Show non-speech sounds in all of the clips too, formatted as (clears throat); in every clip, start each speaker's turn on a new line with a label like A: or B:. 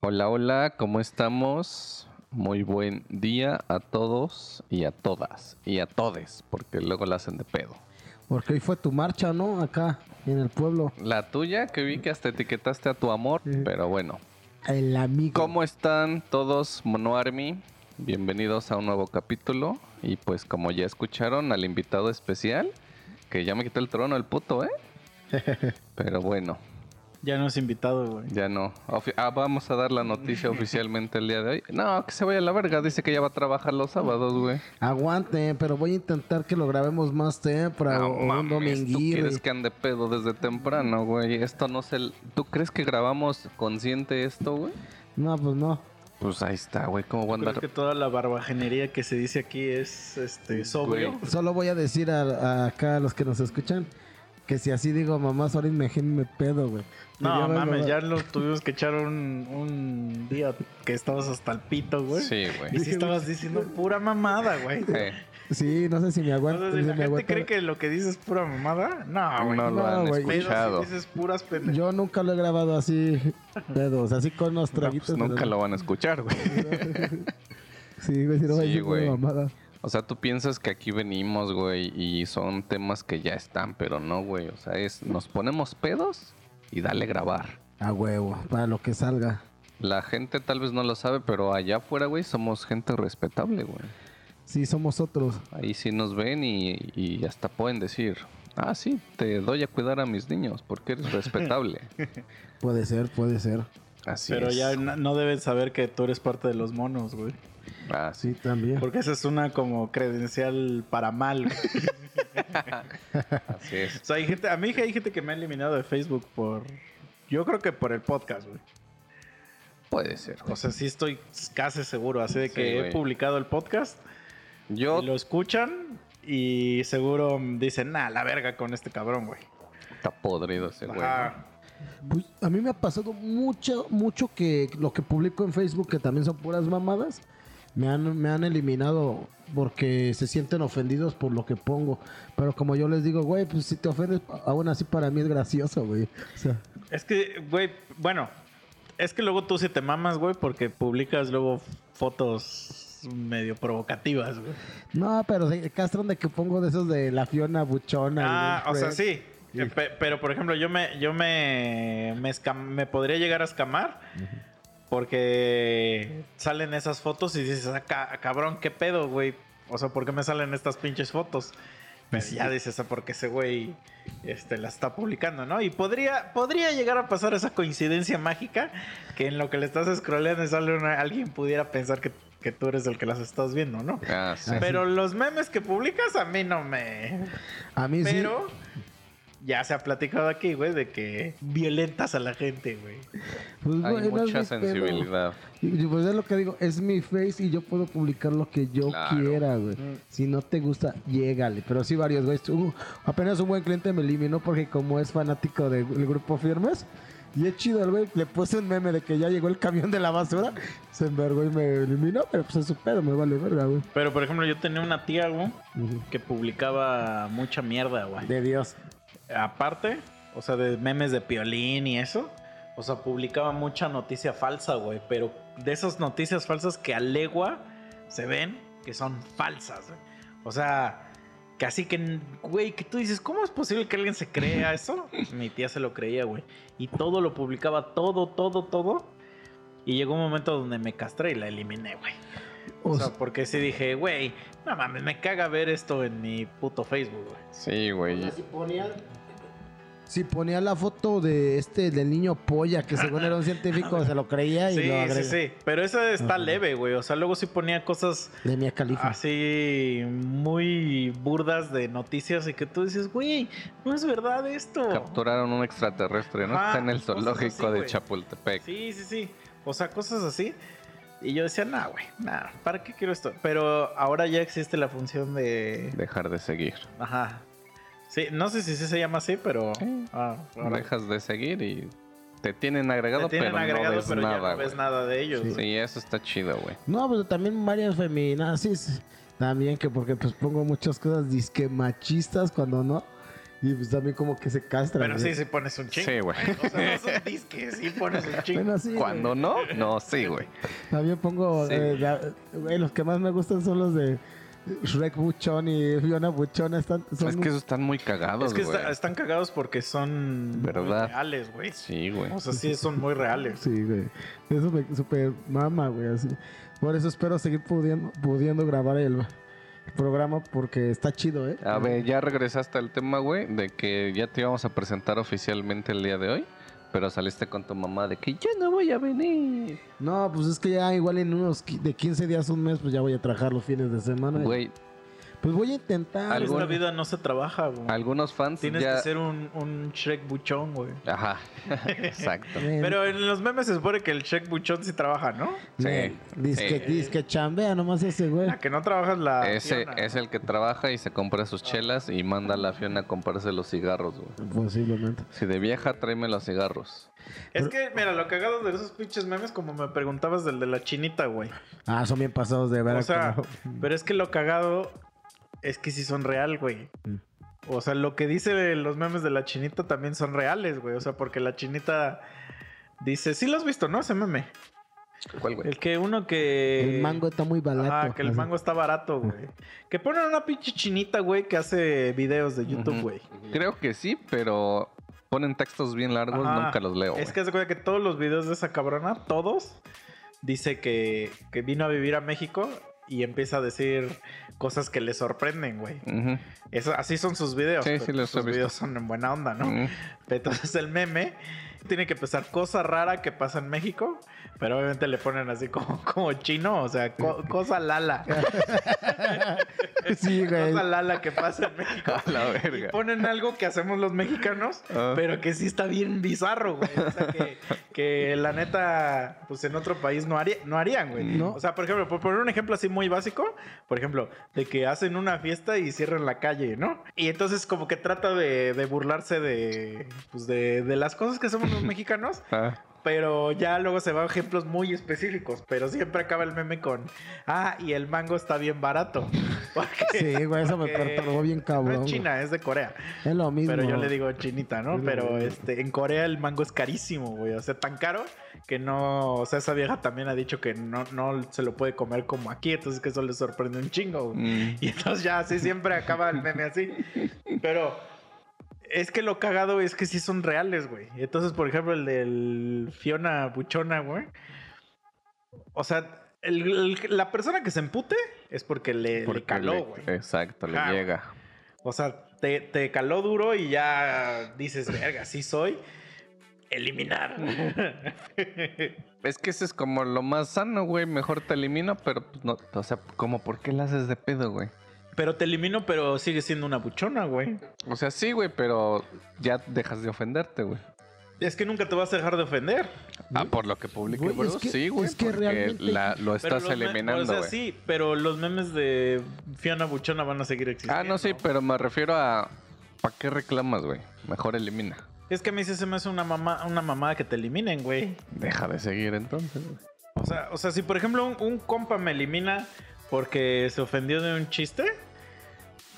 A: Hola, hola, ¿cómo estamos? Muy buen día a todos y a todas y a todes, porque luego la hacen de pedo.
B: Porque hoy fue tu marcha, ¿no? Acá, en el pueblo.
A: La tuya, que vi que hasta etiquetaste a tu amor,
B: Ujú.
A: pero bueno.
B: El amigo.
A: ¿Cómo están todos, Mono Army? Bienvenidos a un nuevo capítulo. Y pues, como ya escucharon al invitado especial, que ya me quitó el trono el puto, ¿eh? Pero bueno,
C: Ya no es invitado, güey.
A: Ya no. Ofi- ah, vamos a dar la noticia oficialmente el día de hoy. No, que se vaya a la verga. Dice que ya va a trabajar los sábados, güey.
B: Aguante, pero voy a intentar que lo grabemos más temprano.
A: No
B: o un
A: mames, tú
B: dominguillo.
A: quieres que ande pedo desde temprano, güey. Esto no se... l- ¿Tú crees que grabamos consciente esto, güey?
B: No, pues no.
A: Pues ahí está, güey. ¿Cómo va a
C: Creo
A: andar?
C: que toda la barbajanería que se dice aquí es este sobrio.
A: Güey. pues,
B: Solo voy a decir a, a acá a los que nos escuchan que si así digo mamá, ahora imagínenme pedo, güey. Y
C: No,
B: yo,
C: mames,
B: güey,
C: ya lo tuvimos que echar un, un día que estabas hasta el pito, güey.
A: Sí,
C: Y
A: güey.
C: sí estabas diciendo pura mamada, güey.
A: Eh,
B: Sí, no sé si me
C: O
B: aguanta.
C: sea, si
B: si
C: la
B: me
C: gente
B: aguanta-
C: cree que lo que dices es pura mamada, no, Ah, güey.
A: no
C: No,
A: lo
B: no,
A: han
B: güey.
C: pero
A: escuchado.
C: si dices puras pendejadas.
B: Yo nunca lo he grabado así, pedos, así con los
A: No,
B: traguitos.
A: pues nunca lo van a escuchar, güey.
B: Sí, güey, si no voy a
A: Sí,
B: decir pura
A: güey.
B: mamada.
A: O sea, tú piensas que aquí venimos, güey, y son temas que ya están, pero no, güey. O sea, es... Nos ponemos pedos y dale grabar.
B: A huevo, para lo que salga.
A: La gente tal vez no lo sabe, pero allá afuera, güey, somos gente respetable, güey.
B: Sí, somos otros.
A: Ahí sí nos ven y, y hasta pueden decir, ah, sí, te doy a cuidar a mis niños porque eres
C: (laughs)
A: respetable.
B: Puede ser, puede ser.
A: Así
C: pero
A: es.
C: ya no, no deben saber que tú eres parte de los monos, güey.
A: Así.
B: Sí, también.
C: Porque esa es una como credencial para mal, güey.
A: así es.
C: O sea, hay gente, a mí hay gente que me ha eliminado de Facebook por... Yo creo que por el podcast, güey.
A: Puede ser. güey.
C: O sea, sí estoy casi seguro, así de
A: Sí,
C: que
A: güey.
C: he publicado el podcast,
A: Yo
C: y lo escuchan y seguro dicen, nah, la verga con este cabrón, güey.
A: está podrido ese güey.
C: Ajá.
B: Pues, a mí me ha pasado mucho, mucho que lo que publico en Facebook, que también son puras mamadas, me han, me han eliminado porque se sienten ofendidos por lo que pongo. Pero como yo les digo, güey, pues si te ofendes, aún así para mí es gracioso, güey. O sea,
C: Es que, güey, bueno, es que luego tú sí te mamas, güey, porque publicas luego fotos medio provocativas, güey.
B: no, pero se castran de que pongo de esos de la Fiona Buchona. y
C: Ah,
B: de-
C: o sea, sí.
B: Sí.
C: Eh, pe- Pero, por ejemplo, yo me, yo me, me, escam- me podría llegar a escamar porque salen esas fotos y dices, "Ah, ca- cabrón, qué pedo, güey. O sea, ¿por qué me salen estas pinches fotos? Pero ya dices, "Ah, porque ese güey este, la está publicando, ¿no? Y podría, podría llegar a pasar esa coincidencia mágica que en lo que le estás scrolleando y sale una- alguien pudiera pensar que, que tú eres el que las estás viendo, ¿no?
A: Ah, sí.
C: Pero los memes que publicas a mí no me...
B: A mí sí.
C: Pero ya se ha platicado aquí, güey, de que violentas a la gente, güey.
B: Pues,
A: Hay
B: güey, no es
A: mucha
B: mi pedo.
A: sensibilidad.
B: Y- y Pues es lo que digo, es mi face y yo puedo publicar lo que yo
A: Claro.
B: quiera, güey.
C: Mm.
B: Si no te gusta, llégale. Pero sí, varios, güey. Uh, apenas un buen cliente me eliminó porque, como es fanático del grupo Firmes, y es chido el güey, le puse un meme de que ya llegó el camión de la basura, se envergó y me eliminó, pero pues es su pedo, me vale verga, güey.
C: Pero, por ejemplo, yo tenía una tía, güey,
B: Ujú.
C: que publicaba mucha mierda, güey.
B: De Dios.
C: Aparte, o sea, de memes de piolín y eso. O sea, publicaba mucha noticia falsa, güey. Pero de esas noticias falsas que a legua se ven que son falsas, güey. O sea, casi que, güey, que tú dices, ¿cómo es posible que alguien se crea eso? Mi tía se lo creía, güey. Y todo lo publicaba, todo, todo, todo. Y llegó un momento donde me castré y la eliminé, güey.
B: O
C: O sea,
B: sea,
C: porque sí dije, güey, no mames, me caga ver esto en mi puto Facebook, güey.
A: Sí, güey.
B: si ponía. Si ponía la foto de este, del niño polla, que según era un (laughs) científico, se lo creía y
C: Sí,
B: lo
C: sí,
B: agregó.
C: sí. Pero esa está
B: Ajá.
C: leve, güey. O sea, luego sí ponía cosas
B: De Mia Califa.
C: Ah, así muy burdas de noticias y que tú dices, güey, no es verdad esto.
A: Capturaron un extraterrestre, ¿no?
C: Ajá,
A: Está en el
C: Ah, cosas
A: zoológico
C: así,
A: de
C: güey.
A: Chapultepec.
C: Sí, sí, sí. O sea, cosas así. Y yo decía, nah, güey, nah, ¿para qué quiero esto? Pero ahora ya existe la función de.
A: Dejar de seguir.
C: Ajá. Sí, no sé si sí se llama así, pero.
A: Sí.
C: Ah, ahora-
A: Dejas de seguir y te tienen
C: Te
A: agregado,
C: tienen
A: pero
C: agregado,
A: no ves
C: pero
A: nada,
C: ya no ves
A: güey.
C: nada de ellos.
B: Sí.
C: güey.
A: Sí, eso está chido, güey.
B: No, pues también varias feminazis. También que porque pues pongo muchas cosas disque machistas cuando no. Y pues también como que se ¿eh? castra.
C: Pero sí, sí pones un chingo.
A: Sí, güey.
C: O sea, no son disques, sí pones
B: (laughs)
C: un chingo.
B: Bueno, sí, güey.
A: Cuando no, no, sí, güey.
B: También pongo.
A: Sí.
B: eh, la- güey, los que más me gustan son los de Shrek Buchón y Fiona Buchón. Están, son
A: Es que esos están muy cagados,
C: Es que
A: güey.
C: está- están cagados porque son muy
A: ¿Verdad?
C: reales, güey.
A: Sí, güey.
C: O sea, sí, son muy reales.
B: Sí, güey. Eso me super mama, güey. Así. Por eso espero seguir pudiendo, pudiendo grabar el programa porque está chido, ¿eh?
A: A
C: mm.
A: ver, ya regresaste al tema, güey, de que ya te íbamos a presentar oficialmente el día de hoy, pero saliste con tu mamá de que yo no voy a venir.
B: No, pues es que ya igual en unos qui- de 15 días, un mes, pues ya voy a trabajar los fines de semana.
A: Güey,
B: Pues voy a intentar.
A: Algo-
B: güey.
C: Esta vida no se trabaja, güey.
A: algunos fans
C: Tienes
A: ya...
C: que ser un, un Shrek buchón, güey.
A: Ajá, (laughs) exacto.
B: Ven,
C: Pero en los memes se supone que el Shrek buchón sí trabaja, ¿no?
B: ven.
A: sí,
B: Disque,
A: sí.
B: disque chambea nomás ese, güey.
C: La que no trabajas la.
A: Ese
C: Fiona,
A: es
C: ¿no?
A: el que trabaja y se compra sus chelas y manda a la Fiona a comprarse los cigarros, güey.
B: Posiblemente.
A: Si de vieja, tráeme los cigarros.
C: Es que, mira, lo cagado de esos pinches memes, como me preguntabas del de la chinita, güey.
B: Ah, son bien pasados de ver.
C: O sea,
B: como-
C: pero es que lo cagado es que sí son real, güey.
B: Mm.
C: O sea, lo que dice los memes de la chinita también son reales, güey. O sea, porque la chinita dice, sí lo has visto, ¿no? Ese meme.
A: ¿Cuál, güey?
C: El que uno que...
B: el mango está muy barato.
C: Ah, que el
B: así.
C: mango está barato, güey. Que ponen una pinche chinita, güey, que hace videos de YouTube,
A: Ujú.
C: güey.
A: Creo que sí, pero ponen textos bien largos,
C: Ajá.
A: nunca los leo,
C: Es
A: güey.
C: que se cuenta que todos los videos de esa cabrona, todos, dice que, que vino a vivir a México y empieza a decir cosas que le sorprenden, güey.
A: Ujú.
C: Eso- así son sus videos.
A: Sí,
C: pero
A: sí los he
C: sus
A: visto. Mm.
C: videos son en buena onda, ¿no?
A: Ujú.
C: Entonces el meme tiene que empezar cosa rara que pasa en México, pero obviamente le ponen así como, (laughs) como chino, o sea, co- cosa lala.
A: (laughs)
B: Sí, güey.
C: Cosa lala que pasa en
A: (laughs)
C: México.
A: (laughs) A la
C: Y
A: verga.
C: ponen algo que hacemos los mexicanos,
A: Ah.
C: pero que sí está bien bizarro, güey. O sea, que, que la neta, pues en otro país no, haría- no harían, güey.
A: No.
C: O sea, por ejemplo, por poner un ejemplo así muy básico, por ejemplo, de que hacen una fiesta y cierran la calle, ¿no? Y entonces como que trata de, de burlarse de, pues de, de las cosas
B: (laughs)
C: que hacemos los mexicanos,
A: Ah,
C: pero ya luego se va a ejemplos muy específicos, pero siempre acaba el meme con, ah, y el mango está bien barato. (laughs) Porque-
B: Sí, güey, eso me
C: porque
B: perturbó bien cabrón.
C: No
B: güey.
C: es China, es de Corea.
B: Es lo mismo.
C: Pero (laughs) yo le digo chinita,
B: Es
C: ¿no?
B: lo
C: Pero
B: mismo.
C: este, en Corea el mango es carísimo, güey. O sea, tan caro que no. O sea, esa vieja también ha dicho que no, no se lo puede comer como aquí. Entonces que eso le sorprende un chingo, güey.
A: mm.
C: Y entonces ya así siempre acaba el meme así. Pero es que lo cagado es que sí son reales, güey. Entonces, por ejemplo, el del Fiona Buchona, güey. O sea, el- el- la persona que se empute es porque le, le
A: Porque le-
C: caló, güey.
A: Exacto, le
C: Ajá, güey.
A: llega.
C: O sea, te, te caló duro y ya dices, verga, sí soy. Eliminar.
A: Es que eso es como lo más sano, güey. Mejor te elimino, pero pues, no. O sea, como por qué la haces de pedo, güey.
C: pero te elimino, pero sigue siendo una buchona, güey.
A: O sea, sí, güey, pero ya dejas de ofenderte, güey.
C: Es que nunca te vas a dejar de ofender.
A: Ah, por lo que publique
B: Güey, es
A: Bruce,
B: que-
A: sí, güey.
B: es que
A: porque
B: realmente-
A: la- lo
C: Pero
A: estás
C: los me-
A: eliminando,
C: O sea,
A: güey.
C: sí, pero los memes de Fiona Buchona van a seguir
A: ah,
C: existiendo.
A: no, sí, pero me refiero a. ¿Para qué reclamas, güey? Mejor elimina.
C: Es que a mí sí se me hace una, mamá, una mamada que te eliminen, güey.
A: Deja de seguir entonces, güey.
C: O sea, o sea, si por ejemplo un, un compa me elimina porque se ofendió de un chiste,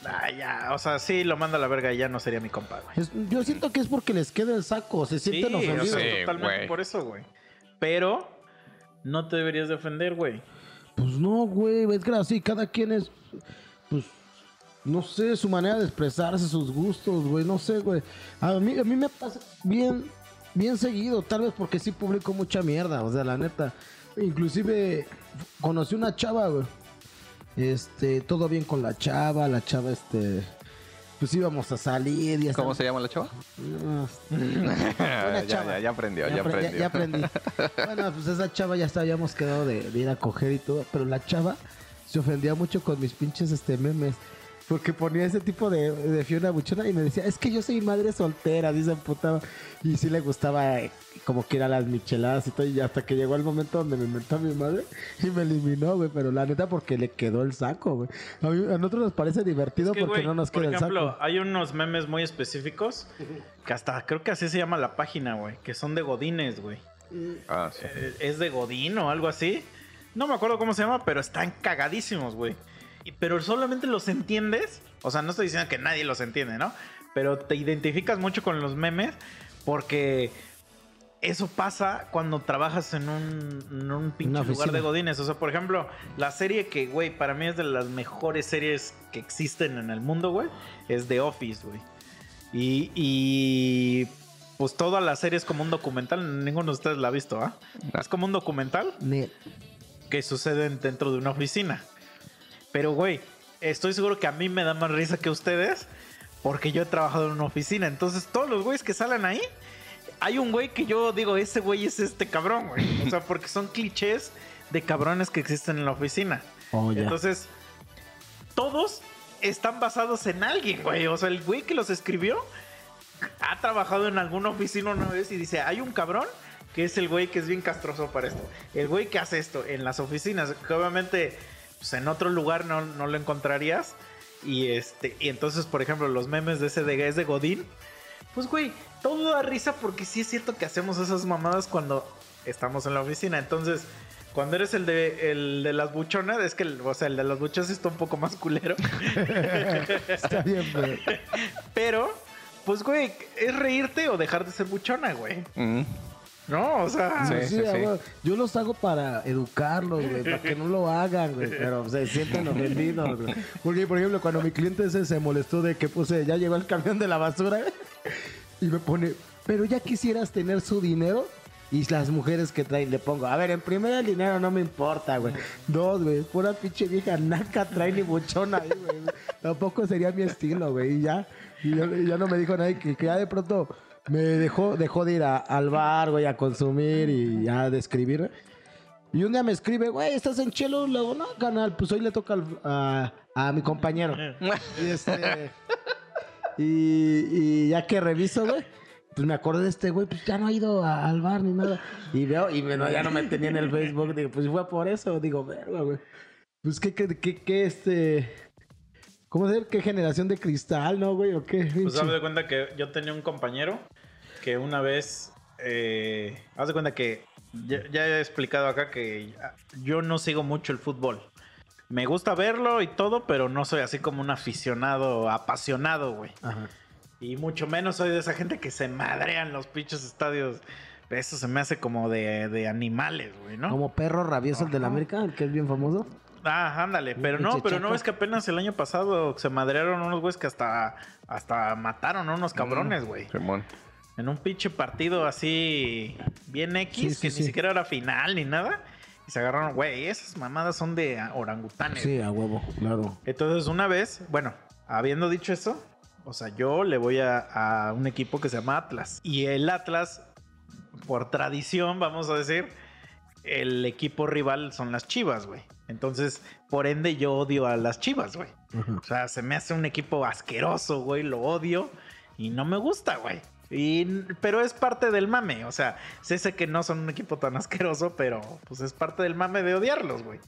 C: ah, ya, o sea, sí, lo manda a la verga y ya no sería mi compa, güey.
B: Es- yo siento que es porque les queda el saco, se sienten
C: o sea,
B: ofendidos.
A: Sí,
C: totalmente
A: güey.
C: por eso, güey. Pero no te deberías de ofender, güey.
B: Pues no, güey, es que así cada quien es, pues, no sé, su manera de expresarse, sus gustos, güey, no sé, güey. A mí, a mí me pasa bien, bien seguido, tal vez porque sí publico mucha mierda, o sea, la neta. Inclusive conocí una chava, güey. Este, todo bien con la chava, la chava, este, pues íbamos a salir y
A: ¿Cómo
B: hasta-
A: se llama la chava?
B: No,
A: (laughs) ya,
B: chava.
A: ya, ya aprendió, ya,
B: apre-
A: aprendió. (laughs)
B: ya aprendí. bueno, pues esa chava ya está- habíamos quedado de, de ir a coger y todo, pero la chava se ofendía mucho con mis pinches este memes. Porque ponía ese tipo de, de Fiona Buchona y me decía, es que yo soy madre soltera, dice emputaba. Y sí le gustaba eh, como que ir a las micheladas y todo. Y hasta que llegó el momento donde me inventó a mi madre y me eliminó, güey. Pero la neta, porque le quedó el saco, güey. A, mí- a nosotros nos parece divertido
C: Es que,
B: porque
C: güey,
B: no nos
C: por
B: queda el
C: ejemplo,
B: saco.
C: hay unos memes muy específicos que hasta creo que así se llama la página, güey, que son de godines, güey.
A: Ah, sí.
C: Eh, es de Godín o algo así. No me acuerdo cómo se llama, pero están cagadísimos, güey. Y- Pero solamente los entiendes. O sea, no estoy diciendo que nadie los entiende, ¿no? pero te identificas mucho con los memes porque eso pasa cuando trabajas en un, en un pinche lugar
B: oficina.
C: de godines. O sea, por ejemplo, la serie que, güey, para mí es de las mejores series que existen en el mundo, güey, es The Office, güey. Y, y pues toda la serie es como un documental. Ninguno de ustedes la ha visto, ¿ah?
A: No.
C: Es como un documental
B: Ni-
C: que suceden dentro de una oficina. Pero, güey, estoy seguro que a mí me da más risa que a ustedes porque yo he trabajado en una oficina. Entonces, todos los güeyes que salen ahí, hay un güey que yo digo, ese güey es este cabrón, güey. O sea, porque son clichés de cabrones que existen en la oficina.
B: Oh, ya.
C: Entonces, todos están basados en alguien, güey. O sea, el güey que los escribió ha trabajado en alguna oficina una vez y dice, hay un cabrón que es el güey que es bien castroso para esto. El güey que hace esto en las oficinas, que obviamente pues, en otro lugar no, no lo encontrarías. Y, este, y entonces, por ejemplo, los memes de ese de, es de Godín. Pues, güey, todo da risa porque sí es cierto que hacemos esas mamadas cuando estamos en la oficina. Entonces, cuando eres el de, el de las buchonas, es que, el- o sea, el de las buchonas está un poco más culero.
B: Está bien, güey.
C: Pero, pues, güey, es reírte o dejar de ser buchona, güey.
A: Mm,
C: No, o sea.
A: Sí,
B: Sí,
A: sí,
B: ah,
A: sí.
B: güey. Yo los hago para educarlos, güey, para que no lo hagan, güey. Pero se sienten ofendidos, güey. Porque, por ejemplo, cuando mi cliente ese se molestó de que puse, ya llegó el camión de la basura, y me pone, pero ya quisieras tener su dinero. Y las mujeres que traen, le pongo, a ver, en primera el dinero no me importa, güey. Dos, güey, pura pinche vieja naca trae ni buchona ahí, güey. Tampoco sería mi estilo, güey. Y ya, y ya, y ya no me dijo nadie que, que ya de pronto me dejó, dejó de ir a- al bar, güey, a consumir y ya de escribir, güey. Y un día me escribe, güey, ¿estás en chelo? Le digo, no, canal, pues hoy le toca al- a, a mi compañero.
A: Mm.
B: Y este. y, y ya que reviso, güey. Pues me acordé de este güey, pues ya no ha ido a- al bar ni nada. Y veo, y me- no, ya no me tenía en el Facebook. Digo, pues fue por eso. Digo, verga, güey. Pues qué, qué, qué, qué, este. ¿Cómo decir? ¿Qué generación de cristal, no, güey? ¿O qué?
C: Pues
B: pinche?
C: haz de cuenta que yo tenía un compañero que una vez. eh, haz de cuenta que ya, ya he explicado acá que yo no sigo mucho el fútbol. Me gusta verlo y todo, pero no soy así como un aficionado apasionado, güey.
B: Ajá.
C: Y mucho menos soy de esa gente que se madrean los pinches estadios. Eso se me hace como de, de animales, güey, ¿no?
B: Como perro rabioso el del
C: Ajá.
B: América, el que es bien famoso.
C: Ah, ándale, pero no,
B: pinche
C: pero no
B: chaca.
C: ves que apenas el año pasado se madrearon unos güeyes que hasta, hasta mataron a unos cabrones, güey.
A: Simón.
C: En un pinche partido así bien X,
B: Sí, sí,
C: que
B: sí.
C: ni siquiera era final ni nada. Y se agarraron, güey, esas mamadas son de ah, orangutanes.
B: Sí, a huevo, claro.
C: Entonces, una vez, bueno, habiendo dicho eso, o sea, yo le voy a, a un equipo que se llama Atlas. Y el Atlas, por tradición, vamos a decir, el equipo rival son las Chivas, güey. Entonces, por ende, yo odio a las Chivas, güey.
B: Ajá.
C: O sea, se me hace un equipo asqueroso, güey, lo odio y no me gusta, güey. Y, pero es parte del mame, o sea, sé, sé que no son un equipo tan asqueroso, pero pues es parte del mame de odiarlos, güey.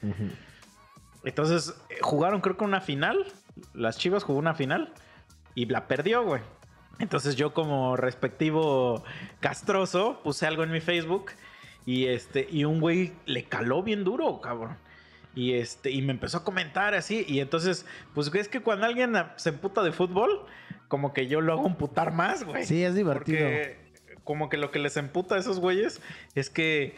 C: Entonces, eh, jugaron creo que una final. Las Chivas jugó una final y la perdió, güey. Entonces yo como respectivo castroso puse algo en mi Facebook y este y un güey le caló bien duro, cabrón. Y este y me empezó a comentar así y entonces pues güey, es que cuando alguien ah, se emputa de fútbol, como que yo lo hago emputar más, güey.
B: Sí, es divertido.
C: Porque como que lo que les emputa a esos güeyes es que,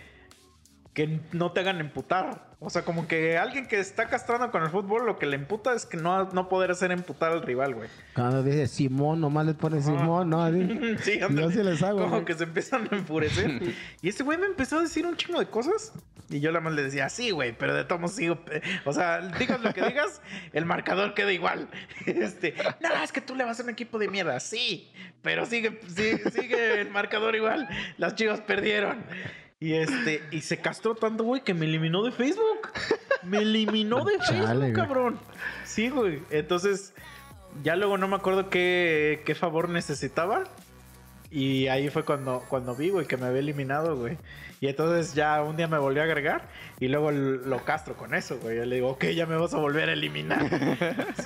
C: que no te hagan emputar. O sea, como que alguien que está castrando con el fútbol, lo que le emputa es que no, no poder hacer emputar al rival, güey.
B: Cuando dice Simón, nomás le pone Simón, ¿no? Así.
C: (laughs) Sí,
B: Yo
C: ándale.
B: sí les hago.
C: Como
B: güey.
C: que se empiezan a enfurecer. (laughs)
A: (laughs)
C: Y ese güey me empezó a decir un chingo de cosas. Y yo nada más le decía, sí, güey, pero de todos modos sigo. pe- O sea, digas lo que digas, el marcador queda igual. (laughs) Este, no, es que tú le vas a un equipo de mierda. Sí, pero sigue, sí, sigue el marcador igual. Las chivas perdieron. Y este, y se castró tanto, güey, que me eliminó de Facebook. Me eliminó de
B: Chale,
C: Facebook,
B: güey.
C: cabrón. Sí, güey. Entonces, ya luego no me acuerdo qué, qué favor necesitaba. Y ahí fue cuando, cuando vi, güey, que me había eliminado, güey. Y entonces ya un día me volvió a agregar y luego l- lo castro con eso, güey. Yo le digo, ok, ya me vas a volver a eliminar.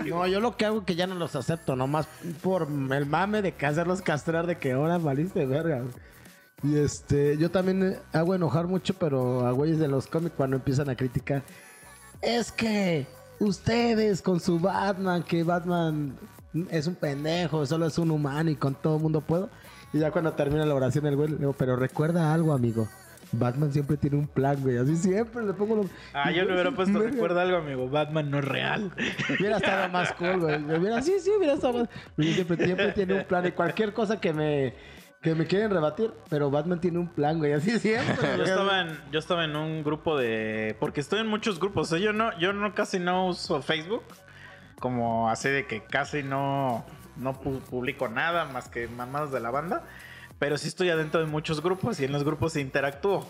B: No, yo lo que hago es que ya no los acepto, nomás por el mame de que hacerlos castrar de que ahora valiste verga. güey. Y este, yo también eh, hago enojar mucho, pero a güeyes de los cómics cuando empiezan a criticar. Es que ustedes con su Batman, que Batman es un pendejo, solo es un humano y con todo el mundo puedo. Y ya cuando termina la oración, el güey le digo, pero recuerda algo, amigo. Batman siempre tiene un plan, güey. Así siempre le pongo los.
C: Ah, yo le hubiera puesto, recuerda algo, amigo. Batman no es real.
B: Hubiera estado más cool, güey. Hubiera, sí, sí, hubiera estado más. Pues Güey, siempre, siempre tiene un plan. Y cualquier cosa que me, que me quieren rebatir, pero Batman tiene un plan, güey. Así siempre.
C: (laughs) Yo
B: güey.
C: estaba en, yo estaba en un grupo de. Porque estoy en muchos grupos. o sea, yo no, yo no casi no uso Facebook. Como así de que casi no, no pu- publico nada más que mamadas de la banda. Pero sí estoy adentro de muchos grupos y en los grupos interactúo.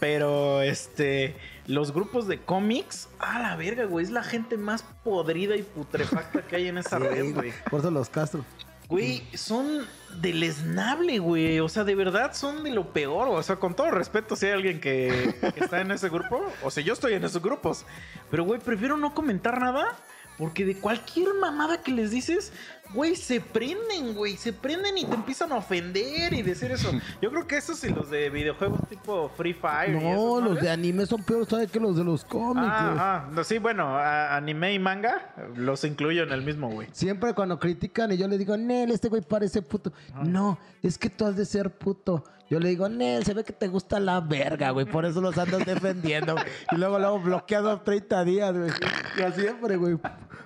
C: Pero este. Los grupos de cómics. A la verga, güey. Es la gente más podrida y putrefacta que hay en esa red, güey.
B: Por eso los Castro.
C: Güey, son deleznable, güey. O sea, de verdad son de lo peor. O sea, con todo respeto, si hay alguien que, que está en ese grupo. O sea, yo estoy en esos grupos. Pero, güey, prefiero no comentar nada. Porque de cualquier mamada que les dices, güey, se prenden, güey. Se prenden y te empiezan a ofender y decir eso. Yo creo que esos y los de videojuegos tipo Free Fire. y
B: No,
C: esos,
B: los de anime son peores, ¿sabes? Que los de los cómics,
C: Ah,
B: güey.
C: ajá. No, sí, bueno, a- anime y manga los incluyo en el mismo, güey.
B: Siempre cuando critican y yo le digo, Nel, este güey parece puto. No, es que tú has de ser puto. Yo le digo, Nel, se ve que te gusta la verga, güey. Por eso los andas defendiendo. güey". y luego, luego bloqueado 30 días, güey. Ya siempre, güey.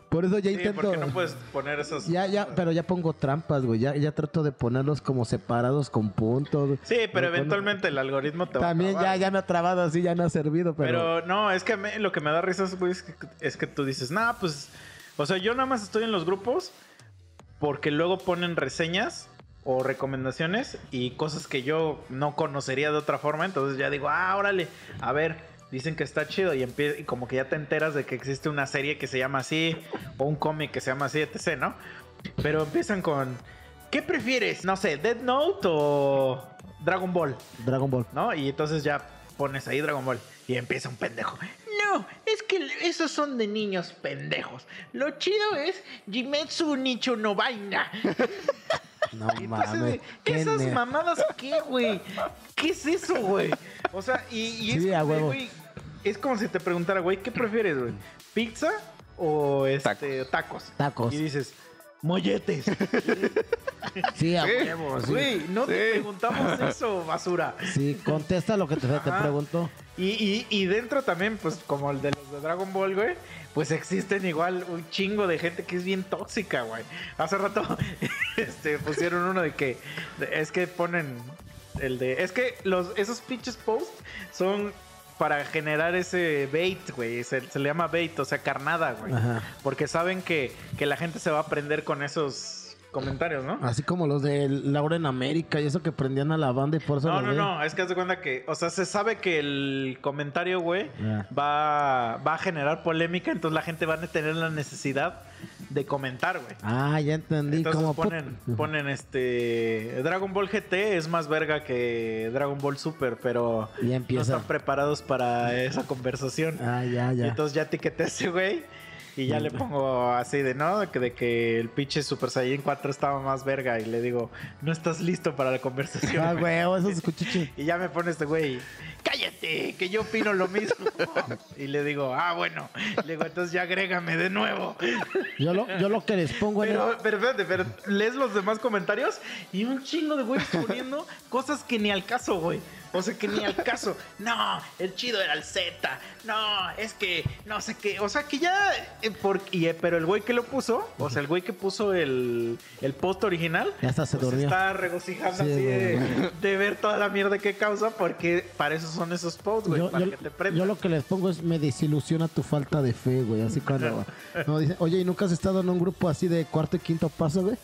B: Por eso ya
C: Sí,
B: intento.
C: porque no puedes poner esas.
B: Ya, ya, pero ya pongo trampas, güey. Ya, ya trato de ponerlos como separados con puntos. güey.
C: Sí, pero
B: Bueno,
C: eventualmente el algoritmo te va a
B: También ya,
C: acabar.
B: ya me ha trabado así, ya no ha servido, pero.
C: Pero no, es que a mí lo que me da risa güey, es que, es que tú dices, nah, pues. O sea, yo nada más estoy en los grupos porque luego ponen reseñas o recomendaciones y cosas que yo no conocería de otra forma. Entonces ya digo, ah, órale, a ver, dicen que está chido. Y, empie- y como que ya te enteras de que existe una serie que se llama así o un cómic que se llama así, etc., ¿no? Pero empiezan con, ¿qué prefieres? No sé, Dead Note o Dragon Ball.
B: Dragon
C: (laughs)
B: Ball.
C: ¿no? Y entonces ya pones ahí Dragon Ball y empieza un pendejo. No, es que esos son de niños pendejos. Lo chido es Jimetsu Nicho
B: (laughs)
C: no vaina.
B: No
C: Entonces,
B: mames.
C: güey,
B: qué
C: esas
B: nerd.
C: mamadas, ¿qué, güey? ¿Qué es eso, güey? O sea, y, y es,
B: Sí, a huevo.
C: güey, es como si te preguntara, güey, ¿qué prefieres, güey? ¿Pizza o este, tacos?
B: Tacos.
C: Y dices, molletes.
B: Sí, (laughs) a
A: Sí.
B: huevo, sí.
C: Güey, no te
A: Sí.
C: preguntamos eso, basura.
B: Sí, contesta lo que te, te
C: Ajá.
B: preguntó.
C: Y, y, y dentro también, pues como el de los de Dragon Ball, güey, pues existen igual un chingo de gente que es bien tóxica, güey. Hace rato (laughs) este, pusieron uno de que de- es que ponen el de... Es que los, esos pinches posts son para generar ese bait, güey. Se, se le llama bait, o sea, carnada, güey.
B: Ajá.
C: Porque saben que, que la gente se va a aprender con esos comentarios, ¿no?
B: Así como los de Laura en América y eso que prendían a la banda y por eso
C: No,
B: los
C: no,
B: veían.
C: no, es que haz de cuenta que, o sea, se sabe que el comentario, güey,
B: Ya.
C: va, va a generar polémica, entonces la gente va a tener la necesidad de comentar, güey.
B: Ah, ya entendí.
C: Entonces
B: como put-
C: ponen, ponen este Dragon Ball GT es más verga que Dragon Ball Super, pero
B: Ya
C: no
B: empieza.
C: están preparados para esa conversación.
B: Ah, ya, ya.
C: Entonces ya etiqueté a ese güey y ya le pongo así de no, de que, de que el pinche Super Saiyan 4 estaba más verga y le digo, no estás listo para la conversación. (laughs)
B: Ah,
C: güey".
B: huevo, eso se escucha chido.
C: (laughs) Y ya me pone este güey, cállate, que yo opino lo mismo. (laughs) y le digo, ah, bueno. Le digo, entonces ya agrégame de nuevo.
B: Yo lo, yo lo que les pongo en el-
C: Pero, pero espérate, pero lees los demás comentarios y un chingo de güeyes poniendo (laughs) cosas que ni al caso, güey. O sea, que ni al caso. No, el chido era el Z. No, es que no sé qué. O sea, que ya. eh, por- y, eh, pero el güey que lo puso, o sea, el güey que puso el, el post original.
B: Ya hasta se
C: pues,
B: durmió.
C: Está regocijando
B: Sí,
C: así de,
B: güey.
C: de ver toda la mierda que causa, porque para eso son esos posts, güey.
B: yo,
C: Para
B: yo-
C: que te prendan.
B: yo lo que les pongo es me desilusiona tu falta de fe, güey. Así cuando no, dicen, oye, ¿y nunca has estado en un grupo así de cuarto y quinto paso, güey?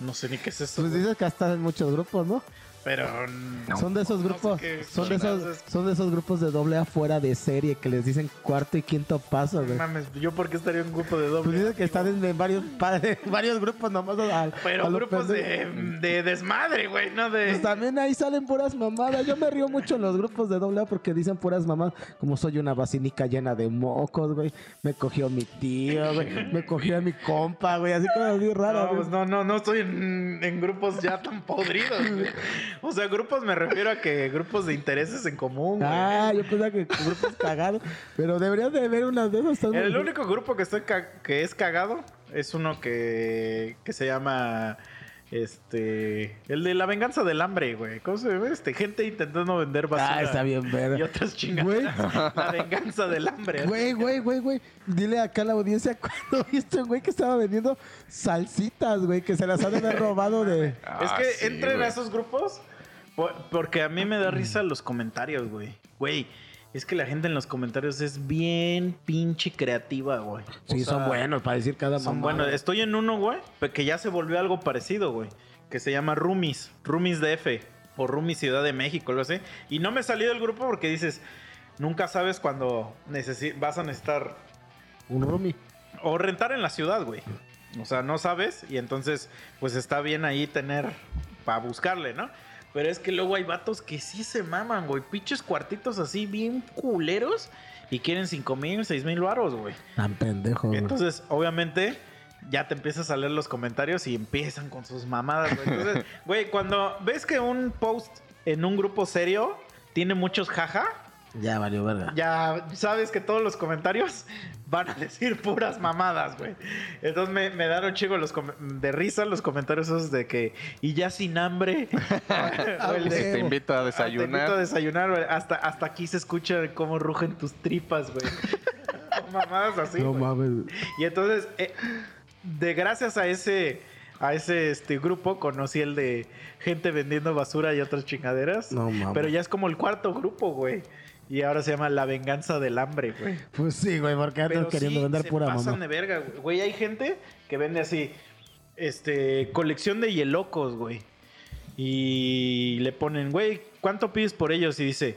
C: No sé ni qué es eso.
B: Pues
C: güey,
B: dices que has estado en muchos grupos, ¿no?
C: pero. mm,
B: Son de esos
C: No sé
B: grupos,
C: qué
B: son de
C: chingados
B: esos, son de esos grupos de doble afuera de serie que les dicen cuarto y quinto paso, güey.
C: Mames, yo porque estaría en un grupo de
B: Pues
C: doble.
B: dicen que están en, en varios (laughs) pa- en varios grupos nomás a- a- a
C: Pero
B: lo
C: grupos
B: pendejo.
C: de, de desmadre, güey, no de.
B: Pues también ahí salen puras mamadas. Yo me río mucho en los grupos de doble A porque dicen puras mamadas. Como soy una vacinica llena de mocos, güey. Me cogió mi tío, güey. Me cogió a mi compa, güey. Así cosas así raras.
C: No,
B: güey.
C: pues no, no, no estoy en, en grupos ya tan podridos, güey. O sea, grupos me refiero a que grupos de intereses en común, güey.
B: Ah, yo pensaba que grupos cagados. Pero deberías de ver unas de esas. están muy-
C: El único grupo que estoy ca- que es cagado Es uno que, que se llama. Este. El de la venganza del hambre, güey. ¿Cómo se ve? Este, gente intentando vender basura.
D: Ah, está bien, verga.
C: Y otras chingadas.
B: Güey.
C: La venganza del hambre.
D: Güey, güey, güey, güey. Dile acá a la
B: (laughs)
D: audiencia cuando viste un güey que estaba vendiendo salsitas, güey, que se las han de haber robado de.
C: Es
A: Ah,
C: que
A: sí,
C: entren
A: güey.
C: a esos grupos por- porque a mí me da risa los comentarios, güey. Güey, es que la gente en los comentarios es bien pinche creativa, güey. (laughs) O
B: Sí,
C: sea,
B: son buenos para decir cada
C: Son
B: mamada.
C: buenos. Estoy en uno, güey, pe- que ya se volvió algo parecido, güey. Que se llama Rumis, Rumis DF o Rumis Ciudad de México, lo sé. Y no me salí del grupo porque dices, nunca sabes cuando necesi- vas a necesitar
B: Un roomie.
C: o rentar en la ciudad, güey. O sea, no sabes y entonces pues está bien ahí tener para buscarle, ¿no? Pero es que luego hay vatos que sí se maman, güey. Pinches cuartitos así bien culeros y quieren 5 mil, 6 mil varos, güey.
B: Tan pendejo, güey.
C: Entonces, obviamente, ya te empiezas a leer los comentarios y empiezan con sus mamadas, güey. Entonces, (laughs) güey, cuando ves que un post en un grupo serio tiene muchos jaja,
B: Ya valió verga.
C: ya sabes que todos los comentarios (laughs) van a decir puras mamadas, güey. Entonces me, me daron chico los com- de risa los comentarios esos de que, y ya
B: (laughs)
C: sin hambre. O el
A: Si
C: de,
A: te invito a
C: pues. "Ah, te invito
A: desayunar.
C: a desayunar, güey. Hasta, hasta aquí se escucha cómo rugen tus tripas, güey. (laughs) mamadas así.
B: no
C: güey.
B: mames.
C: Y entonces, eh, de gracias a ese, a ese este, grupo, conocí el de gente vendiendo basura y otras chingaderas. (laughs)
B: No mames.
C: Pero ya es como el cuarto grupo, güey. Y ahora se llama La Venganza del Hambre, güey.
B: Pues sí, güey, porque andas
C: Pero
B: queriendo
C: sí,
B: vender
C: se
B: pura
C: pasan
B: mamá.
C: de verga, güey. Güey, hay gente que vende así, este, colección de hielocos, güey. Y le ponen, güey, ¿cuánto pides por ellos? Y dice,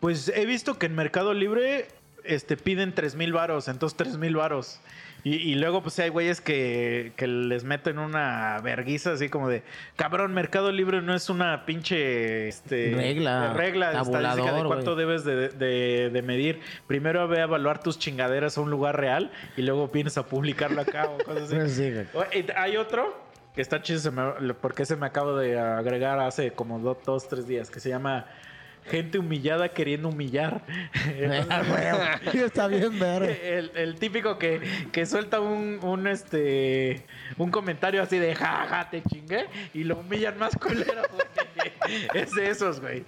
C: pues he visto que en Mercado Libre, este, piden 3 mil varos, entonces 3 mil varos. Y, y luego, pues, hay güeyes que, que les meten una verguiza así como de, cabrón, Mercado Libre no es una pinche, este,
B: Regla,
C: regla, estadística de
B: tabulador,
C: cuánto
B: güey.
C: debes de, de- de medir. Primero ve a evaluar tus chingaderas a un lugar real y luego vienes a publicarlo acá o cosas
B: Pues (laughs)
C: así.
B: sí,
C: (laughs)
B: güey.
C: O- y Hay otro que está chido se me- porque se me acabo de agregar hace como do- dos, tres días, que se llama Gente humillada queriendo humillar. (laughs)
B: Ah, (laughs) güey. Sí, Está bien verga.
C: El, el típico que, que suelta un, un, este un comentario así de jaja te chingué y lo humillan más culero, güey. Es de esos, güey.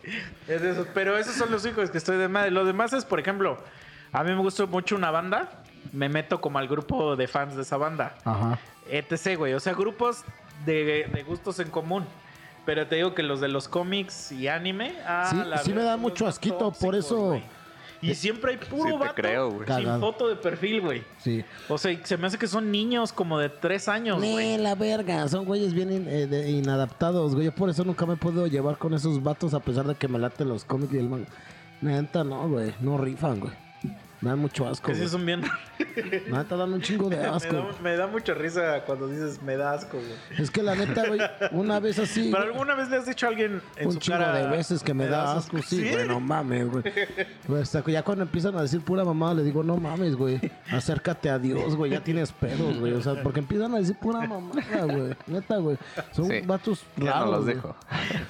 C: Es de esos. Pero esos son los hijos que estoy de madre. Lo demás es, por ejemplo, a mí me gusta mucho una banda. Me meto como al grupo de fans de esa banda.
B: Ajá.
C: ETC, E güey. O sea, grupos de, de gustos en común. Pero te digo que los de los cómics y anime. ah,
B: Sí,
C: la
B: sí me
C: verga,
B: da
C: son
B: mucho
C: los
B: asquito,
C: tóxicos,
B: por eso-
C: güey. Y siempre hay puro
A: Sí te
C: vato
A: creo, güey.
C: sin
B: Cagado.
C: foto de perfil, güey.
B: Sí.
C: O sea, y se me hace que son niños como de tres años,
B: Ni
C: güey.
B: la verga, son güeyes bien in- eh, de- inadaptados, güey. Yo por eso nunca me puedo llevar con esos vatos a pesar de que me laten los cómics y el manga. Neta, no, güey. No rifan, güey. Dan mucho asco.
C: Que sí
B: güey.
C: son bien...
B: Neta, dan un chingo de
C: Pues (laughs)
B: (laughs)
C: me,
B: asco.
C: da, me da mucha risa cuando dices me da asco, güey.
B: es que la neta, güey, una vez así.
C: (laughs) Pero
B: güey,
C: alguna vez le has dicho a alguien en
B: un
C: su
B: chingo
C: cara...
B: de veces que me, da asco, sí, güey, no mames, güey. Pues, hasta que ya cuando empiezan a decir pura mamada, le digo, no mames, güey, acércate a Dios, güey, ya tienes pedos, güey. O sea, porque empiezan a decir pura mamada, güey. Neta, güey. Son
A: Sí.
B: vatos
A: Ya
B: raros.
A: no los
B: güey.
A: dejo.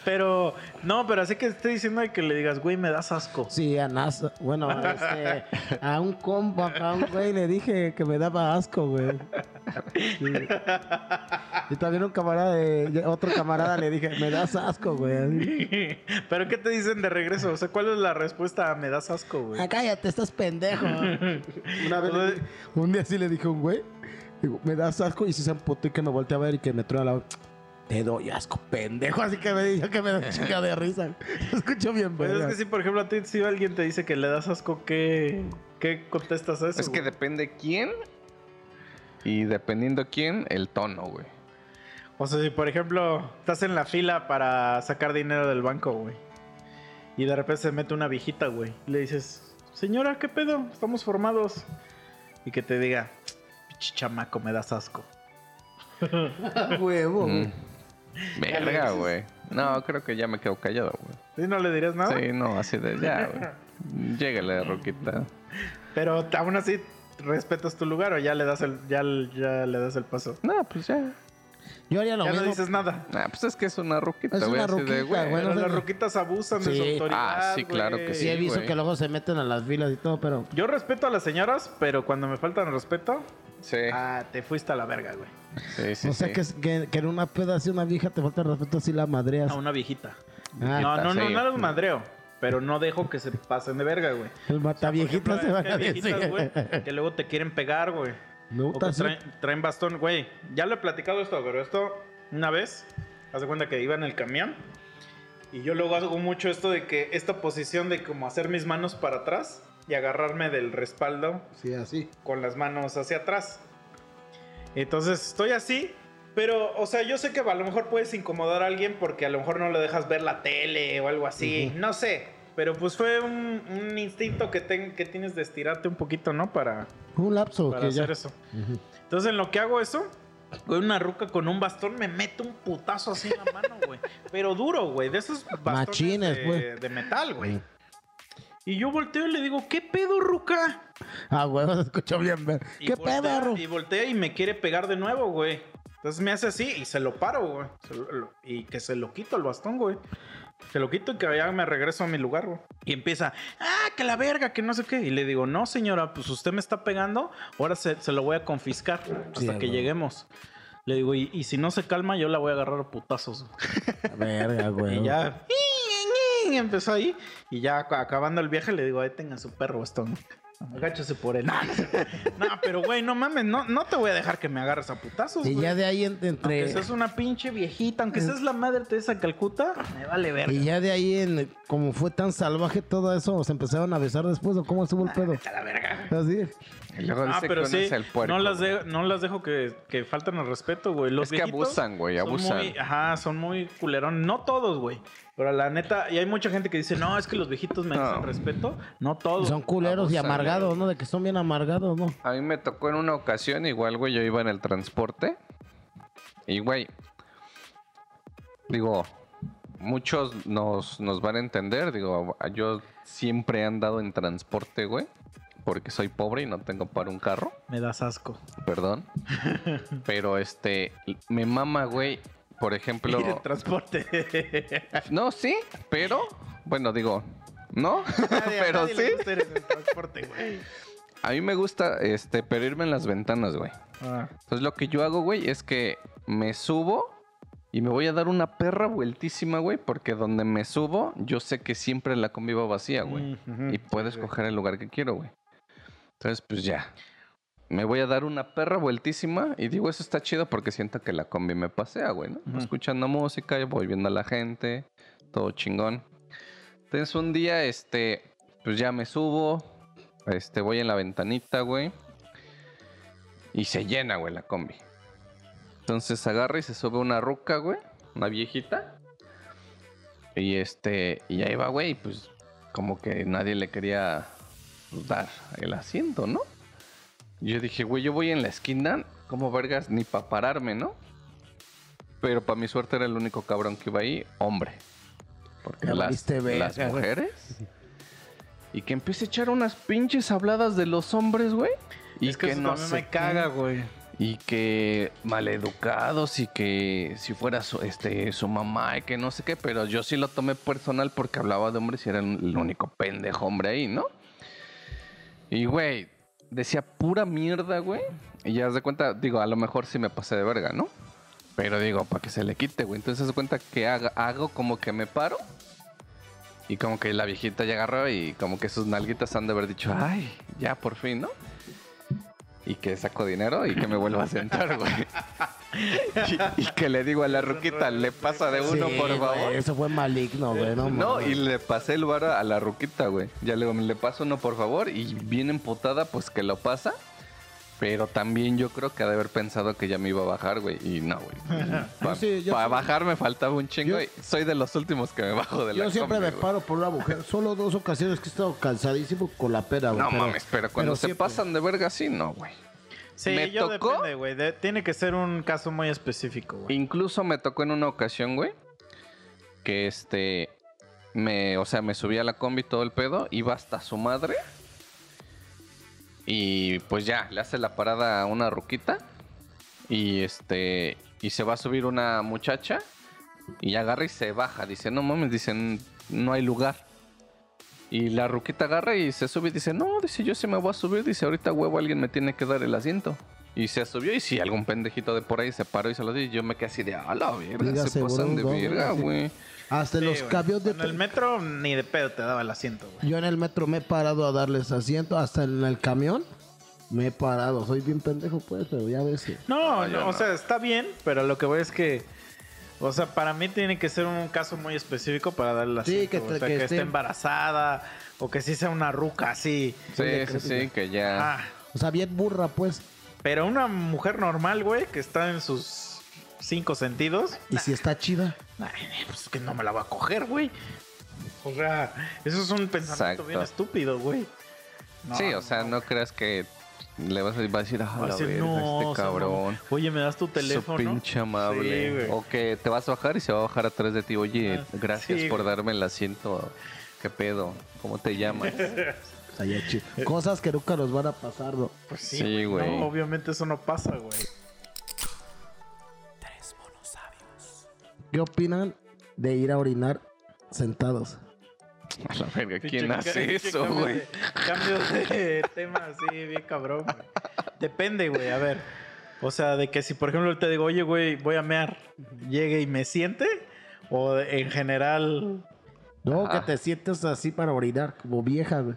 C: Pero... No, pero así que te estoy diciendo que le digas, güey, me das asco.
B: Sí, a NASA. Bueno, este, a un compa, a un güey, le dije que me daba asco, güey. Sí. Y también un camarada, de, otro camarada le dije, me das asco, güey.
C: (laughs) Pero ¿qué te dicen de regreso? O sea, ¿cuál es la respuesta a me das asco, güey?
B: Ah, cállate, estás pendejo. (laughs) Una vez, le di- un día sí le dije a un güey, digo, me das asco, y sí se emputó y que me volteé a ver y que me trae la lado. Te doy asco, pendejo. Así que me dijo que me da chica de risa. (laughs) Lo escucho bien,
C: Pues
B: güey.
C: es que si, por ejemplo, a ti si alguien te dice que le das asco, ¿qué, qué contestas a eso?
A: Es que
C: güey?
A: depende quién. Y dependiendo quién, el tono, güey.
C: O sea, si, por ejemplo, estás en la fila para sacar dinero del banco, güey. Y de repente se mete una viejita, güey. y Le dices, señora, ¿qué pedo? Estamos formados. Y que te diga, pinche chamaco, me das asco. Oh.
B: Huevo, güey.
A: Mm. Verga, güey. No, creo que ya me quedo callado, güey.
C: ¿Sí no le dirías nada?
A: Sí, no, así de ya, güey. Llégale, Roquita.
C: Pero aún así, ¿respetas tu lugar o ya le das el, ya, ya le das el paso?
A: No, pues ya.
B: Yo haría lo
C: ya no
B: mismo.
C: dices nada.
A: Nah, pues es que es una roquita,
B: Es
A: güey.
B: una
A: así de,
B: ruquita,
A: güey.
B: güey.
C: Pero
B: no sé,
C: las
B: no.
C: roquitas abusan de
B: Sí.
C: su autoridad.
A: Ah, sí, claro
C: güey.
A: que
B: Sí, he visto
A: güey.
B: que luego se meten a las filas y todo, pero
C: Yo respeto a las señoras, pero cuando me faltan respeto,
A: Sí,
C: Ah, te fuiste a la verga, güey.
A: sí, sí.
B: o sea
A: sí.
B: que, es- que, que en una peda así una vieja te falta el respeto así la madreas.
C: A una viejita.
B: Ah,
C: no, no, no,
A: sí.
C: no los madreo. Pero no dejo que se pasen de verga, güey.
B: el mataviejitas
C: Por ejemplo, hay
B: se van
C: (laughs) viejitas,
B: a decir.
C: güey, que luego te quieren pegar, güey.
B: No,
C: O que
B: estás-
C: traen, traen bastón, güey. Ya lo he platicado esto, pero esto, una vez, haz de cuenta que iba en el camión. Y yo luego hago mucho esto de que esta posición de como hacer mis manos para atrás y agarrarme del respaldo
B: Sí, así.
C: con las manos hacia atrás. Entonces estoy así, pero, o sea, yo sé que a lo mejor puedes incomodar a alguien porque a lo mejor no lo dejas ver la tele o algo así, no sé. Pero pues fue un, un instinto que, ten- que tienes de estirarte un poquito, ¿no? Para,
B: Un lapso
C: para
B: que ya.
C: hacer eso. Entonces en lo que hago eso, güey, una ruca con un bastón me mete un putazo así en la mano, güey. Pero duro, güey, de esos bastones
B: Machines,
C: de,
B: güey.
C: de metal, güey. Y yo volteo y le digo, ¿qué pedo, ruca?
B: Ah, huevo, se escuchó bien. ver.
C: Y
B: ¿Qué
C: voltea-
B: pedo, Ru?
C: Y voltea y me quiere pegar de nuevo, güey. Entonces me hace así y se lo paro, güey. Se lo- lo- y que se lo quito el bastón, güey. Se lo quito y que ya me regreso a mi lugar, güey. Y empieza, ah, que la verga, que no sé qué. Y le digo, no, señora, pues usted me está pegando, ahora se, se lo voy a confiscar hasta
B: Sí,
C: que
B: güey.
C: lleguemos. Le digo, y, y si no se calma, yo la voy a agarrar a putazos. güey".
B: Verga, güey.
C: Y ya, (laughs) y empezó ahí. Y ya ac- acabando el viaje le digo, ahí tenga su perro bastón. Agáchese por él. (laughs) No, no, pero güey, no mames, no, no te voy a dejar que me agarres a putazos.
B: Y
C: güey.
B: ya de ahí en- entre.
C: Aunque seas una pinche viejita,
A: Mm.
C: aunque seas la madre Teresa de Calcuta, me vale verga.
B: Y ya de ahí, en, como fue tan salvaje todo eso, se empezaron a besar después, o cómo estuvo el pedo.
C: Ah, A la verga.
B: Así.
A: Y luego
C: Ah,
A: dice
C: pero
A: que uno
C: sí,
A: es el puerco.
C: no, las
A: güey.
C: de- no las dejo que, que faltan al respeto, güey. Los
A: Es que
C: viejitos
A: abusan, güey,
C: son
A: abusan.
C: muy- ajá, son muy culerón. No todos, güey. Pero la neta, y hay mucha gente que dice, no, es que los viejitos merecen
A: No.
C: respeto. No todos.
B: Son culeros y
A: Abusan,
B: amargados, ¿no? De que son bien amargados, ¿no?
A: A mí me tocó en una ocasión, igual, güey, yo iba en el transporte. Y, güey, digo, muchos nos, nos van a entender. Digo, yo siempre he andado en transporte, güey, porque soy pobre y no tengo para un carro.
C: Me das asco. (laughs)
A: Perdón. Pero, este, me mama, güey, por
C: (laughs)
A: ejemplo...
C: Y de
A: (laughs)
C: transporte.
A: No, sí, pero, bueno, digo, no, (laughs)
C: Nadie-
A: pero
C: nadie le
A: sí.
C: gusta ir en el transporte, güey.
A: A mí me gusta, este, pero irme en las ventanas, güey. Entonces Pues, lo que yo hago, güey, es que me subo y me voy a dar una perra vueltísima, güey, porque donde me subo, yo sé que siempre la combi va vacía, güey.
C: Ujú.
A: Y puedo escoger el lugar que quiero, güey. Entonces, pues ya. Me voy a dar una perra vueltísima y digo, eso está chido porque siento que la combi me pasea, güey, ¿no?
C: Ujú.
A: Escuchando música, y voy viendo a la gente, todo chingón. Entonces un día, este, pues ya me subo, este, voy en la ventanita, güey. Y se llena, güey, la combi. Entonces agarra y se sube una ruca, güey. Una viejita. Y este. Y ahí va, güey. y Pues como que nadie le quería pues, dar el asiento, ¿no? Y Yo dije, güey, yo voy en la esquina. Como vergas, ni para pararme, ¿no? Pero para mi suerte era el único cabrón que iba ahí, hombre. Porque
B: Ya
A: las,
B: valiste verga,
A: las
B: güey.
A: mujeres. Y que empiece a echar unas pinches habladas de los hombres, güey. Y
C: es que, eso también
A: sé
C: me caga,
A: qué.
C: güey.
A: Y que maleducados y que si fuera su, este, su mamá y que no sé qué, pero yo sí lo tomé personal porque hablaba de hombres y era el único pendejo hombre ahí, ¿no? Y, güey, decía pura mierda, güey. Y ya haz de cuenta, digo, a lo mejor sí me pasé de verga, ¿no? Pero digo, para que se le quite, güey. Entonces haz de cuenta que haga- hago como que me paro. Y como que la viejita ya agarró y como que sus nalguitas han de haber dicho, ay, ya por fin, ¿no? Y que saco dinero y que me vuelva a sentar, güey. Y, y que le digo a la ruquita, le pasa de uno,
B: Sí,
A: por
B: güey,
A: favor.
B: Eso fue maligno, güey. No,
A: No,
B: mames.
A: y le pasé el bar a la ruquita, güey. Ya le digo, le paso uno, por favor. Y bien empotada, pues que lo pasa. Pero también yo creo que ha de haber pensado que ya me iba a bajar, güey. Y no, güey. Para
B: (laughs) Yo sí, yo sí.
A: bajar me faltaba un chingo. y soy de los últimos que me bajo de la
B: Yo siempre
A: combi,
B: me
A: güey.
B: paro por una mujer. Solo dos ocasiones que he estado cansadísimo con la pera, güey.
A: No mames, pero cuando
B: pero
A: se
B: siempre.
A: pasan de verga así, no, güey.
C: Sí,
A: Me
C: yo
A: tocó-
C: depende, güey. De- tiene que ser un caso muy específico, güey.
A: Incluso me tocó en una ocasión, güey, que este, me, o sea, me subí a la combi todo el pedo, iba hasta su madre y pues ya, le hace la parada a una ruquita y este, y se va a subir una muchacha y agarra y se baja, dice, no mames, dicen, no hay lugar. Y la ruquita agarra y se sube y dice, no, dice, yo sí me voy a subir, dice, ahorita huevo alguien me tiene que dar el asiento. Y se subió y si algún pendejito de por ahí se paró y se lo dio, yo me quedé así de, a la verga,
B: Dígase,
A: se pasan de
B: boludo,
A: verga,
B: así.
A: güey.
B: Hasta en
C: Sí,
B: los
C: güey.
B: cambios de...
C: En el metro ni de pedo te daba el asiento, güey.
B: Yo en el metro me he parado a darles asiento, hasta en el camión me he parado. Soy bien pendejo, pues, pero ya ves que...
C: No,
A: Ah, yo
C: no,
A: no.
C: o sea, está bien, pero lo que voy es que. O sea, para mí tiene que ser un caso muy específico para darle la
B: Sí, que te-
C: o sea,
B: que
C: que,
B: esté-
C: esté embarazada o que sí sea una ruca así.
A: Sí, sí, sí, que ya.
C: Ah,
B: O sea, bien burra, pues.
C: pero una mujer normal, güey, que está en sus cinco sentidos,
B: Y si está chida.
C: ay, pues que no me la va a coger, güey. O sea, eso es un pensamiento
A: Exacto.
C: bien estúpido, güey. No,
A: sí, o sea, no creas que le vas a, va a decir, ah,
C: Va a
A: la
C: decir,
A: verga,
C: no, o
A: este
C: sea, no,
A: cabrón.
C: Oye, me das tu teléfono.
A: Su pinche
C: Sí,
A: amable.
C: güey.
A: o que te vas a bajar y se va a bajar atrás de ti. Oye,
C: Ah,
A: gracias
C: sí,
A: por
C: güey.
A: darme el asiento. ¿Qué pedo? ¿Cómo te
C: (laughs)
A: llamas?
B: O sea, ya (laughs) chida. Cosas que nunca nos van a pasar, bro.
C: Pues
A: Sí,
C: sí, güey.
A: güey.
C: No, obviamente eso no pasa, güey.
B: ¿Qué opinan de ir a orinar sentados?
A: A la verga, ¿quién
C: Pinche ca-
A: hace
C: pinche
A: eso,
C: cambio
A: güey?
C: de- Cambio de (laughs) tema así, bien cabrón, güey. Depende, güey, a ver. O sea, de que si, por ejemplo, te digo, oye, güey, voy a mear, llegue y me siente, o en general...
B: No,
A: Ajá.
B: que te sientes así para orinar, como vieja, güey.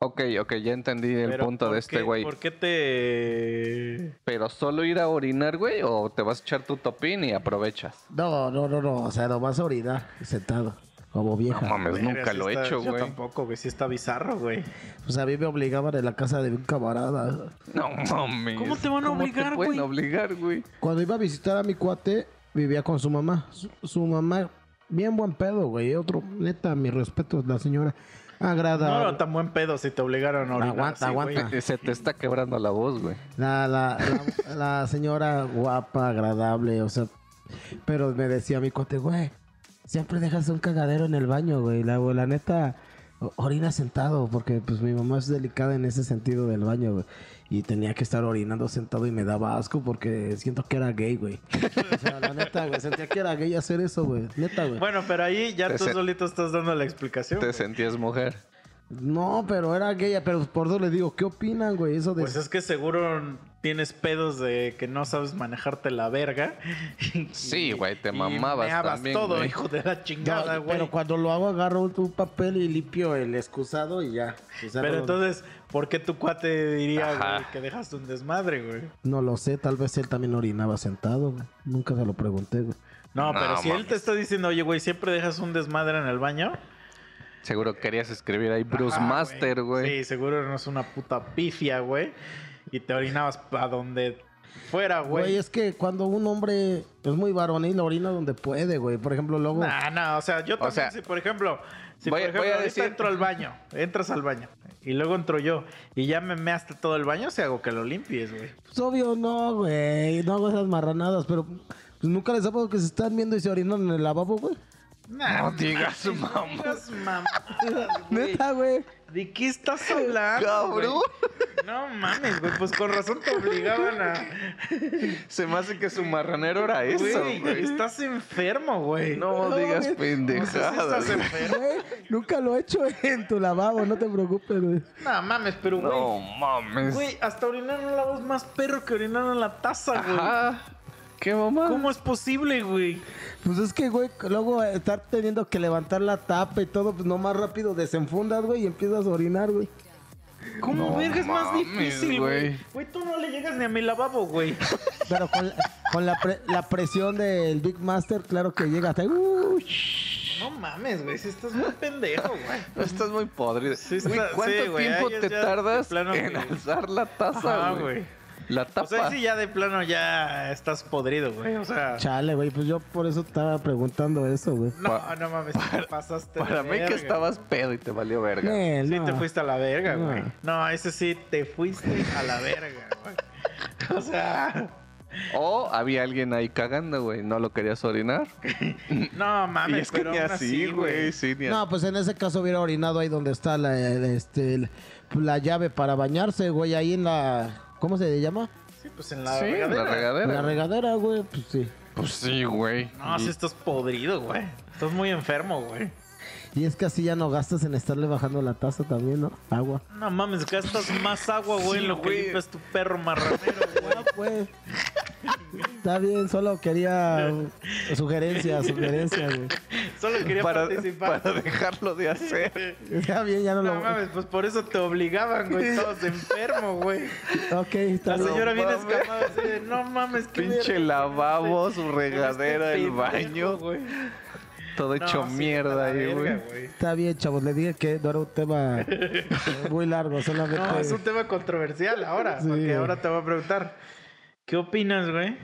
A: Ok, ok, ya entendí el
C: pero
A: punto
C: ¿por
A: de este
C: qué-
A: güey.
C: ¿Por qué te...?
A: Pero solo ir a orinar, güey, o te vas a echar tu topín y aprovechas.
B: No, no, no, no. O sea, no vas a orinar sentado, como
A: No
B: vieja.
A: mames,
C: Ah, Verga,
A: Pues nunca
C: sí
A: lo he
C: está-
A: hecho,
C: Yo
A: güey.
C: tampoco, güey, sí está bizarro, güey.
B: O sea, a mí me obligaban en la casa de un camarada.
A: No mames.
C: ¿Cómo te van a obligar,
A: te pueden
C: güey?
A: obligar, güey?
B: Cuando iba a visitar a mi cuate, vivía con su mamá. Su, su mamá, bien buen pedo, güey. Otro, neta, mis respetos, la señora.
C: No,
B: Agradable.
C: no, tan buen pedo si te obligaron a orinar.
B: Aguanta,
C: sí, güey.
B: aguanta.
A: Se te está quebrando la voz, güey.
B: La, la, la- la señora guapa, agradable, o sea. Pero me decía mi cuate, güey, siempre dejas un cagadero en el baño, güey. La, la neta, o- orina sentado, porque pues mi mamá es delicada en ese sentido del baño, güey. Y tenía que estar orinando sentado y me daba asco porque siento que era gay, güey. O sea, la neta, güey, sentía que era gay hacer eso, güey. Neta, güey.
C: Bueno, pero ahí ya
A: Te
C: tú
A: sen-
C: solito estás dando la explicación.
A: Te
C: güey.
A: sentías mujer.
B: No, pero era gay, pero por eso le digo, ¿qué opinan, güey? Eso de...
C: Pues es que seguro tienes pedos de que no sabes manejarte la verga. (laughs)
A: Sí,
C: Y-
A: güey, te
C: y
A: mamabas
C: meabas
A: también,
C: todo,
A: güey.
C: hijo de la
B: No,
C: chingada, güey.
B: pero
C: Pero,
B: cuando lo hago agarro un, un papel y limpio el excusado y ya. O sea, no-
C: entonces, ¿por qué tu cuate diría,
A: Ajá.
C: güey, que dejaste un desmadre, güey?
B: No lo sé, tal vez él también orinaba sentado, güey. Nunca se lo pregunté, güey.
C: No,
A: No,
C: pero si él
A: mames.
C: te está diciendo, oye, güey, siempre dejas un desmadre en el baño.
A: Seguro querías escribir ahí Bruce
C: Ajá,
A: Master, güey.
C: Sí, seguro no es una puta pifia, güey. Y te orinabas para donde fuera,
B: Güey,
C: güey.
B: es que cuando un hombre es muy varonil, orina donde puede, güey. Por ejemplo, luego...
C: Nah, no, o sea, yo también,
A: sea,
C: si por ejemplo, si
A: voy-
C: por ejemplo
A: voy a
C: ahorita
A: decir-
C: entro al baño, entras al baño, y luego entro yo, y ya me measte todo el baño, si hago que lo limpies, güey.
B: Pues, obvio, no, güey. No hago esas marranadas, pero... pues, nunca les ha pasado que se están viendo y se orinan en el lavabo, güey.
C: Nah,
A: No digas
C: mames,
A: mamá.
C: (laughs) No digas
A: (laughs)
C: mamadas, güey.
B: Neta, güey.
C: ¿De qué estás hablando?
A: Cabrón.
C: güey? No mames, güey, pues con razón te obligaban a.
A: Se me hace que su marranero era eso,
C: Güey,
A: güey.
C: estás enfermo, güey.
A: No
B: No,
A: digas
B: güey.
C: O sea, sí
A: pendejadas.
C: estás
A: güey.
C: enfermo.
B: Güey, nunca lo he hecho en tu lavabo, no te preocupes, güey.
C: No mames, pero güey.
A: No mames.
C: Güey, hasta orinar en la voz más perro que orinar en la taza, güey.
A: Ajá. Ah, ¿Qué mamá?
C: ¿Cómo es posible, güey?
B: Pues es que, güey, luego eh, estar teniendo que levantar la tapa y todo, pues no más rápido desenfundas, güey, y empiezas a orinar, güey.
C: ¿Cómo
A: No
C: verga es más
A: mames,
C: difícil, güey?
A: güey.
C: Güey, tú no le llegas ni a mi lavabo, güey.
B: Pero con, la- con la, pre- la presión del Big Master, claro que llega hasta... ahí, ¡uh!
C: No mames, güey, si estás muy pendejo, güey.
A: Estás muy podrido.
C: Sí,
A: Güey,
C: está-
A: ¿Cuánto
C: sí, güey,
A: tiempo
C: ahí es
A: te
C: ya de
A: tardas
C: plano
A: en
C: que-
A: alzar la taza,
C: Ajá,
A: güey?
C: güey.
A: La tapa.
C: O sea, sí, ya de plano ya estás podrido, güey. O sea,
B: Chale, güey, pues yo por eso estaba preguntando eso, güey.
C: no,
A: Pa-
C: no mames, te pasaste. de
A: Para mí que
C: verga.
A: estabas Ah. pedo y te valió verga.
B: Eh,
C: Sí,
B: no.
C: te fuiste a la verga,
B: No.
C: güey. No, ese sí, te fuiste a la verga, güey. O sea,
A: O había alguien ahí cagando, güey. No lo querías orinar.
C: no mames,
A: y es que
C: pero
A: ni
C: aún
A: así, güey. Sí, ni
B: No, pues en ese caso hubiera orinado ahí donde está la, este, el- la llave para bañarse, güey, ahí en la... ¿Cómo se llama?
C: Sí, pues en la
A: así. Sí, en la
C: regadera.
A: regadera.
B: En la regadera, güey, pues sí.
A: Pues sí, güey.
C: No,
A: Y-
C: si estás podrido, güey. Estás muy enfermo, güey.
B: Y es que así ya no gastas en estarle bajando la taza también, ¿no? Agua.
C: No mames, gastas más agua, güey, en lo que limpias tu perro marranero, güey.
B: Pues. Está bien, solo quería uh, sugerencias, sugerencias, güey.
C: (laughs) Solo quería
A: Para,
C: participar.
A: para dejarlo de
C: (laughs)
A: hacer.
B: Está bien, ya no lo.
C: No mames, pues por eso te obligaban, güey. Estabas enfermo, güey.
B: Ok, está
C: La
B: bien.
C: señora viene
A: mames.
C: escamada así de, no mames, qué
A: Pinche
C: verga,
A: lavabo,
C: no sé.
A: su regadera, el
C: Este Pendejo,
A: baño.
C: güey.
A: Todo hecho
C: No, sí,
A: mierda
C: a la
A: ahí,
C: verga,
A: güey.
B: Está bien, chavos. Le dije que no era un tema eh, muy largo, solamente.
C: No, es un tema controversial ahora,
B: Sí,
C: porque
B: güey.
C: ahora te voy a preguntar. ¿Qué opinas, güey?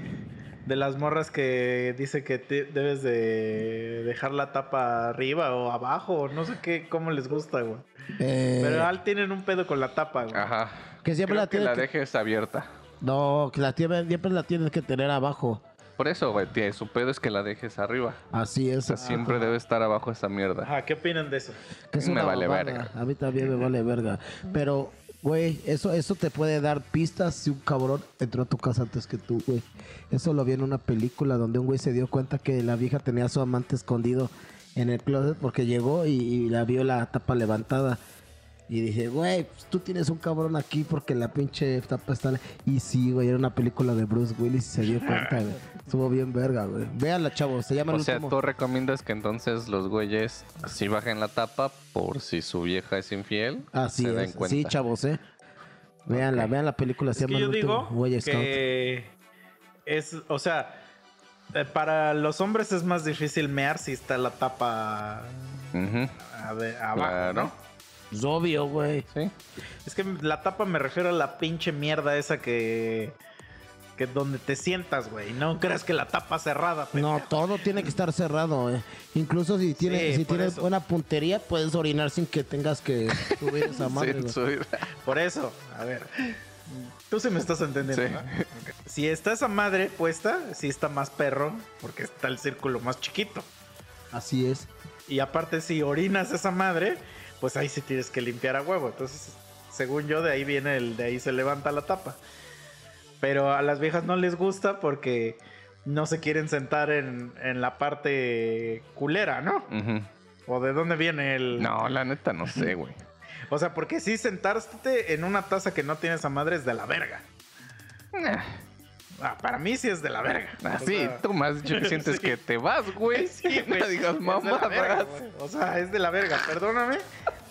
C: De las morras que dice que te- debes de dejar la tapa arriba o abajo, o no sé qué, cómo les gusta, güey.
B: Eh,
C: Pero al tienen un pedo con la tapa, güey.
A: Ajá.
B: que siempre
A: Creo
B: la
A: que
B: tienes.
A: la
B: que-
A: dejes abierta.
B: No, que la tienes- siempre la tienes que tener abajo.
A: Por eso, güey, tía, su pedo es que la dejes arriba.
B: Así
A: O
B: es.
A: sea, siempre debe estar abajo esa mierda.
C: Ajá, ¿qué opinan de eso?
B: Que es
A: Me
B: una
A: vale
B: mamada.
A: verga.
B: A mí también me vale verga. Pero, güey, eso, eso te puede dar pistas si un cabrón entró a tu casa antes que tú, güey. Eso lo vi en una película donde un güey se dio cuenta que la vieja tenía a su amante escondido en el closet porque llegó y, y la vio la tapa levantada. Y dije, güey, pues, tú tienes un cabrón aquí porque la pinche tapa está... le-". Y sí, güey, era una película de Bruce Willis y se dio cuenta, güey. Estuvo bien verga, güey. Véanla, chavos, se llama
A: O
B: El
A: sea,
B: Último.
A: tú recomiendas que entonces los güeyes sí bajen la tapa por si su vieja es infiel.
B: Así
A: se den
B: es.
A: cuenta.
B: Sí, chavos, ¿eh? Veanla,
A: Ok.
B: vean la película. Se
C: Es que
B: llama
C: yo
B: El Último
C: digo
B: Boy Scout.
C: que es, o sea, eh, para los hombres es más difícil mear si está la tapa
A: Ujú,
C: a ver, abajo,
A: Claro.
C: ¿no?
B: Es obvio, güey.
A: Sí.
C: Es que la tapa me refiero a la pinche mierda esa que que donde te sientas, güey. No creas que la tapa cerrada.
B: No,
C: pendejo.
B: todo tiene que estar cerrado, eh. Incluso si tienes,
C: Sí,
B: si
C: por
B: tienes
C: eso.
B: buena puntería, puedes orinar sin que tengas que subir esa madre,
A: (laughs) Sí,
B: güey. (laughs)
A: subir.
C: Por eso, a ver. Tú sí me estás entendiendo,
A: Sí.
C: ¿no? Ok. Si está esa madre puesta, sí está más perro, porque está el círculo más chiquito.
B: Así es.
C: Y aparte, si orinas esa madre, pues ahí sí tienes que limpiar a huevo. Entonces, según yo, de ahí viene el, de ahí se levanta la tapa. Pero a las viejas no les gusta porque no se quieren sentar en, en la parte culera, ¿no?
A: Ujú.
C: O de dónde viene el.
A: No, la neta no sé,
B: (laughs)
A: güey.
C: O sea, porque si sentarte en una taza que no tienes a madre es de la verga.
A: Nah.
C: Ah, para mí sí es de la verga.
A: Así,
C: O sea,
A: Ah, tú me has dicho
C: (laughs)
A: que sientes que te vas, güey. Pues no digas
C: Es de la verga,
A: mamadas.
C: güey. o sea, es de la verga, perdóname.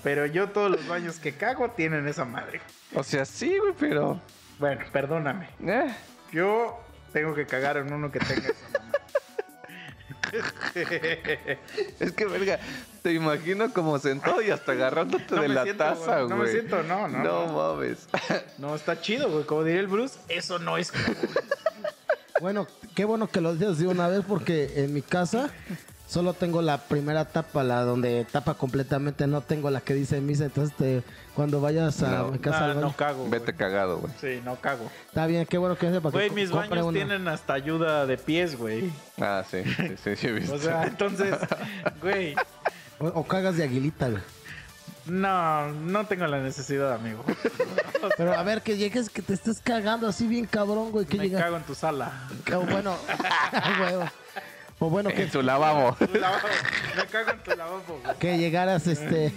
C: Pero yo todos los baños que cago tienen esa madre.
A: O sea, sí, güey, pero.
C: Bueno, perdóname.
A: eh,
C: Yo tengo que cagar en uno que tenga esa mamá.
A: (laughs) es que, verga, te imagino como sentado y hasta agarrándote
C: No
A: de
C: me
A: la
C: siento,
A: taza,
C: güey.
A: güey.
C: No me siento, no, no,
A: No
C: no.
A: mames.
C: No, está chido, güey. Como diría el Bruce, eso no es.
B: Bueno, qué bueno que lo dices de una vez porque en mi casa solo tengo la primera tapa, la donde tapa completamente, no tengo la que dice misa. Entonces, te- cuando vayas a
A: No.
B: mi casa,
C: Ah,
B: al baño-
C: no cago. güey.
A: Vete cagado, güey.
C: Sí, no cago.
B: está bien, qué bueno que dices para
C: Güey,
B: que co-
C: mis
B: compre
C: baños
B: una.
C: tienen hasta ayuda de pies, güey.
A: Ah, sí, sí, sí, sí, he visto.
B: (laughs)
C: O sea, entonces, güey,
B: O, o cagas de aguilita, güey.
C: no, no tengo la necesidad, amigo.
B: Pero a ver, que llegues, que te estés cagando así bien cabrón, güey. Que
C: Me
B: llega.
C: cago en tu sala.
B: (laughs) O bueno. huevo. o bueno,
A: (laughs)
B: que,
A: en su lavabo.
C: Tu lavabo. Me cago en tu lavabo, güey.
B: que llegaras este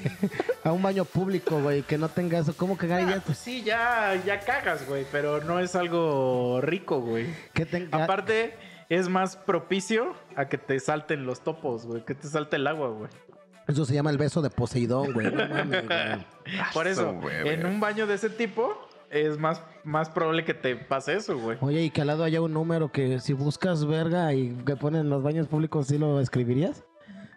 B: a un baño público, güey. Que no tenga eso. ¿Cómo cagar y
C: Ah,
B: ya?
C: pues sí, ya, ya cagas, güey, pero no es algo rico, güey.
B: Que tenga.
C: Aparte, es más propicio a que te salten los topos, güey. Que te salte el agua, güey.
B: Eso se llama el beso de Poseidón, güey. No mames, güey.
C: Por eso,
A: su verga.
C: en un baño de ese tipo, es más, más probable que te pase eso, güey. (laughs)
B: Oye, y que al lado haya un número que si buscas verga y que ponen en los baños públicos, ¿sí lo escribirías?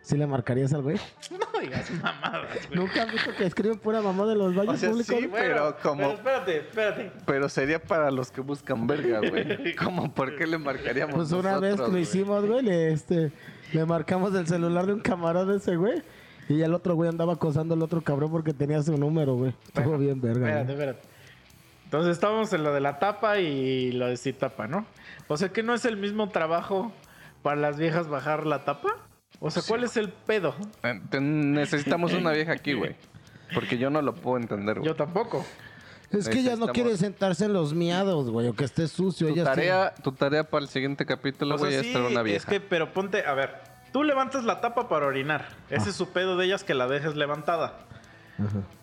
B: ¿Sí le marcarías al güey?
C: No digas mamadas, güey.
B: Nunca has visto que escriben pura mamá de los baños
A: O sea,
B: públicos.
A: sí, pero como-
C: espérate, espérate.
A: Pero sería para los que buscan verga,
C: (laughs)
A: güey. ¿Cómo? ¿Por qué le marcaríamos
B: Pues una
A: nosotros,
B: vez que lo
A: güey?
B: hicimos, güey, le, este, le marcamos el celular de un camarón de ese, güey. Y el otro güey andaba acosando al otro cabrón porque tenía su número, güey. Estuvo bien, verga.
C: Espérate,
B: güey.
C: espérate. Entonces estábamos en lo de la tapa y lo de sí tapa, ¿no? O sea que no es el mismo trabajo para las viejas bajar la tapa. O sea, ¿cuál es el pedo?
A: Eh, te- Necesitamos una vieja aquí, güey. Porque yo no lo puedo entender, güey.
C: Yo tampoco.
B: Es que ella no
A: Necesitamos-
B: quiere sentarse en los miados, güey, o que esté sucio.
A: Tu
B: ella
A: tarea, tu tarea para el siguiente capítulo,
C: O sea,
A: güey, es
C: sí,
A: traer una vieja.
C: Es que, pero ponte, a ver, Tú levantas la tapa para orinar. Ese es su pedo de ellas que la dejes levantada.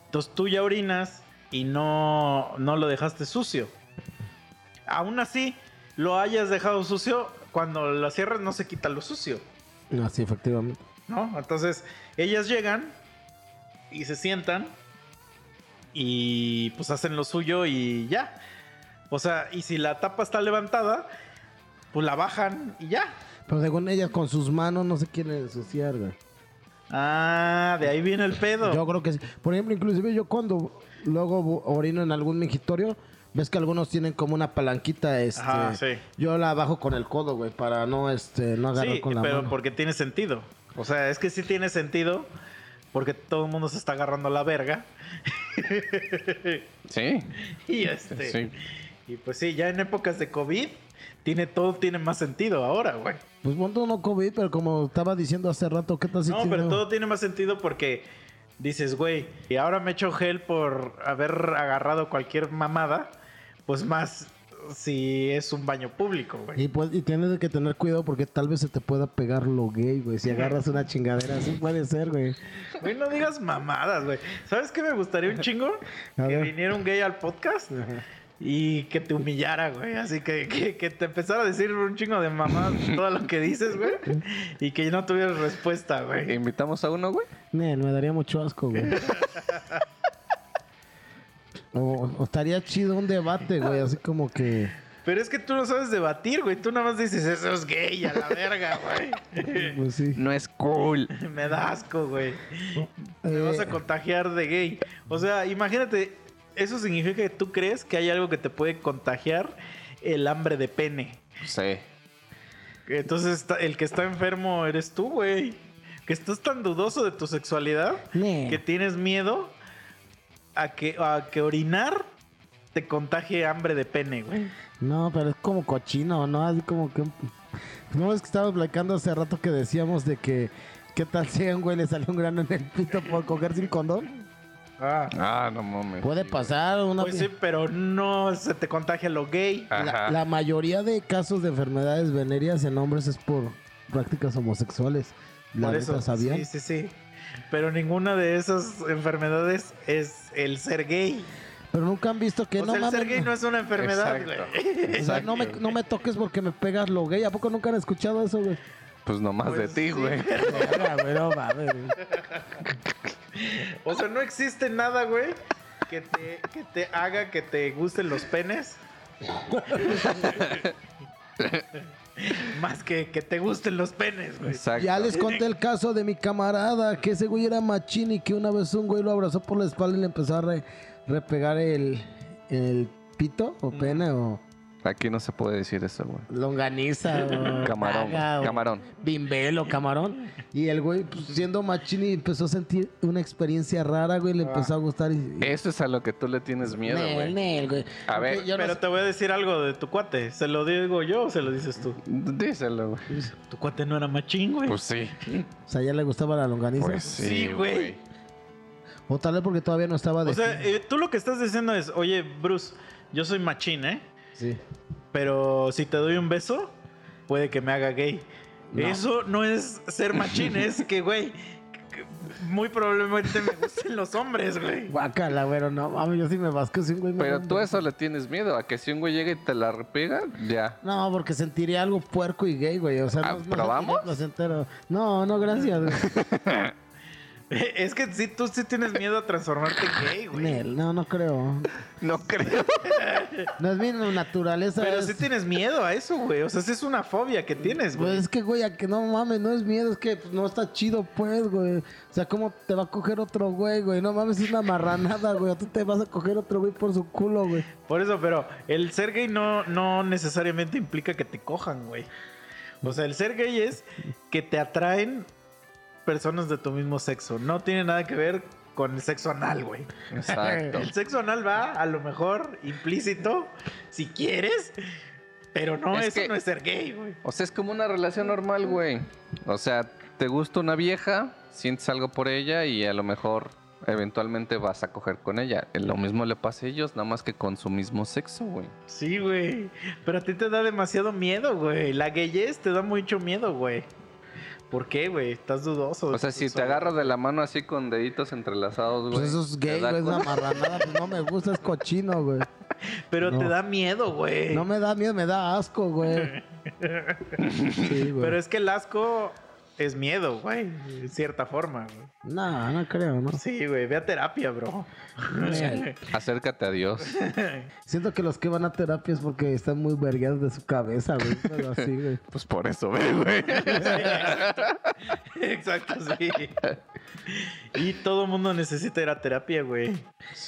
C: Entonces tú ya orinas y no, no lo dejaste sucio. Aún así, lo hayas dejado sucio, cuando la cierras no se quita lo sucio.
B: No, sí, efectivamente.
C: ¿no? Entonces, ellas llegan y se sientan y pues hacen lo suyo y ya. O sea, y si la tapa está levantada, pues la bajan y ya.
B: Pero según ella, con sus manos no se quiere ensuciar, güey.
C: Ah, de ahí viene el pedo.
B: Yo creo que sí. Por ejemplo, inclusive yo cuando luego bu- orino en algún mingitorio, ves que algunos tienen como una palanquita, este.
C: Ajá, sí.
B: Yo la bajo con el codo, güey, para no, este, no agarrar
C: sí,
B: con la
C: pero
B: mano.
C: porque tiene sentido. O sea, es que sí tiene sentido porque todo el mundo se está agarrando la verga. (laughs)
A: Sí,
C: Y este
A: sí.
C: y pues sí, ya en épocas de COVID tiene todo tiene más sentido ahora, güey.
B: Pues bueno, no COVID, pero como estaba diciendo hace rato, ¿qué tal si
C: No,
B: tiene-
C: pero todo tiene más sentido porque dices, güey, y ahora me echo gel por haber agarrado cualquier mamada, pues más si es un baño público, güey.
B: Y, pues- y tienes que tener cuidado porque tal vez se te pueda pegar lo gay, güey. Si agarras una chingadera, así puede ser, güey.
C: Güey, no digas mamadas, güey. ¿Sabes qué me gustaría un chingo?
B: A
C: que
B: ver.
C: viniera un gay al podcast y que te humillara, güey. Así que, que, que te empezara a decir un chingo de mamadas todo lo que dices, güey. Y que no tuvieras respuesta, güey.
A: ¿E ¿Invitamos a uno, güey?
B: Nel, me daría mucho asco,
C: (laughs)
B: güey. o, o estaría chido un debate, güey, así como que...
C: Pero es que tú no sabes debatir, güey. Tú nada más dices, eso es gay, a la verga, güey.
B: Pues sí.
A: No es cool.
C: (laughs) Me da asco, güey. Te
B: Eh,
C: vas a contagiar de gay. O sea, imagínate, eso significa que tú crees que hay algo que te puede contagiar el hambre de pene.
A: Sí.
C: Entonces, está- el que está enfermo eres tú, güey. Que estás tan dudoso de tu sexualidad
B: Nel.
C: que tienes miedo a que, a que orinar te contagie hambre de pene, güey.
B: No, pero es como cochino, ¿no? Así como que... No, es que estábamos platicando hace rato que decíamos de que... ¿Qué tal si a un güey le salió un grano en el pito por coger sin condón?
C: Ah.
A: Ah, no mames.
B: Puede
A: Sí,
B: pasar una...
C: Pues sí, pero no se te contagia lo gay.
A: güey. Ajá.
B: La, la mayoría de casos de enfermedades venéreas en hombres es por prácticas homosexuales. La
C: Por
B: neta,
C: eso.
B: ¿sabían?
C: Sí, sí, sí. Pero ninguna de esas enfermedades es el ser gay.
B: Pero nunca han visto que
C: o
B: no
C: sea, el ser
B: mames,
C: gay no es una enfermedad,
A: Exacto.
C: güey. (laughs)
B: O sea, no me, no me toques porque me pegas lo gay. ¿A poco nunca han escuchado eso,
C: (laughs)
B: güey?
A: Pues nomás
C: Pues
A: de ti,
C: sí.
A: güey.
B: Verga, güey, no mames, güey.
C: O sea, no existe nada, güey, que te, que te haga que te gusten
A: (laughs)
C: los penes. Más que que te gusten los penes, güey.
A: Exacto.
B: Ya les conté el caso de mi camarada, que ese güey era machín y que una vez un güey lo abrazó por la espalda y le empezó a re- repegar el, el pito o pene o
A: Aquí no se puede decir eso, güey.
B: longaniza o
A: Camarón,
B: daga, o-
A: camarón.
B: bimbelo, camarón. Y el güey, pues, siendo machini, empezó a sentir una experiencia rara, güey, le empezó a gustar. Y, y-
A: Eso es a lo que tú le tienes Ah. miedo,
B: Nel,
A: güey.
B: nel, güey.
A: A
B: Porque
A: ver,
B: yo no
C: Pero
B: sé-
C: te voy a decir algo de tu cuate. ¿Se lo digo yo o se lo dices tú?
A: Díselo, güey.
C: Tu cuate no era machín, güey.
A: Pues sí.
B: o sea, ya le gustaba la longaniza.
A: Pues
C: Sí,
A: sí,
C: güey.
A: güey.
B: O tal vez porque todavía no estaba de.
C: o sea, eh, tú lo que estás diciendo es, oye, Bruce, yo soy machín, ¿eh?
B: sí.
C: Pero si te doy un beso, puede que me haga gay.
B: No.
C: Eso no es ser machín, es que, güey, que muy probablemente me gusten los hombres, güey.
B: Guácala, güero, no mames, yo sí me vasco si un güey me
A: Pero
B: da un
A: tú a
B: beso.
A: eso le tienes miedo, a que si un güey llega y te la pega, ya.
B: No, porque sentiría algo puerco y gay, güey. O sea,
A: Ah,
B: no, no sentiría
A: ¿probamos?
B: placentero. No, no, gracias, güey.
A: (laughs)
C: Es que sí, tú sí tienes miedo a transformarte en gay, güey.
B: Nel, no, no creo.
A: No creo.
B: No es mi naturaleza.
C: Pero
B: es-
C: sí tienes miedo a eso, güey. O sea, sí es una fobia que tienes,
B: Pues
C: güey.
B: es que, güey, a que no mames, no es miedo, es que pues, no está chido, pues, güey. O sea, ¿cómo te va a coger otro güey, güey? No mames, es una marranada, güey. Tú te vas a coger otro güey por su culo, güey.
C: Por eso, pero el ser gay no, no necesariamente implica que te cojan, güey. O sea, el ser gay es que te atraen personas de tu mismo sexo. No tiene nada que ver con el sexo anal, güey.
B: (laughs)
A: Exacto.
C: El sexo anal va a lo mejor implícito, si quieres, pero no,
A: Es
C: eso
A: que-
C: no es ser gay, güey.
A: O sea, es como una relación normal, güey. O sea, te gusta una vieja, sientes algo por ella y a lo mejor eventualmente vas a coger con ella. Eh, Lo mismo le pasa a ellos, nada más que con su mismo sexo, güey.
C: Sí, güey. Pero a ti te da demasiado miedo, güey. La gayez te da mucho miedo, güey. ¿Por qué, güey? Estás dudoso.
A: O sea, si te agarras de la mano así con deditos entrelazados, güey.
D: Pues eso es
A: te
D: gay,
A: da
D: güey, es una
A: cosa.
D: marranada. pues no me gusta, es cochino, güey.
C: Pero te
D: No.
C: da miedo, güey.
D: No me da miedo, me da asco, güey. Sí, güey.
C: Pero es que el asco es miedo, güey. En cierta forma, güey.
D: No, no creo, ¿no?
C: Sí, güey. Ve a
A: (laughs)
C: terapia, bro.
D: Mira,
A: Acércate a Dios.
D: Siento que los que van a terapia es porque están muy vergueados de su cabeza, güey. Pero así, güey.
A: (laughs) Pues por eso, ve, güey.
C: Exacto, sí. Y todo mundo necesita ir a terapia, güey.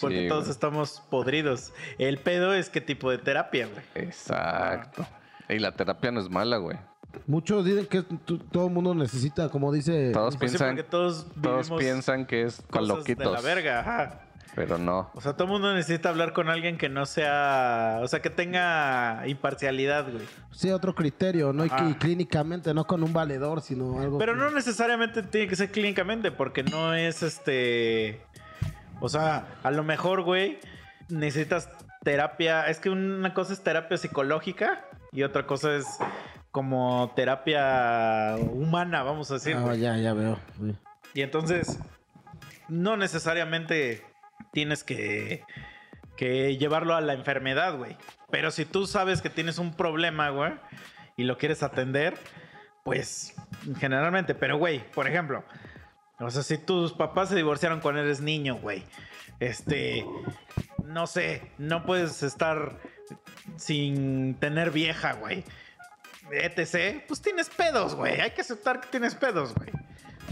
C: Porque
A: Sí,
C: todos
A: güey.
C: estamos podridos. El pedo es qué tipo de terapia, güey.
A: Exacto. Y la terapia no es mala, güey.
B: Muchos dicen que tú- todo el mundo necesita, como dice.
A: Todos
C: Pues sí,
A: piensan,
C: porque todos
A: todos
C: vivimos
A: piensan que es con
C: cosas de la
A: loquitos.
C: verga, ajá.
A: Pero no.
C: O sea, todo mundo necesita hablar con alguien que no sea. O sea, que tenga imparcialidad, güey.
B: Sí, otro criterio, ¿no? Y
C: Ah.
B: que clínicamente, no con un valedor, sino algo.
C: Pero no necesariamente tiene que ser clínicamente, porque no es este. O sea, a lo mejor, güey, necesitas terapia. Es que una cosa es terapia psicológica y otra cosa es como terapia humana, vamos a decir.
B: Ah,
C: güey.
B: ya, ya veo. sí.
C: Y entonces, no necesariamente tienes que, que llevarlo a la enfermedad, güey. Pero si tú sabes que tienes un problema, güey, y lo quieres atender, pues generalmente. Pero, güey, por ejemplo, o sea, si tus papás se divorciaron cuando eres niño, güey, este, no sé, no puedes estar sin tener vieja, güey. Etc. Pues tienes pedos, güey. Hay que aceptar que tienes pedos, güey.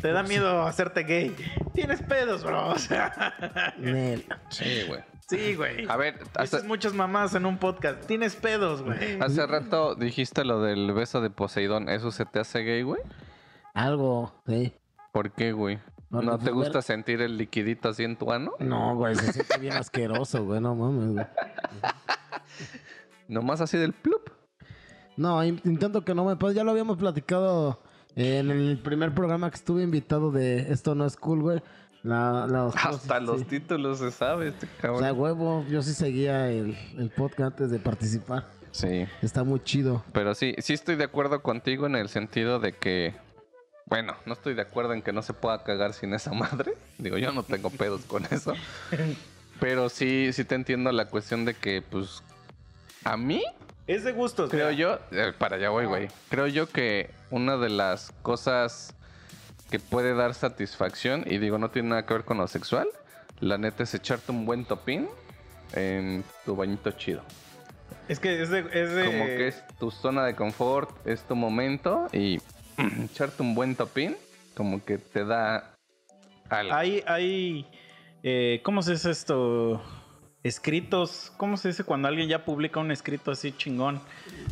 C: Te da miedo hacerte gay. Tienes pedos, bro. O sea, (laughs)
D: Nel.
A: Sí, güey.
C: sí, güey.
A: A ver,
C: Haces
A: hace,
C: muchas mamás en un podcast. Tienes pedos, güey.
A: hace rato dijiste lo del beso de Poseidón. ¿Eso se te hace gay, güey?
D: Algo, sí.
A: ¿Por qué, güey?
D: No,
A: ¿No
D: pues,
A: te
D: a ver.
A: gusta sentir el liquidito así en tu ano?
D: No, güey, se siente bien asqueroso, güey. No mames, güey.
A: Nomás así del plup.
D: No, in- intento que no me pase. Ya lo habíamos platicado en el primer programa que estuve invitado de Esto no es cool, güey. La, la-
A: Hasta
D: sí.
A: los títulos se sabe este
D: O sea,
A: cabrón.
D: huevo, yo sí seguía el, el podcast antes de participar.
A: Sí.
D: Está muy chido.
A: Pero sí, sí estoy de acuerdo contigo en el sentido de que. Bueno, no estoy de acuerdo en que no se pueda cagar sin esa madre. (laughs) Digo, yo no tengo pedos con eso.
D: (laughs)
A: Pero sí, sí te entiendo la cuestión de que, pues. A mí,
C: Es de gustos,
A: creo
C: mira.
A: yo. eh, para allá voy, güey. Creo yo que una de las cosas que puede dar satisfacción, y digo, no tiene nada que ver con lo sexual, la neta es echarte un buen topín en tu bañito chido.
C: Es que es de. es de-
A: Como que es tu zona de confort, es tu momento y (clears throat) echarte un buen topín, como que te da algo.
C: Hay. hay eh, ¿Cómo se dice esto? Escritos. ¿Cómo se dice cuando alguien ya publica un escrito así chingón?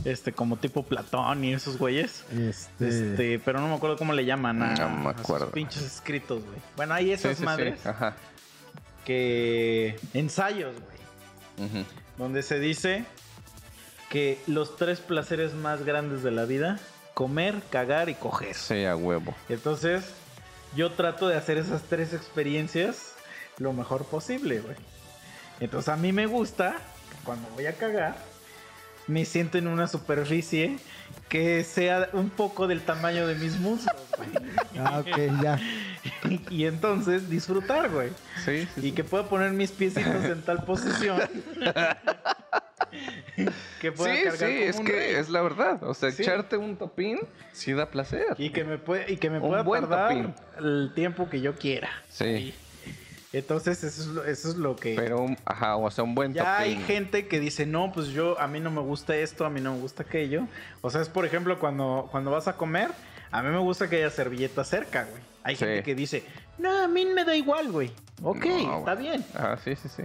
C: Este, como tipo Platón y esos güeyes.
D: Este,
C: Este, pero no me acuerdo cómo le llaman a,
A: No me
C: a sus
A: acuerdo.
C: pinches escritos, güey. Bueno, hay
A: Sí, sí, Ah.
C: esas
A: sí,
C: madres
A: Ajá.
C: que. ensayos, güey.
A: Ujú.
C: donde se dice que los tres placeres más grandes de la vida, comer, cagar y coger.
A: Sí, a huevo.
C: Entonces, yo trato de hacer esas tres experiencias lo mejor posible, güey. Entonces, a mí me gusta que cuando voy a cagar, me siento en una superficie que sea un poco del tamaño de mis muslos, güey. (laughs)
D: Ah, ok, ya.
C: Y entonces disfrutar, güey.
A: Sí, sí,
C: Y
A: sí.
C: que pueda poner mis piecitos en tal posición.
A: (laughs)
C: que pueda
A: Sí,
C: cargar
A: sí,
C: como
A: es
C: un
A: que
C: rey.
A: es la verdad. O sea,
C: Sí.
A: echarte un topín sí da placer.
C: Y que me, puede, y que me
A: Un
C: pueda
A: buen
C: tardar
A: topín.
C: el tiempo que yo quiera.
A: Sí,
C: Entonces, eso es lo, eso es lo que...
A: pero, un- ajá, o sea, un buen
C: ya hay
A: topín.
C: gente que dice, no, pues yo, a mí no me gusta esto, a mí no me gusta aquello. O sea, es por ejemplo cuando, cuando vas a comer, a mí me gusta que haya servilleta cerca, güey. Hay
A: Sí.
C: gente que dice, no, a mí me da igual, güey. Ok,
A: No,
C: está
A: güey.
C: bien.
A: Ah, sí, sí, sí.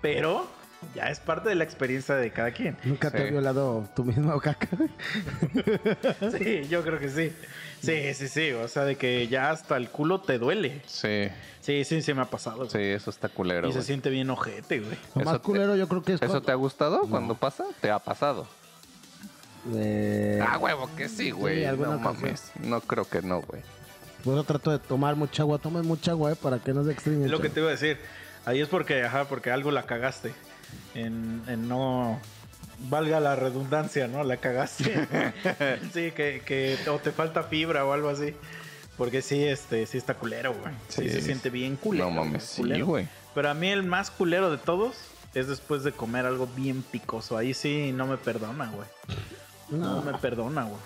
C: Pero ya es parte de la experiencia de cada quien.
D: Nunca te
A: Sí.
D: he violado tu misma (laughs) caca.
C: Sí, yo creo que sí. Sí, sí, sí. O sea, de que ya hasta el culo te duele.
A: Sí,
C: Sí, sí, sí me ha pasado. güey.
A: sí, eso está culero.
C: y se
A: güey.
C: siente bien ojete, güey.
D: Lo
A: Eso
D: más
A: te-
D: culero yo creo que es
A: ¿Eso te ha gustado cuando pasa? ¿Te ha pasado?
D: cuando- Eh,
A: Ah, huevo, que sí, güey.
D: alguna
A: no
D: ocasión.
A: mames. No creo que no, güey.
B: pues,
D: Por eso trato de tomar mucha agua. Tomen mucha agua, eh, para que no se extrañen.
C: Es lo que te iba a decir. Ahí es porque, ajá, porque algo la cagaste. En, en no. Valga la
A: (laughs)
C: redundancia, ¿no? La cagaste. sí, que, que. O te falta fibra o algo así. Porque sí, este, sí está culero, güey. Sí,
A: Sí.
C: se siente bien culero.
A: no mames, sí,
C: culero.
A: güey.
C: Pero a mí el más culero de todos es después de comer algo bien picoso. Ahí sí no me perdona, güey. No, me perdona, güey.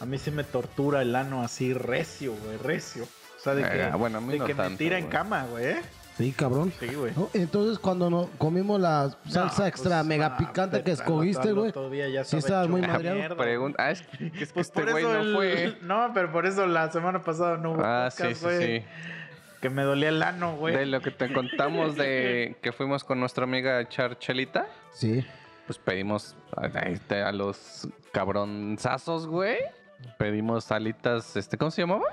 C: A mí sí me tortura el ano así recio, güey, recio. O sea, de que,
A: Ah, bueno, a mí
C: de
A: no
C: que me
A: tanto,
C: tira en
A: güey.
C: cama, güey. ¿eh?
B: Sí, cabrón.
C: Sí, güey.
B: No, Entonces, cuando nos comimos la salsa
C: No,
B: extra
C: pues,
B: mega
C: ah,
B: picante que
C: pero
B: escogiste,
C: anotarlo
B: güey.
C: todavía ya
B: sí estabas
C: estaba hecho
B: muy
C: una
B: madreado.
C: mierda, güey.
A: Pregun- ah, es que, es que
C: Pues
A: este
C: por
A: güey
C: eso
A: no
C: (laughs) el-
A: fue.
C: No, pero por eso la semana pasada no hubo
A: Ah,
C: podcast,
A: sí, sí,
C: güey,
A: sí.
C: Que me dolía el ano, güey.
A: De lo que te contamos
C: (laughs)
A: de que fuimos con nuestra amiga a echar chelita,
B: Sí.
A: pues pedimos a, este, a- a los cabronzazos, güey. Pedimos alitas, este, ¿cómo se llamaba?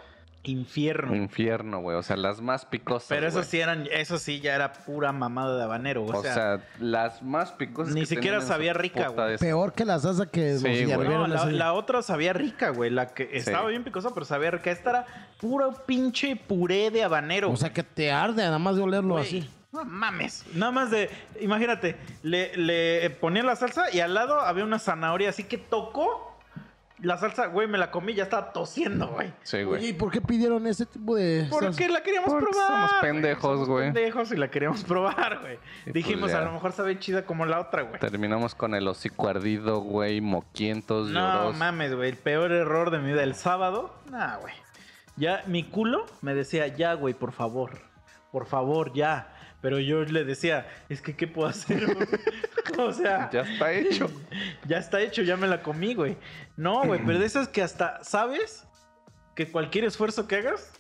C: Infierno.
A: Infierno, güey. O sea, las más picosas.
C: Pero eso
A: Ah, güey.
C: sí eran, eso sí ya era pura mamada de habanero, güey.
A: O sea, las más picosas.
C: ni
A: que
C: siquiera
A: tenían en
C: sabía
A: su
C: rica,
A: puta
C: güey.
A: des-
B: Peor que la salsa que
A: Sí,
B: nos
A: güey.
B: hiervieron
C: No, la,
B: ese día.
C: la otra sabía rica, güey. La que estaba bien picosa, pero sabía rica. Esta era puro pinche puré de habanero.
B: O sea, que te arde, nada más de olerlo
C: güey.
B: así.
C: No mames. Nada más de. Imagínate, le, le ponía la salsa y al lado había una zanahoria, así que tocó. La salsa, güey, me la comí, ya estaba tosiendo, güey.
A: Sí,
B: Oye, ¿y
A: güey.
B: por qué pidieron ese tipo de salsa?
C: Porque la queríamos
A: Porque
C: probar.
A: somos
C: güey.
A: pendejos,
C: Somos
A: güey.
C: pendejos y la queríamos (laughs) probar, güey.
A: Y
C: Dijimos,
A: pues ya.
C: a lo mejor sabe chida como la otra, güey.
A: Terminamos con el hocico ardido, güey. Moquientos,
C: No
A: lloros.
C: mames, güey. El peor error de mi vida. El sábado, nah, güey. Ya mi culo me decía, ya, güey, por favor. Por favor, ya. Pero yo le decía, es que, ¿qué puedo hacer? güey?" (laughs) o sea,
A: Ya está
C: (laughs)
A: hecho.
C: ya está hecho, ya me la comí, güey. No, güey, pero de esas que hasta sabes que cualquier esfuerzo que hagas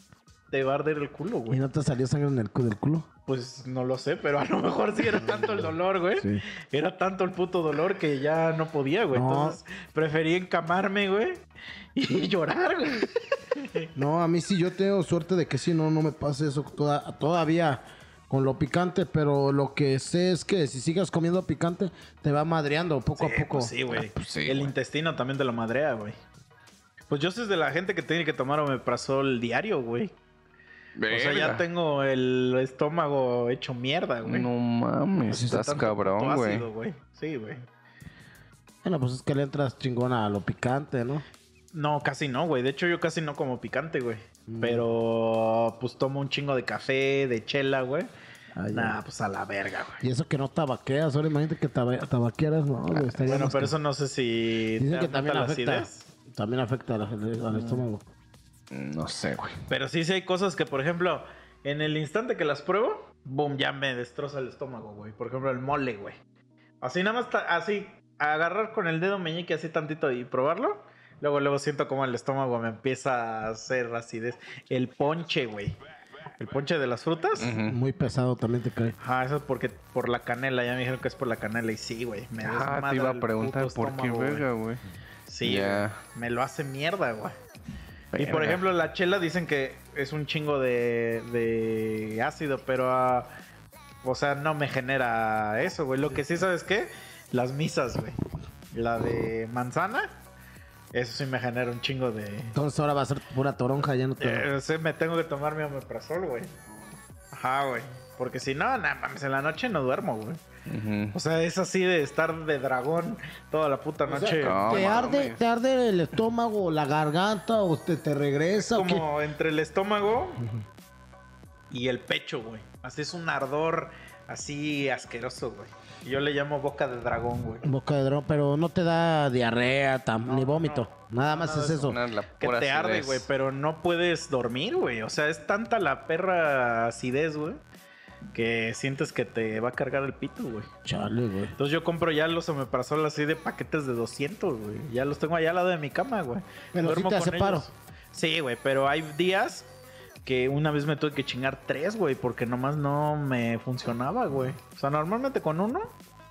C: te va a arder el culo,
B: ¿Y
C: güey.
B: no te salió sangre en el cu- del culo?
C: Pues no lo sé, pero a lo mejor sí era tanto el dolor, güey.
B: Sí.
C: Era tanto el puto dolor que ya no podía, güey.
B: No.
C: Entonces preferí encamarme, güey. (laughs) Y llorar, güey.
B: No, a mí sí, yo tengo suerte de que sí, no, no me pase eso toda- todavía con lo picante, pero lo que sé es que si sigas comiendo picante, te va madreando poco a
C: Sí,
B: poco.
C: pues sí, güey.
A: Ah, pues sí,
C: el
A: güey.
C: intestino también te lo madrea, güey. Pues yo soy de la gente que tiene que tomar omeprazol diario, güey. O sea, ya
A: Verga.
C: tengo el estómago hecho mierda, güey.
A: No mames,
B: Así está
A: estás
C: Tanto puto
A: cabrón, güey.
C: ácido, Sí, güey.
B: Bueno, pues es que le entras chingona a lo picante, ¿no?
C: No, casi no, güey. De hecho, yo casi no como picante, güey.
B: Mm.
C: Pero, pues tomo un chingo de café, de chela, güey.
B: Ay,
C: Nah,
B: ay.
C: pues a la verga, güey.
B: Y eso que no tabaqueas, ahora imagínate que taba- tabaqueras, no, güey, estaría
C: Bueno,
B: más
C: pero
B: que-
C: eso no sé si
B: Dicen que
C: aumenta
B: también
C: la
B: afecta,
C: acidez.
B: también afecta al,
C: Mm.
B: al estómago.
A: No sé, güey.
C: Pero sí, sí hay cosas que, por ejemplo, en el instante que las pruebo, boom, ya me destroza el estómago, güey. Por ejemplo, el mole, güey. Así nada más, ta- así, agarrar con el dedo meñique así tantito y probarlo. Luego, luego siento como el estómago me empieza a hacer acidez. El ponche, güey. El ponche de las frutas.
A: Ujú.
B: Muy pesado también te cae.
C: Ah, eso es porque por la canela, ya me dijeron que es por la canela y sí, güey. Me
A: Ah,
C: desmadra
A: te iba
C: el
A: a preguntar
C: puto
A: por qué,
C: estómago, güey.
A: verga, güey.
C: Sí,
A: Ya.
C: güey, me lo hace mierda, güey. Y por
A: Verga.
C: ejemplo, la chela dicen que es un chingo de, de ácido, pero. ah, o sea, no me genera eso, güey. Lo que sí, ¿sabes qué? Las misas, güey. La de manzana, eso sí me genera un chingo de.
B: Entonces ahora va a ser pura toronja, ya no te...
C: Eh, sí, me tengo que tomar mi omeprazol, güey. Ajá, güey. Porque si no, nada mames, en la noche no duermo, güey.
A: Ujú.
C: O sea, es así de estar de dragón toda la puta
B: sea,
C: noche.
A: no, mames.
B: te, arde, te arde el estómago, la garganta, o te, te regresa. o qué?
C: como entre el estómago y el pecho, güey. Así es un ardor así asqueroso, güey. Yo le llamo boca de dragón, güey.
B: Boca de dron, pero no te da diarrea, tam- ni vómito. Nada más
C: nada
B: es
C: de
B: eso.
A: Una- la
C: Que
A: pura
C: te arde,
A: acidez.
C: güey, pero no puedes dormir, güey. O sea, es tanta la perra acidez, güey, que sientes que te va a cargar el pito, güey.
B: Chale, güey.
C: Entonces yo compro ya los omeprazol así de paquetes de 200, güey. Ya los tengo allá al lado de mi cama, güey.
B: Pero sí te hace paro.
C: Sí, güey, pero hay días que una vez me tuve que chingar tres, güey, porque nomás no me funcionaba, güey. O sea, normalmente con uno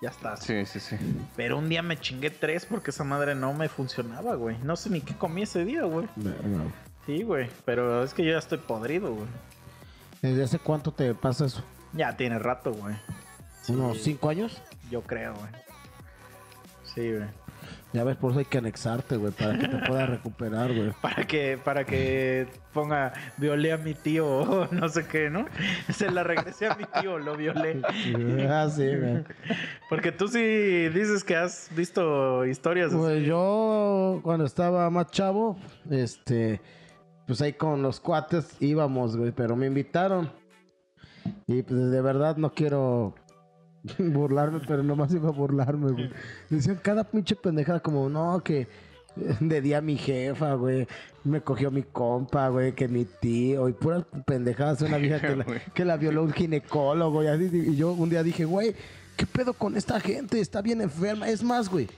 C: ya estás.
A: Sí, sí, sí.
C: Pero un día me chingué tres porque esa madre no me funcionaba, güey. No sé ni qué comí ese día, güey. Sí, güey, pero es que yo ya estoy podrido, güey.
B: ¿Desde hace cuánto te pasa eso?
C: Ya tiene rato, güey.
B: ¿Unos cinco años?
C: Yo creo, güey. Sí, güey.
B: Ya ves, por eso hay que anexarte, güey, para que te
C: (laughs)
B: puedas recuperar, güey.
C: Para que, para que ponga, violé a mi tío o no sé qué, ¿no? Se la regresé a mi tío, lo violé.
B: Ah, sí,
C: (laughs)
B: güey.
C: Porque tú sí dices que has visto historias. así.
B: Pues yo, cuando estaba más chavo, este, pues ahí con los cuates íbamos, güey, pero me invitaron. Y pues de verdad no quiero (laughs) burlarme, pero nomás iba a burlarme, güey. Decían cada pinche pendejada como, no, que eh, de día mi jefa, güey, me cogió mi compa, güey, que mi tío, y puras pendejadas, una vieja
A: (laughs)
B: que la,
A: Güey.
B: que la violó un ginecólogo, y así, y yo un día dije, güey, ¿qué pedo con esta gente? Está bien enferma. Es más,
A: (laughs)
B: güey,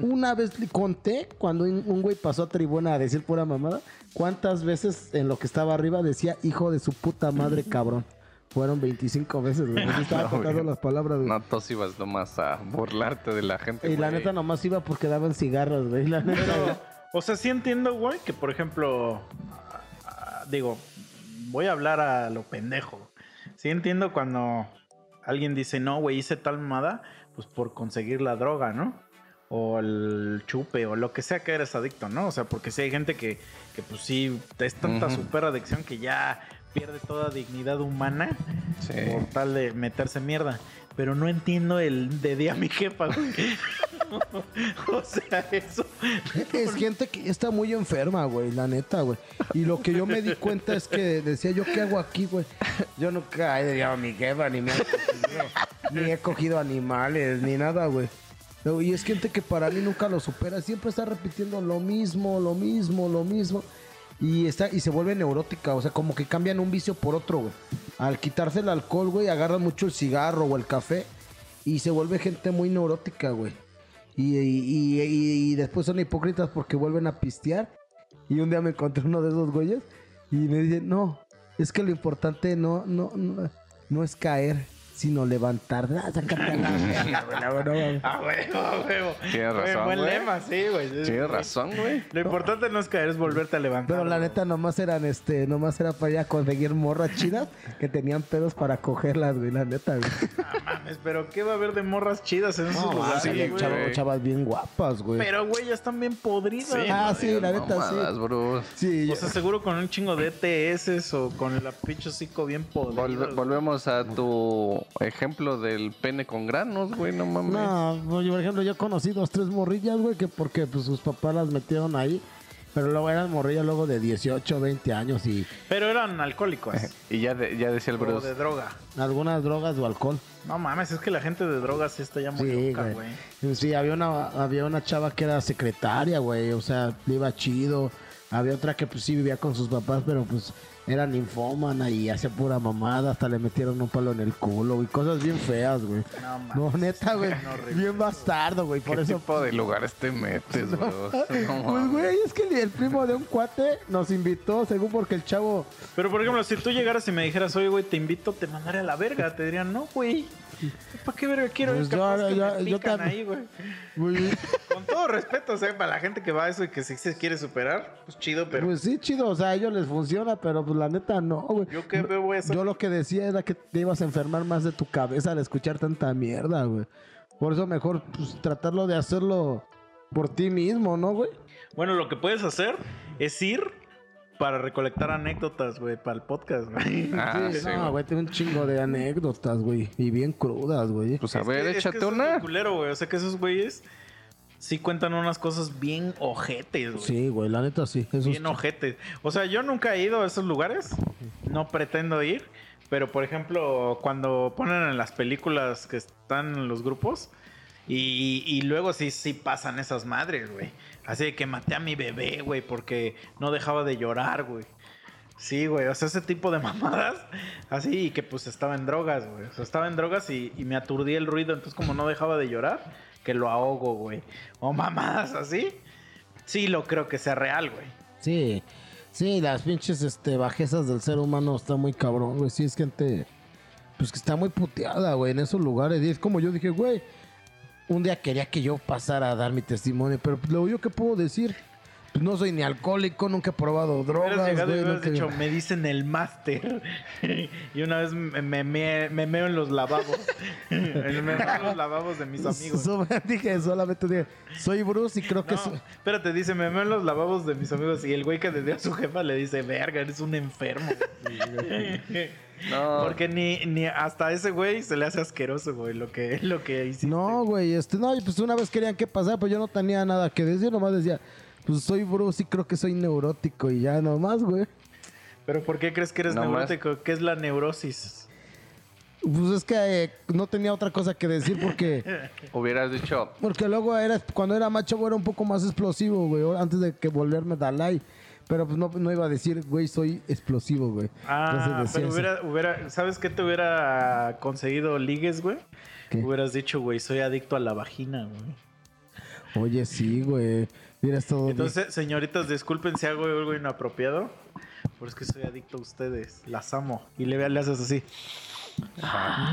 B: una vez le conté, cuando un un güey pasó a tribuna a decir pura mamada, cuántas veces en lo que estaba arriba decía, hijo de su
A: (laughs)
B: puta madre, cabrón. Fueron 25 veces, güey. Yo estaba
A: Ah, No,
B: contando
A: güey.
B: las palabras, güey.
A: No, tú sí vas nomás a burlarte de la gente.
B: Y la
A: güey.
B: neta nomás iba porque daban cigarros, güey. La neta,
C: Pero, o sea, sí entiendo, güey, que por ejemplo, ah, digo, voy a hablar a lo pendejo. Sí entiendo cuando alguien dice, no, güey, hice tal mamada, pues por conseguir la droga, ¿no? O el chupe, o lo que sea que eres adicto, ¿no? O sea, porque sí hay gente que, que pues sí, es tanta
A: Ujú.
C: superadicción que ya pierde toda dignidad humana
A: Sí.
C: por tal de meterse mierda. Pero no entiendo el de día mi jefa, güey. (laughs) o sea, eso.
B: Es gente que está muy enferma, güey, la neta, güey. Y lo que yo me di cuenta es que decía, ¿yo qué hago aquí, güey? Yo nunca he llevado a mi jefa, ni me han cogido, ni he cogido animales, ni nada, güey. No, Y es gente que para mí nunca lo supera, siempre está repitiendo lo mismo, lo mismo, lo mismo. Y, está, y se vuelve neurótica, o sea, como que cambian un vicio por otro, güey. Al quitarse el alcohol, güey, agarran mucho el cigarro o el café y se vuelve gente muy neurótica, güey. Y, y- y- y después son hipócritas porque vuelven a pistear. Y un día me encontré uno de esos güeyes y me dice, no, es que lo importante no, no, no, no es caer, sino levantar. Ah, sácate a la verga, güey, la verdad, güey.
C: A huevo, a huevo.
A: Tienes
C: Güey,
A: razón,
C: Buen
A: güey.
C: lema, sí, güey.
A: Tienes razón, güey.
C: Lo importante no es caer, es volverte a levantar.
B: Pero la
C: güey.
B: neta nomás eran este, nomás era para ir a conseguir morras chidas que tenían pedos para cogerlas, güey, la neta, güey.
C: No mames, pero ¿qué va a haber de morras chidas en esos
B: No,
C: lugares,
A: sí,
C: güey?
A: chavo.
B: chavas, chavas bien guapas, güey.
C: Pero, güey, ya están bien podridas.
A: Sí,
B: Ah,
A: no
B: sí,
A: digas
B: la neta, sí.
A: mamadas, bro.
B: sí,
C: O
B: yo-
C: sea, seguro con un chingo de ETS o con el pinche hocico bien podrido.
A: Volve- volvemos a tu ejemplo del pene con granos, güey, no mames.
B: No, pues, yo, por ejemplo, yo conocí dos, tres morrillas, güey, que porque pues, sus papás las metieron ahí. Pero luego eran morrillas luego de 18, 20 años y
C: Pero eran alcohólicos.
A: Y ya, de- ya decía el
C: o
A: Bruce.
C: de droga.
B: algunas drogas o alcohol.
C: No mames, es que la gente de drogas sí está ya muy
B: Sí,
C: loca,
B: güey.
C: güey.
B: Sí, había una, había una chava que era secretaria, güey. O sea, le iba chido. Había otra que pues sí vivía con sus papás, pero pues era ninfómana y hacía pura mamada. Hasta le metieron un palo en el culo y cosas bien feas, güey.
C: No mames.
B: No, neta, güey.
C: bien horrible
B: Bien bastardo, güey. Por
A: ¿Qué
B: eso
A: tipo de lugares te
B: (laughs)
A: metes, bro? No
B: Pues,
A: mames.
B: güey, es que el- el primo de un cuate nos invitó, según porque el chavo.
C: Pero, por ejemplo, si tú llegaras y me dijeras, oye, güey, te invito, te mandaré a la verga. Te dirían, no, güey. ¿Para qué verga quiero
B: Pues
C: ir? Capaz
B: yo-
C: que
B: yo-
C: me
B: yo
C: pican
B: también.
C: ahí, güey.
B: güey,
C: Con todo respeto, o sea, para la gente que va a eso y que sí se quiere superar, pues chido, pero
B: Pues sí, chido, o sea, a ellos les funciona, pero pues la neta no, güey.
C: yo qué veo voy a hacer.
B: Yo lo que decía era que te ibas a enfermar más de tu cabeza al escuchar tanta mierda, güey. Por eso mejor pues, tratarlo de hacerlo por ti mismo, ¿no, güey?
C: Bueno, lo que puedes hacer es ir para recolectar anécdotas, güey, para el podcast, güey.
A: (laughs) Ah, sí,
B: no,
A: güey.
B: güey, tengo un chingo de anécdotas, güey, y bien crudas, güey.
A: Pues a ver,
C: Es que- es que
A: échate
C: eso es lo
A: una.
C: culero, güey. O sea, que esos güeyes sí cuentan unas cosas bien ojetes, güey.
B: Sí, güey, la neta sí. Eso
C: Bien ojetes. O sea, yo nunca he ido a esos lugares. No pretendo ir. Pero, por ejemplo, cuando ponen en las películas que están en los grupos. Y, y luego sí, sí pasan esas madres, güey. Así de que maté a mi bebé, güey, porque no dejaba de llorar, güey. Sí, güey, o sea, ese tipo de (laughs) mamadas. Así, y que pues estaba en drogas, güey. O sea, estaba en drogas y, y me aturdí el ruido. Entonces, como no dejaba de llorar, que lo ahogo, güey. O mamadas así. Sí, lo creo que sea real, güey.
B: Sí, sí, las pinches este, bajezas del ser humano está muy cabrón, güey. Sí, es gente, pues que está muy puteada, güey, en esos lugares. Y es como yo dije, güey, un día quería que yo pasara a dar mi testimonio, pero pues, lo yo que puedo decir, pues no soy ni alcohólico, nunca he probado
C: Hubieras
B: drogas,
C: llegado y
B: güey.
C: hubieras
B: nunca- (laughs)
C: dicho, me dicen el máster. (laughs) y una vez me, me, me- me meo en los lavabos. (laughs) me meo en los lavabos de mis amigos.
B: So- (laughs) dije, solamente dije, soy Bruce y creo que
C: No,
B: soy...
C: espérate, dice, me meo en los lavabos de mis amigos. Y el güey que le dio a su jefa le dice, verga, eres un enfermo.
A: No,
C: Porque ni, ni hasta a ese güey se le hace asqueroso, güey, lo que, lo que hiciste.
B: No, güey, este, no, y pues una vez querían que pasara, pues yo no tenía nada que decir, nomás decía, pues soy Bruce y creo que soy neurótico y ya nomás, güey.
C: ¿Pero por qué crees que eres
A: No más.
C: neurótico? ¿Qué es la neurosis?
B: Pues es que eh, no tenía otra cosa que decir
C: (laughs)
B: porque
A: Hubieras dicho, (laughs)
B: porque luego era cuando era macho güey, era un poco más explosivo, güey, ahora- antes de que volverme Dalai. Pero pues no, no iba a decir, güey, soy explosivo, güey.
C: Ah,
B: Entonces decía
C: pero
B: eso.
C: hubiera, hubiera, ¿sabes qué te hubiera conseguido ligues, güey?
B: ¿Qué?
C: Hubieras dicho, güey, soy adicto a la vagina, güey.
B: Oye, sí, güey. Mira, es todo.
C: Entonces, señoritas, disculpen si hago algo inapropiado, pero es que soy adicto a ustedes. Las amo. Y le, le haces así.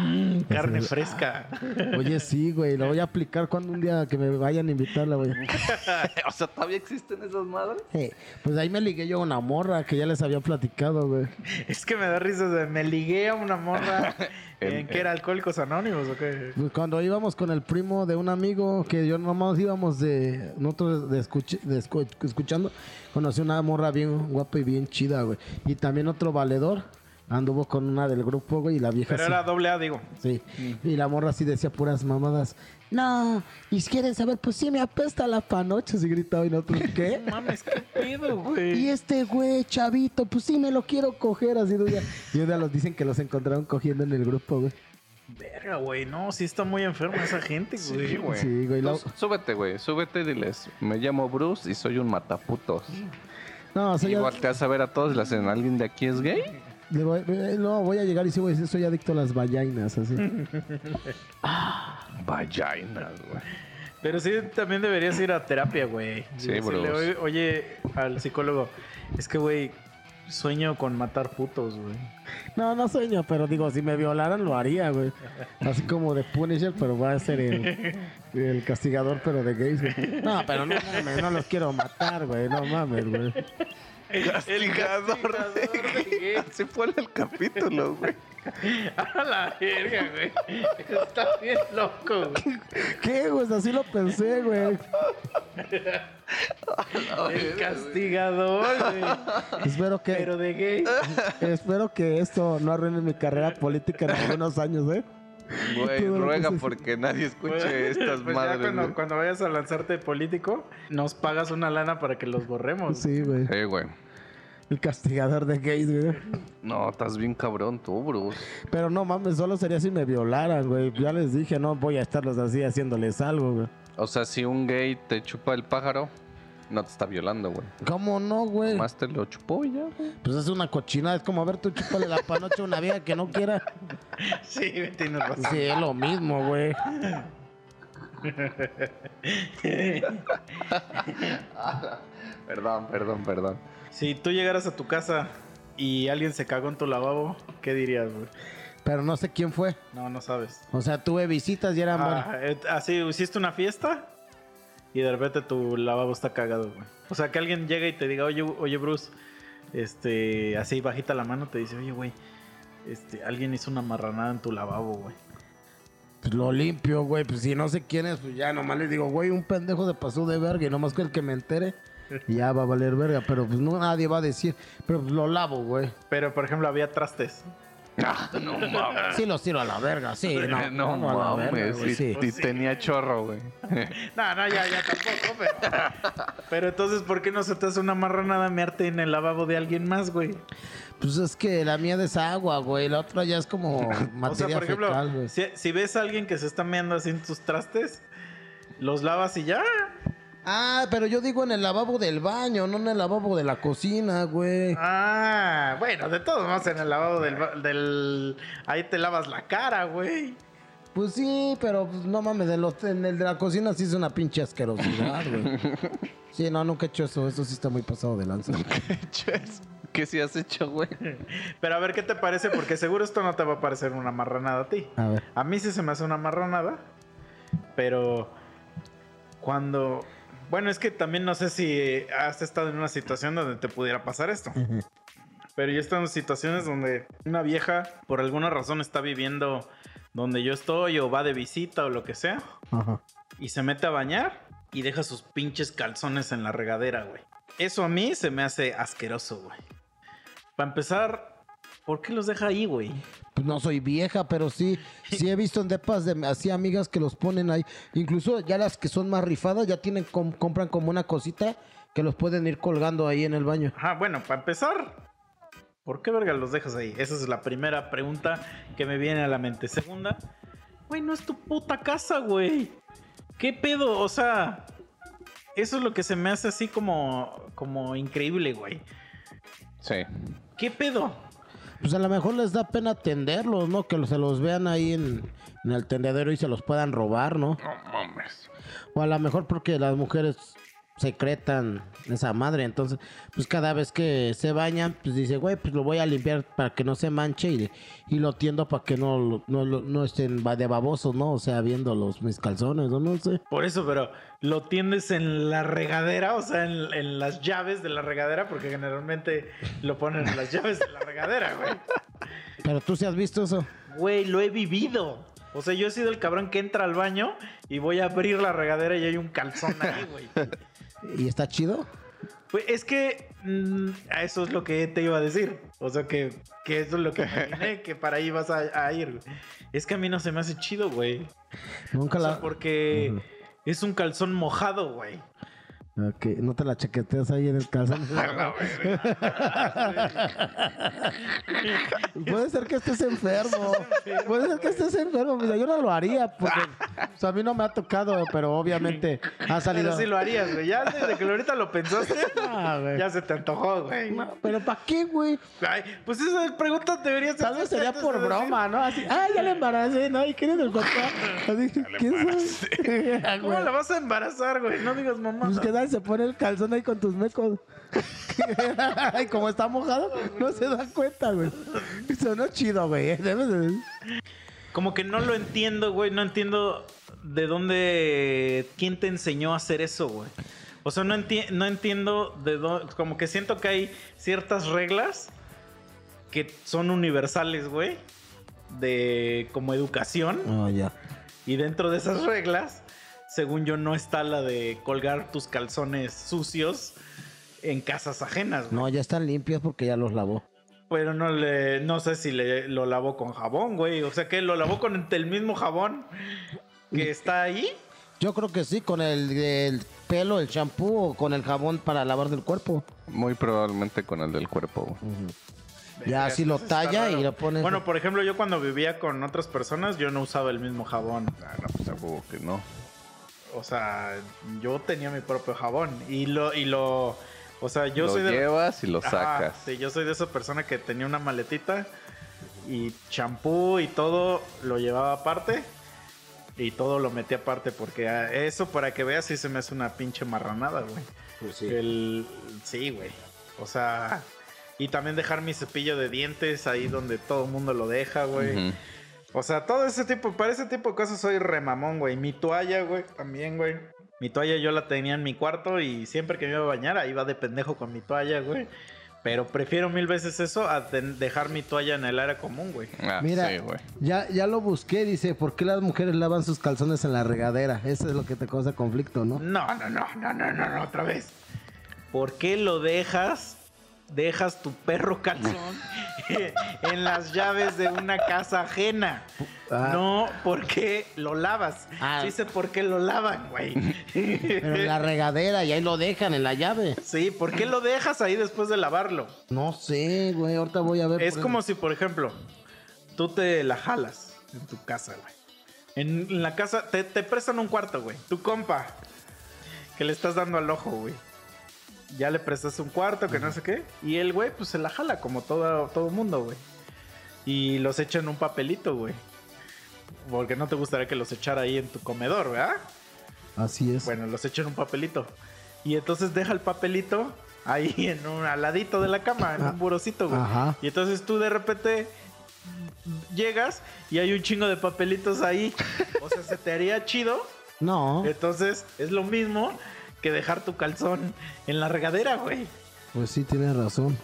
C: Mm, carne fresca.
B: (laughs) Oye, sí, güey. Lo voy a aplicar cuando un día que me vayan a invitar, la voy a... (laughs)
A: o sea, ¿todavía existen esas madres?
B: Eh, pues ahí me ligué yo a una morra que ya les había platicado, güey.
C: Es que me da risa. de- Me ligué a una morra.
A: En-
C: ¿En qué era? ¿Alcohólicos Anónimos o qué?
B: Pues cuando íbamos con el primo de un amigo, que yo nomás íbamos de. Nosotros de escuch- de escu- escuchando, conocí una morra bien guapa y bien chida, güey. Y también otro valedor anduvo con una del grupo, güey, y la vieja.
C: Pero
B: así-
C: era Mm. doble A, digo.
B: Sí. Y la morra así decía puras mamadas. No, y si quieren saber, pues sí, me apesta la panocha, se gritaba y
C: (laughs)
B: nosotros, ¿qué?
C: No mames, qué pedo,
B: Y
C: güey.
B: este güey, chavito, pues sí me lo quiero coger así de un día. Y un día los dicen que los encontraron cogiendo en el grupo, güey.
C: Verga, güey. No, sí está muy enferma esa gente, güey.
A: Sí, güey.
B: Sí, güey, la-
A: Tú Súbete, güey, súbete y diles, me llamo Bruce y soy un mataputos.
B: No, o sea, ya
A: Igual te vas a ver a todos y le hacen, ¿alguien de aquí es gay?
B: le voy- eh, no, voy a llegar y sí voy a decir, soy adicto a las vallainas, así.
A: Vaginas, güey.
C: Pero sí, también deberías ir a terapia, güey.
A: Sí,
C: Y decirle,
A: bros.
C: "Oye- Oye, al psicólogo, es que, güey, sueño con matar putos, güey.
B: (laughs) No, no sueño, pero digo, si me violaran lo haría, güey. Así como de Punisher, pero va a ser el, el castigador, pero de gays, güey. No, pero no mames, no los quiero matar, güey, no mames, güey.
C: El
A: castigador Se fue el capítulo, güey.
C: A la verga, güey. Está bien loco, güey.
B: ¿Qué, güey? Así lo pensé, güey.
C: El castigador, güey.
B: Espero que...
C: Pero de gay.
B: Espero que esto no arruine mi carrera política en algunos años, ¿eh?
A: Güey,
B: Todo lo que
A: ruega
B: se-
A: porque nadie escuche
C: Güey,
A: estas
C: pues ya
A: madres.
C: cuando,
A: güey.
C: cuando vayas a lanzarte político, nos pagas una lana para que los borremos.
B: (laughs) Sí, güey.
A: Sí, güey.
B: El castigador de gays, güey.
A: No, estás bien cabrón tú, Bruce.
B: Pero no mames, solo sería si me violaran, güey. Ya les dije, no voy a estarlos así haciéndoles algo, güey.
A: O sea, si un gay te chupa el pájaro, no te está violando, güey.
B: ¿Cómo no, güey?
A: Más te lo chupó y ya, güey.
B: Pues es una cochinada, es como a ver tú chúpale la panocha a una vieja que no
C: (laughs)
B: quiera.
C: Sí, güey, tienes razón.
B: Sí, es lo mismo, güey.
A: Perdón, perdón, perdón.
C: Si tú llegaras a tu casa y alguien se cagó en tu lavabo, ¿qué dirías, güey?
B: Pero no sé quién fue.
C: No, no sabes.
B: O sea, tuve visitas y eran
C: Ah, eh, así, hiciste una fiesta y de repente tu lavabo está cagado, güey. O sea, que alguien llega y te diga, oye, oye Bruce, este, así bajita la mano, te dice, oye, güey, este, alguien hizo una marranada en tu lavabo, güey.
B: Pues lo limpio, güey. Pues si no sé quién es, pues ya nomás le digo, güey, un pendejo se pasó de verga y nomás que el que me
C: (laughs)
B: entere ya va a valer verga. Pero pues no, nadie va a decir. Pero pues lo lavo, güey.
C: Pero, por ejemplo, había trastes.
A: Ah, no mames.
B: Sí los tiro a la verga,
C: (laughs)
B: sí. No,
A: No, mames.
B: güey,
A: y,
B: sí.
A: y tenía chorro, güey.
C: No, no, ya, ya tampoco, pero... (laughs) Pero entonces, ¿por qué no se te hace una marranada mearte en el lavabo de alguien más, güey?
B: Pues es que la mía es agua, güey. La otra ya es como materia
C: (laughs) O sea, por ejemplo,
B: fecal, güey.
C: si, si ves a alguien que se está meando así en tus trastes, los lavas y ya.
B: Ah, pero yo digo en el lavabo del baño, no en el lavabo de la cocina, güey.
C: Ah, bueno, de todos modos en el lavado del, ba- del- Ahí te lavas la cara, güey.
B: Pues sí, pero pues, no mames, en, los- en el de la cocina sí es una pinche asquerosidad, (laughs) güey. Sí, no, nunca he hecho eso. Eso sí está muy pasado de lanza.
A: ¿Qué si has hecho, güey?
C: Pero a ver qué te parece, porque seguro esto no te va a parecer una marranada a ti.
B: A ver.
C: A mí sí se me hace una marranada, pero cuando... Bueno, es que también no sé si has estado en una situación donde te pudiera pasar esto. Pero yo he estado en situaciones donde una vieja por alguna razón está viviendo donde yo estoy o va de visita o lo que sea.
B: (laughs) Ajá.
C: y se mete a bañar y deja sus pinches calzones en la regadera, güey. Eso a mí se me hace asqueroso, güey. Para empezar, ¿por qué los deja ahí, güey?
B: Pues no soy vieja, pero sí, sí he visto en depas de así amigas que los ponen ahí. Incluso ya las que son más rifadas ya tienen com- compran como una cosita que los pueden ir colgando ahí en el baño.
C: Ah, bueno, para empezar, ¿por qué verga los dejas ahí? Esa es la primera pregunta que me viene a la mente. Segunda, güey, no es tu puta casa, güey. ¿Qué pedo? O sea, eso es lo que se me hace así como, como increíble, güey.
A: Sí.
C: ¿Qué pedo?
B: Pues a lo mejor les da pena atenderlos, ¿no? Que se los vean ahí en, en el tendedero y se los puedan robar, ¿no?
A: No mames.
B: O a lo mejor porque las mujeres secretan esa madre. Entonces, pues cada vez que se bañan, pues dice, güey, pues lo voy a limpiar para que no se manche y, y lo tiendo para que no, lo- no, lo- no estén ba- de babosos, ¿no? O sea, viendo los, mis calzones, o no sé.
C: Por eso, pero lo tiendes en la regadera, o sea, en, en las llaves de la regadera, porque generalmente lo ponen en las llaves de la regadera, güey.
B: Pero tú sí has visto eso.
C: Güey, lo he vivido. O sea, yo he sido el cabrón que entra al baño y voy a abrir la regadera y hay un calzón ahí, güey.
B: ¿Y está chido?
C: Pues es que mm, a eso es lo que te iba a decir. O sea, que, que eso es lo que imaginé, que para ahí vas a, a ir. güey. Es que a mí no se me hace chido, güey.
B: Nunca
C: O sea,
B: la...
C: porque es un calzón mojado, güey.
B: Ok, no te la chaqueteas ahí en el calzón. Puede ser que estés enfermo. Puede ser que estés enfermo. Mira, yo no lo haría porque o sea, a mí no me ha tocado, pero obviamente ha
C: Pero
B: salido.
C: sí lo harías, güey. Ya desde que ahorita lo pensaste,
B: Ah, güey.
C: ya se te antojó, güey.
B: No, pero ¿para qué, güey?
C: Ay, pues esa pregunta deberías
B: Tal vez
C: hacerte
B: sería
C: antes
B: por
C: de decir-
B: broma, ¿no? Así, ah, ya le embaracé, ¿no? ¿Y quién es el papá? Así, ¿quién (laughs) es?
C: ¿Cómo la vas a embarazar, güey? No digas mamá.
B: Pues que nadie se pone el calzón ahí con tus mecos. (laughs) y como está mojado, no se dan cuenta, güey. Sonó chido, güey. Debes de-
C: Como que no lo entiendo, güey. No entiendo de dónde. ¿Quién te enseñó a hacer eso, güey? O sea, no, enti- no entiendo de dónde. Como que siento que hay ciertas reglas que son universales, güey. De como educación.
B: No, ya.
C: Y dentro de esas reglas, según yo, no está la de colgar tus calzones sucios en casas ajenas, güey.
B: No, ya están limpios porque ya los lavó.
C: Pero no le, no sé si le, lo lavó con jabón, güey. O sea que lo lavó con el mismo jabón que está ahí.
B: Yo creo que sí, con el, el pelo, el champú o con el jabón para lavarse el cuerpo.
A: Muy probablemente con el del cuerpo, güey.
B: Ya así lo
C: Entonces está
B: talla
C: raro.
B: y lo pones.
C: Bueno, por ejemplo, yo cuando vivía con otras personas, yo no usaba el mismo jabón.
A: Ah, no, pues a huevo que no.
C: O sea, yo tenía mi propio jabón. Y lo, y lo. O sea, yo
A: lo
C: soy de.
A: llevas y lo
C: Ajá,
A: sacas.
C: sí, yo soy de esa persona que tenía una maletita y champú y todo lo llevaba aparte y todo lo metía aparte porque ah, eso para que veas si se me hace una pinche marranada, güey. El- Sí, güey. O sea, y también dejar mi cepillo de dientes ahí donde todo el mundo lo deja, güey.
A: Ujú.
C: O sea, todo ese tipo, para ese tipo de cosas soy remamón, güey. Mi toalla, güey, también, güey. Mi toalla yo la tenía en mi cuarto y siempre que me iba a bañar, ahí iba de pendejo con mi toalla, güey. Pero prefiero mil veces eso a de- dejar mi toalla en el área común, güey.
A: Ah,
B: Mira,
A: sí, güey.
B: ya, ya lo busqué, dice, ¿por qué las mujeres lavan sus calzones en la regadera? Eso es lo que te causa conflicto, ¿no?
C: No, no, no, no, no, no, no, otra vez. ¿Por qué lo dejas? Dejas tu perro calzón (laughs) en las llaves de una casa ajena.
B: Ah.
C: No, porque lo lavas.
B: Ah.
C: Sí sé por qué lo lavan, güey.
B: (laughs) Pero en la regadera y ahí lo dejan en la llave.
C: Sí, ¿por qué lo dejas ahí después de lavarlo?
B: No sé, güey, ahorita voy a ver.
C: Es
B: por
C: como
B: eso.
C: si, por ejemplo, tú te la jalas en tu casa, güey. En, en la casa, te, te prestan un cuarto, güey. Tu compa, que le estás dando al ojo, güey. Ya le prestaste un cuarto, que no sé qué. Y el güey, pues se la jala, como todo, todo mundo, güey. Y los echa en un papelito, güey. Porque no te gustaría que los echara ahí en tu comedor, ¿verdad?
B: Así es.
C: Bueno, los echo en un papelito. Y entonces deja el papelito ahí (laughs) en un aladito de la cama, en
B: Ah,
C: un burocito, güey.
B: ajá.
C: Y entonces tú de repente llegas y hay un chingo de papelitos ahí. O sea, se te haría chido.
B: No,
C: Entonces es lo mismo que dejar tu calzón en la regadera, güey.
B: pues sí, tienes razón.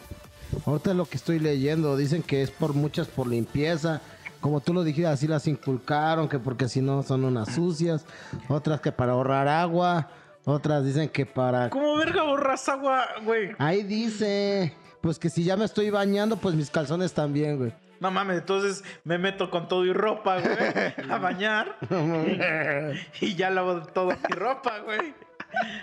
B: Ahorita es lo que estoy leyendo. Dicen que es por muchas, por limpieza. Como tú lo dijiste, así las inculcaron, que porque si no son unas sucias. Otras que para ahorrar agua. Otras dicen que para...
C: ¿Cómo verga borras agua, güey?
B: Ahí dice, pues que si ya me estoy bañando, pues mis calzones también, güey.
C: No mames, entonces me meto con todo y ropa, güey, a bañar. y ya lavo toda mi ropa, güey.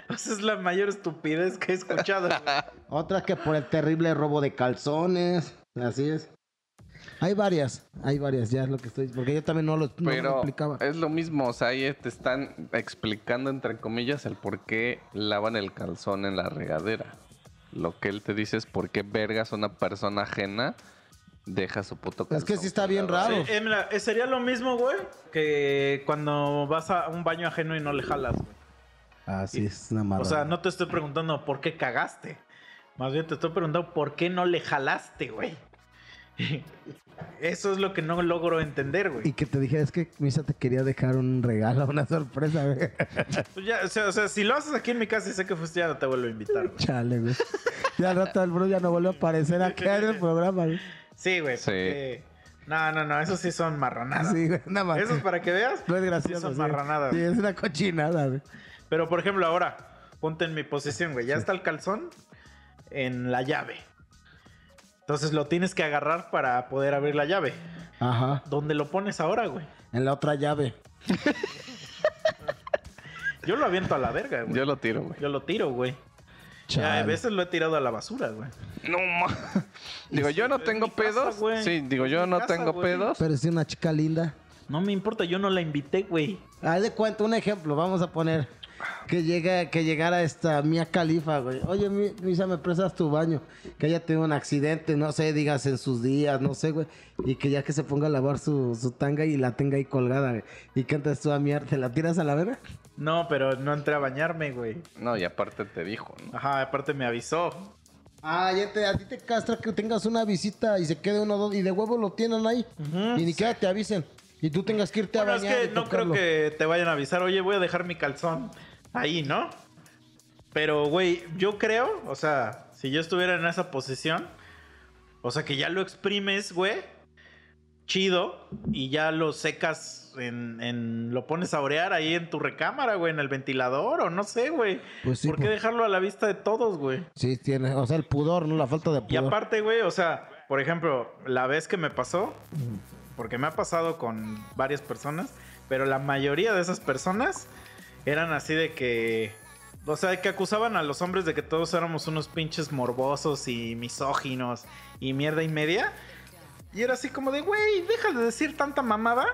C: Esa es la mayor estupidez que he escuchado. güey.
D: Otra que por el terrible robo de calzones. Así es.
B: Hay varias, hay varias, ya es lo que estoy. Porque yo también no lo, no lo
A: Pero
B: explicaba.
A: es lo mismo, o sea, ahí te están explicando entre comillas el por qué lavan el calzón en la regadera. Lo que él te dice es por qué vergas una persona ajena deja su puto calzón.
B: Es que sí está bien
A: colgado.
B: raro.
C: Sí, eh, mira, eh, sería lo mismo, güey, que cuando vas a un baño ajeno y no le jalas, güey.
D: Así es, nada
B: Ah,
D: más.
C: O sea, no te estoy preguntando por qué cagaste. Más bien te estoy preguntando por qué no le jalaste, güey. (laughs) Eso es lo que no logro entender,
B: Y
C: güey.
B: que te dijera, es que Misa te quería dejar un regalo, (laughs) una sorpresa, güey.
C: Pues ya, o, sea, o sea, si lo haces aquí en mi casa y sé que fuiste, ya no te vuelvo a invitar, güey.
B: Chale, güey. Ya al rato el Bruno ya no vuelve a aparecer acá en el programa, güey.
C: Sí, güey.
A: Sí.
C: porque- No, no, no, eso sí son marranadas. (laughs)
B: Sí, güey, nada más.
C: Eso es para que veas.
B: No es
C: Sí
B: gracioso.
C: son
B: sí.
C: marranadas.
B: Sí, es una cochinada, güey.
C: Pero por ejemplo, ahora, ponte en mi posición, güey. Ya está el calzón en la llave. Entonces lo tienes que agarrar para poder abrir la llave.
D: Ajá.
C: ¿Dónde lo pones ahora, güey?
D: En la otra llave.
C: Yo lo aviento a la verga, güey.
A: Yo lo tiro, güey.
C: Yo lo tiro, güey. Ya, a
B: Chale.
C: veces lo he tirado a la basura, güey.
A: No ma- (laughs) Digo, yo no
C: mi
A: tengo
C: casa,
A: pedos.
C: güey.
A: sí, digo,
C: Es
A: yo
C: mi
A: no
C: casa,
A: tengo
C: güey.
A: pedos.
B: Pero es una chica linda.
C: No me importa, yo no la invité, güey.
D: Haz de cuenta un ejemplo, vamos a poner que llega que llegara esta Mía Califa, güey. Oye, mi- Misa, me prestas tu baño. Que haya tenido un accidente, no sé, digas en sus días, no sé, güey. Y que ya que se ponga a lavar su, su tanga y la tenga ahí colgada, güey. Y que antes tú a mierda, ¿te la tiras a la verga?
C: No, pero no entré a bañarme, güey.
A: No, y aparte te dijo, ¿no?
C: Ajá, aparte me avisó.
D: Ah, ya te, a ti te castra que tengas una visita y se quede uno o dos y de huevo lo tienen ahí.
C: Ujú.
D: Y ni siquiera te avisen. Y tú tengas que irte
C: Bueno,
D: a
C: es
D: bañar
C: que
D: y
C: no creo
D: tocarlo.
C: que te vayan a avisar, oye, voy a dejar mi calzón ahí, ¿no? Pero, güey, yo creo, o sea, si yo estuviera en esa posición, o sea, que ya lo exprimes, güey, chido, y ya lo secas en, en- lo pones a orear ahí en tu recámara, güey, en el ventilador, o no sé, güey.
D: Pues sí,
C: ¿Por qué
D: pues.
C: dejarlo a la vista de todos, güey?
D: Sí, tiene, o sea, el pudor, no la falta de pudor.
C: Y aparte, güey, o sea, por ejemplo, la vez que me pasó, porque me ha pasado con varias personas, pero la mayoría de esas personas eran así de que. O sea, que acusaban a los hombres de que todos éramos unos pinches morbosos y misóginos y mierda y media. Y era así como de, güey, deja de decir tanta mamada.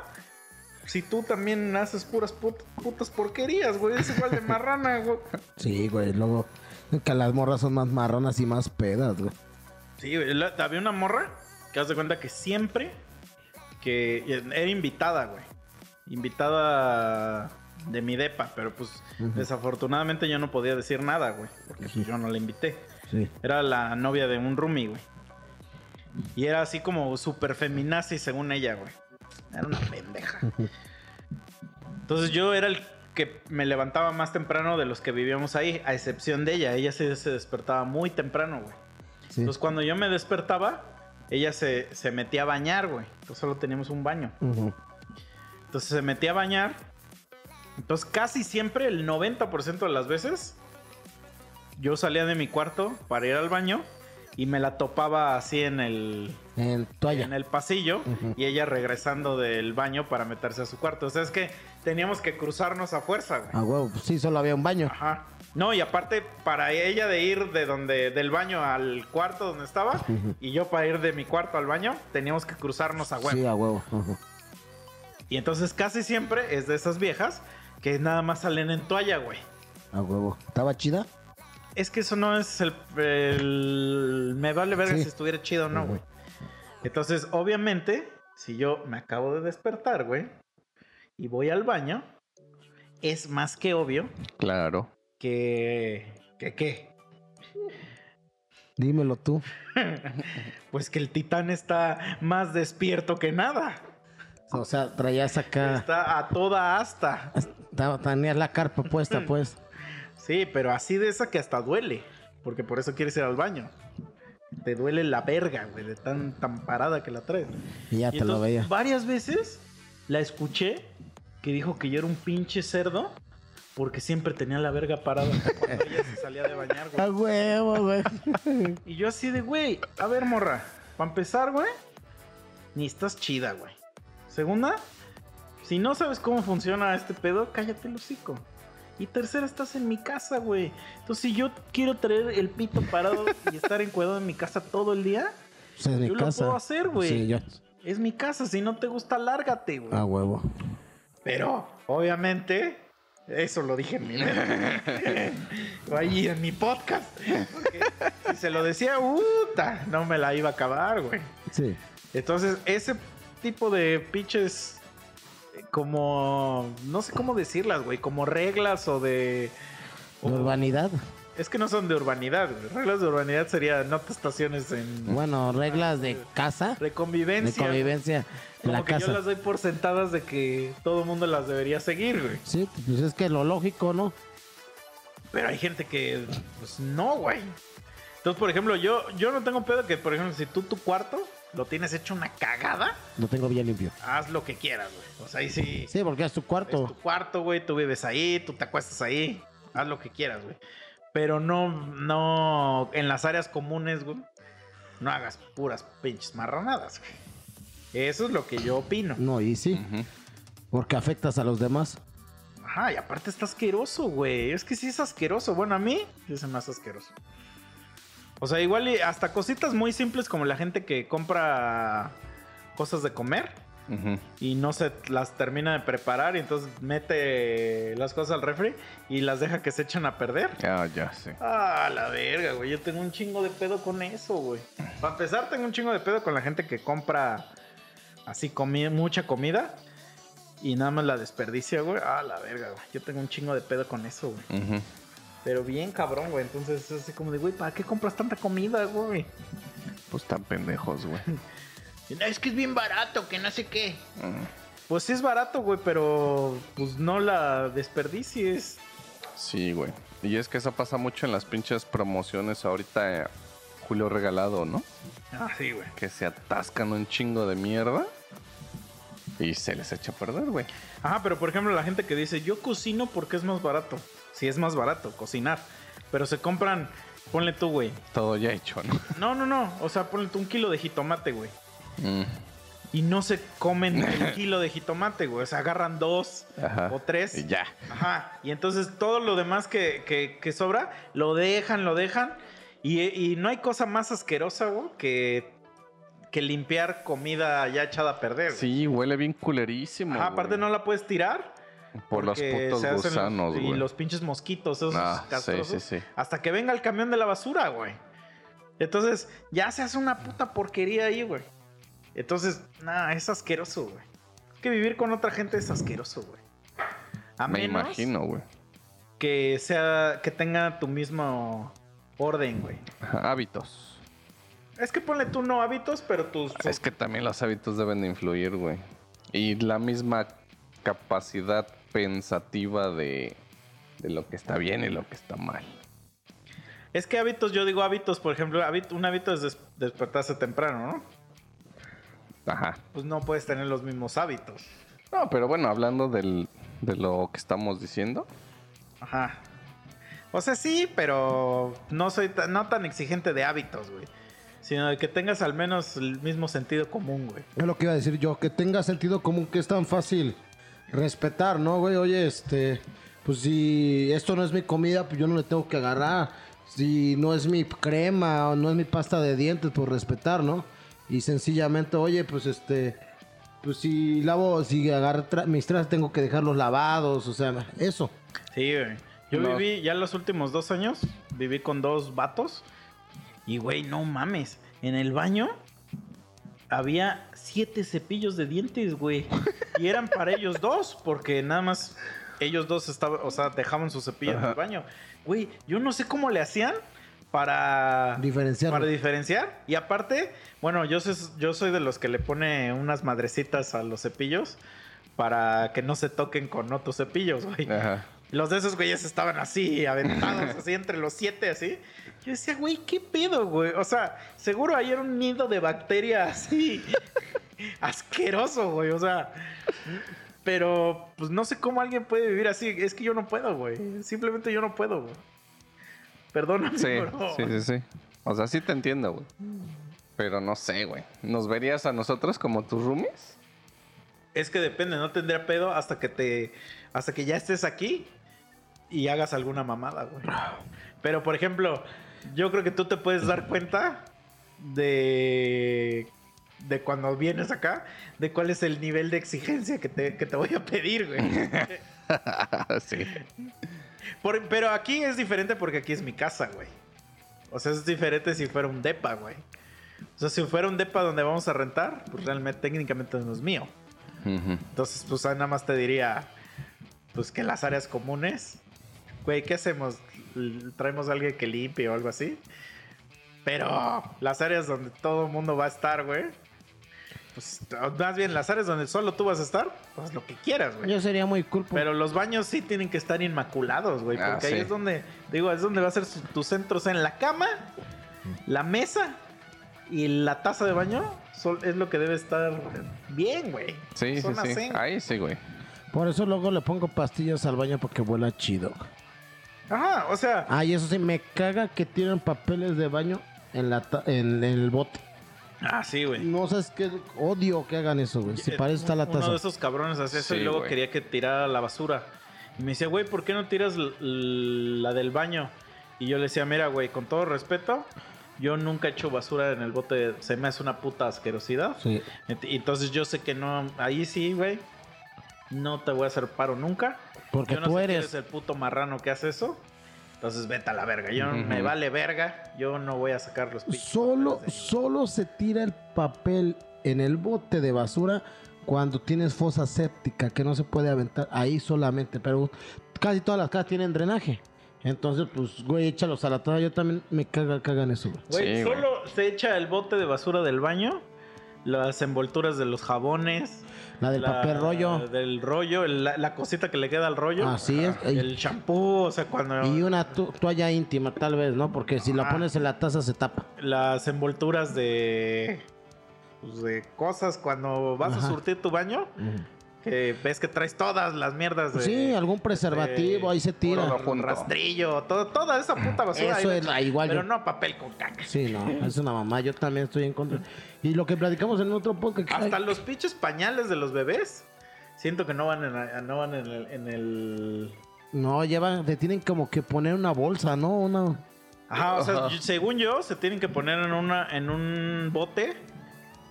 C: Si tú también haces puras put- putas porquerías, güey. Es igual de marrana, güey.
B: Sí, güey. Luego, que las morras son más marronas y más pedas, güey.
C: Sí, güey, la- había una morra que haz de cuenta que siempre que era invitada, güey. Invitada de mi depa, pero pues desafortunadamente yo no podía decir nada, güey, porque pues, yo no la invité.
B: Sí.
C: Era la novia de un roomie, güey. Y era así como súper feminazi según ella, güey. Era una pendeja. Entonces yo era el que me levantaba más temprano de los que vivíamos ahí, a excepción de ella. Ella sí se despertaba muy temprano, güey.
B: Sí.
C: Entonces cuando yo me despertaba, ella se, se metía a bañar, güey. Entonces solo teníamos un baño.
B: Ujú.
C: Entonces se metía a bañar. Entonces casi siempre, el 90% de las veces, yo salía de mi cuarto para ir al baño y me la topaba así en el,
D: En toalla.
C: en el pasillo y ella regresando del baño para meterse a su cuarto. O sea, es que teníamos que cruzarnos a fuerza, güey.
D: Ah, huevo, pues sí, solo había un baño.
C: Ajá. No, y aparte, para ella de ir de donde, del baño al cuarto donde estaba, y yo para ir de mi cuarto al baño, teníamos que cruzarnos Ah, a huevo.
D: Sí, a huevo. Ujú.
C: Y entonces casi siempre es de esas viejas que nada más salen en toalla, güey.
D: A huevo. ¿Estaba chida?
C: Es que eso no es el... el- me vale verga
D: Sí.
C: si estuviera chido o no, güey. Entonces, obviamente, si yo me acabo de despertar, güey, y voy al baño, es más que obvio
A: Claro.
C: que... ¿Que qué?
D: Dímelo tú.
C: Pues que el titán está más despierto que nada.
D: O sea, traías acá.
C: Está a toda asta.
D: estaba- Tenías la carpa
C: (clears throat)
D: puesta, pues.
C: Sí, pero así de esa que hasta duele. Porque por eso quieres ir al baño. Te duele la verga, güey, de tan, tan parada que la traes.
D: Y ya
C: Y
D: te lo
C: entonces,
D: veía.
C: Varias veces la escuché que dijo que yo era un pinche cerdo porque siempre tenía la verga parada (laughs) cuando ella se salía de bañar, güey.
D: A huevo,
C: (laughs)
D: güey.
C: Y yo así de, güey, a ver, morra, para empezar, güey, ni estás chida, güey. Segunda, si no sabes cómo funciona este pedo, cállate el hocico. Y tercera, estás en mi casa, güey. Entonces, si yo quiero traer el pito parado y estar encuadrado en mi casa todo el día,
B: O sea, de
C: yo
B: casa.
C: lo puedo hacer, güey.
B: Sí, yo.
C: Es mi casa, si no te gusta, lárgate, güey.
B: A huevo.
C: Pero, obviamente, eso lo dije en mi Ahí en mi podcast. Porque si se lo decía, puta, no me la iba a acabar, güey.
B: Sí.
C: Entonces, ese tipo de pitches eh, como no sé cómo decirlas, güey, como reglas o de o-
D: De urbanidad.
C: es que no son de urbanidad, güey. Reglas de urbanidad sería no te estaciones en
D: Bueno, reglas de casa,
C: de
D: de
C: convivencia.
D: convivencia en
C: como
D: la
C: que yo
D: casa.
C: las doy por sentadas de que todo el mundo las debería seguir, güey.
D: Sí, pues es que lo lógico, ¿no?
C: Pero hay gente que pues no, güey. Entonces, por ejemplo, yo yo no tengo pedo que, por ejemplo, si tú tu cuarto lo tienes hecho una cagada,
D: Lo tengo bien limpio.
C: haz lo que quieras, güey. O sea, ahí sí.
D: Sí, porque es tu
C: Es
D: cuarto.
C: tu cuarto, güey. Tú vives ahí, tú te acuestas ahí. Haz lo que quieras, güey. Pero no, no, en las áreas comunes, güey, no hagas puras pinches marranadas, güey. Eso es lo que yo opino.
D: No, y
B: Mm.
D: sí,
A: Ujú.
D: porque afectas a los demás.
C: Ajá, y aparte está asqueroso, güey. Es que sí es asqueroso. Bueno, a mí sí se me hace asqueroso. O sea, igual y hasta cositas muy simples como la gente que compra cosas de comer.
A: Ujú.
C: y no se las termina de preparar y entonces mete las cosas al refri y las deja que se echen a perder.
A: Ah, ya sé.
C: Ah, la verga, güey. Yo tengo un chingo de pedo con eso, güey. Para empezar, tengo un chingo de pedo con la gente que compra así comi- mucha comida y nada más la desperdicia, güey. Ah, la verga, güey. Yo tengo un chingo de pedo con eso, güey.
A: Ujú.
C: Pero bien cabrón, güey. Entonces es así como de, güey, ¿para qué compras tanta comida, güey?
A: Pues tan pendejos, güey.
C: Y, "No, Es que es bien barato, que no sé qué.
A: Mm.
C: Pues sí es barato, güey, pero pues no la desperdicies.
A: Sí, güey. Y es que eso pasa mucho en las pinches promociones ahorita, eh, Julio Regalado, ¿no?
C: Ah, sí, güey.
A: Que se atascan un chingo de mierda y se les echa a perder, güey.
C: Ajá, pero por ejemplo la gente que dice, yo cocino porque es más barato. Sí, es más barato cocinar. Pero se compran, ponle tú, güey.
A: Todo ya hecho, ¿no?
C: No, no, no. O sea, ponle tú un kilo de jitomate, güey.
A: Mm.
C: Y no se comen el kilo de jitomate, güey. O sea, agarran dos
A: Ajá.
C: o tres.
A: Y ya.
C: Ajá. Y entonces todo lo demás que, que- que sobra, lo dejan, lo dejan. Y, y no hay cosa más asquerosa, güey, que, que limpiar comida ya echada a perder. güey.
A: Sí, huele bien culerísimo.
C: Ajá, aparte
A: güey.
C: no la puedes tirar.
A: Por los
C: porque se
A: putos
C: hacen los-
A: gusanos,
C: Y
A: güey.
C: los pinches mosquitos, esos
A: Ah, sí,
C: castrosos.
A: sí, sí.
C: Hasta que venga el camión de la basura, güey. Entonces, ya se hace una puta porquería ahí, güey. Entonces, nada, es asqueroso, güey. Es que vivir con otra gente es asqueroso, güey. A
A: Me
C: menos
A: imagino, güey.
C: que sea que tenga tu mismo orden, güey.
A: Hábitos.
C: Es que ponle tú no hábitos, pero tus
A: Ah, Es que también los hábitos deben de influir, güey. Y la misma capacidad pensativa de, de lo que está bien y lo que está mal.
C: Es que hábitos, yo digo hábitos, por ejemplo, hábit- un hábito es des- despertarse temprano, ¿no?
A: Ajá.
C: Pues no puedes tener los mismos hábitos.
A: No, pero bueno, hablando del, de lo que estamos diciendo.
C: Ajá. O sea, sí, pero no soy ta- no tan exigente de hábitos, güey. Sino de que tengas al menos el mismo sentido común, güey.
B: Es lo que iba a decir yo, que tenga sentido común, que es tan fácil respetar, ¿no, güey? Oye, este, pues si esto no es mi comida, pues yo no le tengo que agarrar. Si no es mi crema o no es mi pasta de dientes, pues respetar, ¿no? Y sencillamente, oye, pues este, pues si lavo, si agarro tra- mis trastes, tengo que dejarlos lavados, o sea, eso.
C: Sí, güey. Yo
A: No.
C: viví, ya los últimos dos años, viví con dos vatos. Y, güey, no mames. En el baño había siete cepillos de dientes, güey. Y eran para ellos dos, porque nada más ellos dos estaban, o sea, dejaban sus cepillos en el
A: Ajá.
C: baño. Güey, yo no sé cómo le hacían
D: Ah.
C: para...
B: Diferenciarlo.
C: Para diferenciar. Y aparte, bueno, yo soy, yo soy de los que le pone unas madrecitas a los cepillos para que no se toquen con otros cepillos, güey.
A: Ajá.
C: Los de esos güeyes estaban así, aventados, así entre los siete, así. Yo decía, güey, ¿qué pedo, güey? O sea, seguro ahí era un nido de bacterias así. (laughs) Asqueroso, güey, o sea. Pero, pues no sé cómo alguien puede vivir así. Es que yo no puedo, güey. Simplemente yo no puedo, güey. Perdóname,
A: Sí,
C: bro.
A: sí, sí, sí. O sea, sí te entiendo, güey. Pero no sé, güey. ¿Nos verías a nosotros como tus roomies? (laughs)
C: Es que depende, no tendría pedo hasta que te. hasta que ya estés aquí. y hagas alguna mamada, güey. Pero, por ejemplo, yo creo que tú te puedes dar cuenta de, de cuando vienes acá, de cuál es el nivel de exigencia que te, que te voy a pedir, güey.
A: Ah, sí.
C: Por- pero aquí es diferente porque aquí es mi casa, güey. O sea, es diferente si fuera un depa, güey. O sea, si fuera un depa donde vamos a rentar, pues realmente técnicamente no es mío.
A: Ujú.
C: Entonces, pues nada más te diría, pues que las áreas comunes, güey, ¿qué hacemos? L- ¿Traemos a alguien que limpie o algo así? Pero las áreas donde todo el mundo va a estar, güey. Pues o más bien las áreas donde solo tú vas a estar, pues lo que quieras, güey.
D: Yo sería muy cool. por-
C: Pero los baños sí tienen que estar inmaculados, güey.
A: Ah,
C: Porque ahí
A: sí.
C: es donde, digo, es donde va a ser su- tu centro. O sea, en la cama, la mesa y la taza de baño sol- es lo que debe estar bien, güey.
A: Sí, sí,
C: Zona
A: sí.
C: zen.
A: Ahí sí, güey.
B: Por eso luego le pongo pastillas al baño porque vuela chido.
C: Ajá, o sea,
B: Ay, eso sí, me caga que tienen papeles de baño en, la ta- en, en el bote.
C: ah, sí, güey.
B: No sabes qué odio que hagan eso, güey. Si
C: Eh,
B: para eso está la
C: Uno de
B: taza.
C: esos cabrones hace eso y
A: Sí,
C: luego
A: güey.
C: quería que tirara la basura. Y me decía, güey, ¿por qué no tiras l- l- la del baño? Y yo le decía, mira, güey, con todo respeto, yo nunca he hecho basura en el bote. Se me hace una puta asquerosidad.
B: Sí.
C: Ent- Entonces yo sé que no, ahí sí, güey. No te voy a hacer paro nunca.
B: Porque
C: yo no
B: tú
C: sé que
B: eres.
C: el puto marrano que hace eso. Entonces vete a la verga. Yo me
A: Ujú.
C: vale verga. Yo no voy a sacar los pinches
B: Solo,
C: papeles de ahí.
B: solo se tira el papel en el bote de basura cuando tienes fosa séptica que no se puede aventar ahí solamente. Pero casi todas las casas tienen drenaje. Entonces, pues, güey, échalos a la taza. Yo también me caga, cagan eso, güey.
C: Güey,
A: Sí, güey.
C: solo se echa el bote de basura del baño, las envolturas de los jabones,
B: La del
C: la-
B: papel rollo.
C: del rollo, el- la, la cosita que le queda al rollo,
B: Así es.
C: el champú, o sea, cuando
B: Y una tu- toalla íntima, tal vez, ¿no? Porque si la
C: Ajá.
B: pones en la taza se tapa.
C: las envolturas de pues, de cosas cuando vas
B: Ajá.
C: a surtir tu baño, que ves que traes todas las mierdas de
B: Pues Sí, algún preservativo, ahí se tira.
A: Todo junto.
C: rastrillo, todo, toda esa puta basura.
B: Eso
C: ahí
B: es
C: la-
B: la- igual
C: Pero
B: yo-
C: no papel con caca.
B: Sí, no, es una mamá. Yo también estoy en contra. Y lo que platicamos en otro podcast. que-
C: Hasta los pinches pañales de los bebés. Siento que no van en, la- no van en el, en el-
B: No, llevan, te tienen como que poner una bolsa, ¿no? Una.
C: Ajá, o sea,
A: Ajá.
C: yo- según yo, se tienen que poner en una en un bote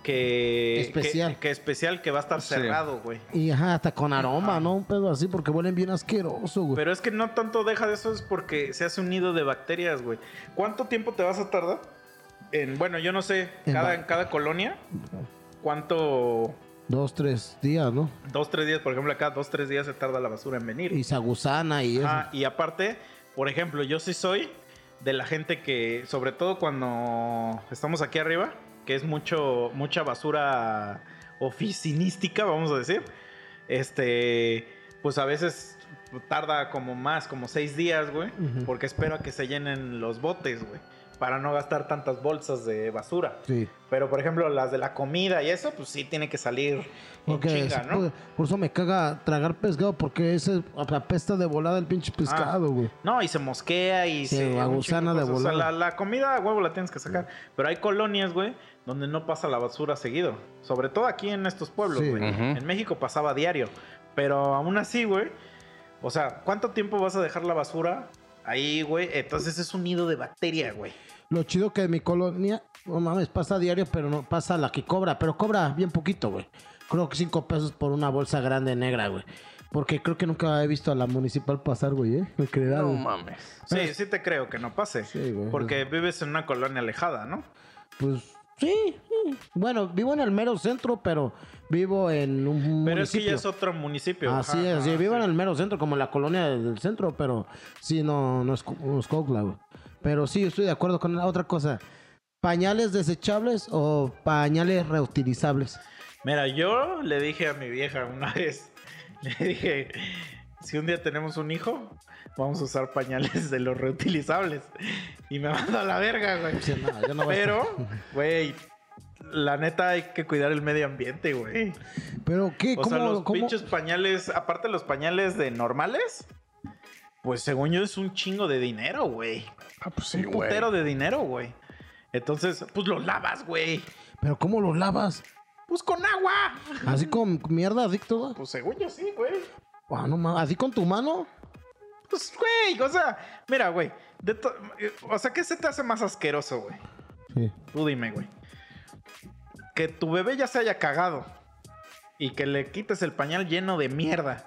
C: que
B: Especial.
C: que, que especial que va a estar
A: Sí.
C: cerrado, güey.
B: Y ajá, hasta con aroma, ¿no? Un pedo así, porque huelen bien asqueroso, güey.
C: Pero es que no tanto deja de eso, es porque se hace un nido de bacterias, güey. ¿Cuánto tiempo te vas a tardar? En, bueno, yo no sé,
B: En
C: cada,
B: ba-
C: en cada colonia, ¿cuánto?
B: Dos, tres días, ¿no?
C: Dos, tres días, por ejemplo, acá dos, tres días se tarda la basura en venir.
B: Y sagusana y eso.
C: Ah, y aparte, por ejemplo, yo sí soy de la gente que, sobre todo cuando estamos aquí arriba, que es mucho, mucha basura oficinística, vamos a decir. Este, pues a veces tarda como más, como seis días, güey,
B: Ujú.
C: porque espero a que se llenen los botes, güey, para no gastar tantas bolsas de basura.
B: Sí.
C: Pero por ejemplo, las de la comida y eso, pues sí tiene que salir en
B: Porque
C: chinga,
B: sí,
C: ¿no?
B: por- por eso me caga tragar pescado, porque ese apesta de volada el pinche
C: Ah.
B: pescado, güey.
C: No, y se mosquea y
B: Sí,
C: se.
B: la
C: un
B: gusana
C: chingo
B: de
C: cosas. O sea,
B: volada. Mm.
C: la, la comida a huevo la tienes que sacar. Pero hay colonias, güey, donde no pasa la basura seguido. Sobre todo aquí en estos pueblos,
B: Sí.
C: güey.
A: Ujú.
C: En México pasaba diario. Pero aún así, güey. O sea, ¿cuánto tiempo vas a dejar la basura ahí, güey? Entonces es un nido de bacteria, güey.
B: Lo chido que en mi colonia, no mames, pasa diario, pero no pasa la que cobra, pero cobra bien poquito, güey. Creo que cinco pesos por una bolsa grande negra, güey. Porque creo que nunca he visto a la municipal pasar, güey, ¿eh? Me creerás,
A: No
B: güey.
A: mames.
C: Sí, sí te creo que no pase.
B: Sí, güey.
C: Porque vives en una colonia alejada, ¿no?
B: Pues sí, sí. Bueno, vivo en el mero centro, pero vivo en un
C: Pero
B: municipio.
C: es que ya es otro municipio.
B: Así
C: Ajá,
B: es,
C: ajá,
B: sí, vivo
C: sí.
B: en el mero centro, como en la colonia del centro, pero sí, no, no es, co- no es Cocla, güey. Pero sí, estoy de acuerdo con la otra cosa. ¿Pañales desechables o pañales reutilizables?
C: Mira, yo le dije a mi vieja una (laughs) vez, le dije, si un día tenemos un hijo, vamos a usar pañales de los reutilizables. Y me (laughs) mando a la verga, güey.
B: Sí, no, yo no voy a
C: Pero,
B: estar-
C: güey, la neta hay que cuidar el medio ambiente, güey.
B: Pero qué,
C: O
B: ¿cómo?
C: sea, los
B: cómo-
C: pinches pañales, aparte los pañales de normales, pues según yo es un chingo de dinero, güey.
A: Ah, pues sí,
C: Un
A: güey.
C: putero de dinero, güey. Entonces, pues los lavas, güey.
B: Pero ¿cómo los lavas?
C: Pues con agua.
B: ¿Así con mierda adicto?
C: Pues según yo sí, güey.
B: Ah, no mames, ¿Así con tu mano?
C: Pues, güey, o sea, mira, güey. de to- eh, O sea, ¿qué se te hace más asqueroso, güey?
B: Sí.
C: Tú dime, güey. Que tu bebé ya se haya cagado y que le quites el pañal lleno de mierda.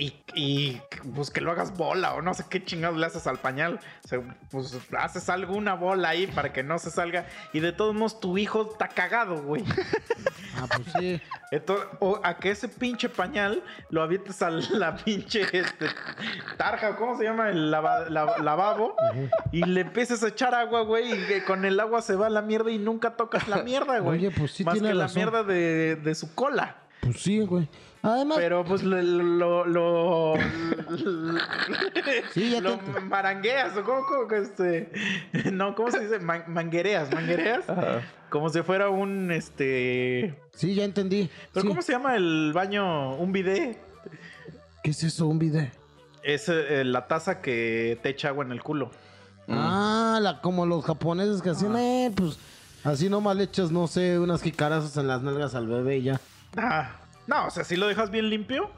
C: Y, y, pues que lo hagas bola o no sé qué chingados le haces al pañal. O sea, pues haces alguna bola ahí para que no se salga. Y de todos modos tu hijo está cagado, güey.
B: Ah, pues sí.
C: Entonces, o a que ese pinche pañal lo avientes a la (laughs) pinche este, tarja, ¿cómo se llama? El lava- la- lavabo. Y le empiezas a echar agua, güey. Y que con el agua se va la mierda y nunca tocas
B: (laughs)
C: la mierda, (laughs) güey.
B: Oye, pues sí
C: Más
B: tiene
C: que la
B: razón.
C: mierda de, de su cola.
B: Pues sí, güey. Además,
C: Pero pues lo. lo, lo,
B: Sí, ya
C: lo
B: te-
C: marangueas, o cómo, cómo que este. (laughs) No, ¿cómo se dice? Man- manguereas, manguereas.
A: Ah,
C: Como si fuera un este.
B: sí, ya entendí.
C: ¿Pero
B: Sí.
C: cómo se llama el baño? Un bidé.
B: ¿Qué es eso? Un video.
C: Es eh, la taza que te echa agua en el culo. Mm.
B: Ah, la, como los japoneses que
C: Ah.
B: hacían, eh, pues así nomás le echas, no sé, unas jicarazos en las nalgas al bebé y ya.
C: Ah, no, o sea, si lo dejas bien limpio,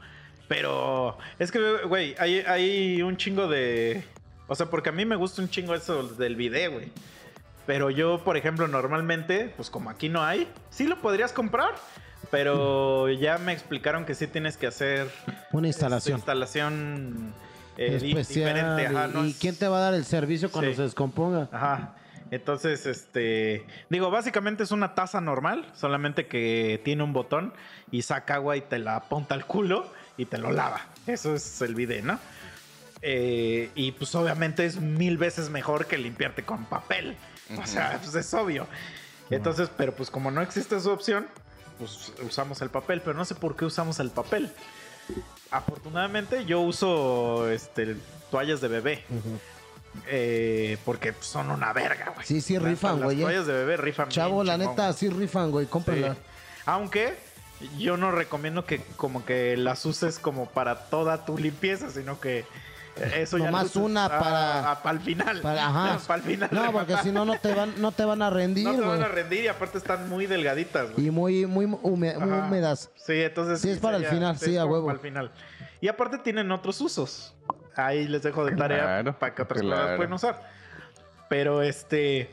C: pero es que, güey, hay, hay un chingo de... O sea, porque a mí me gusta un chingo eso del video, güey. Pero yo, por ejemplo, normalmente, pues como aquí no hay, sí lo podrías comprar, pero ya me explicaron que sí tienes que hacer
B: Una
C: esta
B: Mm. instalación.
C: instalación eh, di-
B: especial.
C: diferente. Ajá,
B: y,
C: no
B: y
C: es-
B: quién te va a dar el servicio cuando
C: Sí. Ah,
B: se descomponga?
C: Ajá. Entonces, este, digo, básicamente es una taza normal, solamente que tiene un botón y saca agua y te la apunta al culo y te lo lava. Eso es el bidet, ¿no? Eh, y pues obviamente es mil veces mejor que limpiarte con papel. O sea, pues es obvio. Entonces, pero pues como no existe esa opción, pues usamos el papel, pero no sé por qué usamos el papel. Afortunadamente yo uso este, toallas de bebé. Eh, porque pues, son una verga, güey.
B: Sí, sí
C: Las-
B: rifan, güey, eh.
C: Las toallas de bebé rifan.
B: Chavo,
C: bien
B: la
C: chingón,
B: neta, así rifan, güey,
C: güey.
B: cómprala.
C: Sí. Aunque yo no recomiendo que como que las uses como para toda tu limpieza, sino que eso ya
B: Nomás
C: lo uses
B: una
C: a-
B: para-
C: a- para el final.
B: Para-
C: (laughs)
B: ajá.
C: Para el final.
B: No, porque si no, no te van, no te van a rendir,
C: No te
B: güey.
C: van a rendir y aparte están muy delgaditas, güey.
B: Y muy, muy hume- muy
C: Ajá.
B: húmedas.
C: Sí, entonces.
B: Sí, es para el final, sí,
C: es
B: a
C: como
B: huevo.
C: Para el final. Y aparte tienen otros usos. Ahí les dejo de tarea
A: Claro,
C: para que otras personas
A: claro.
C: pueden usar. Pero este.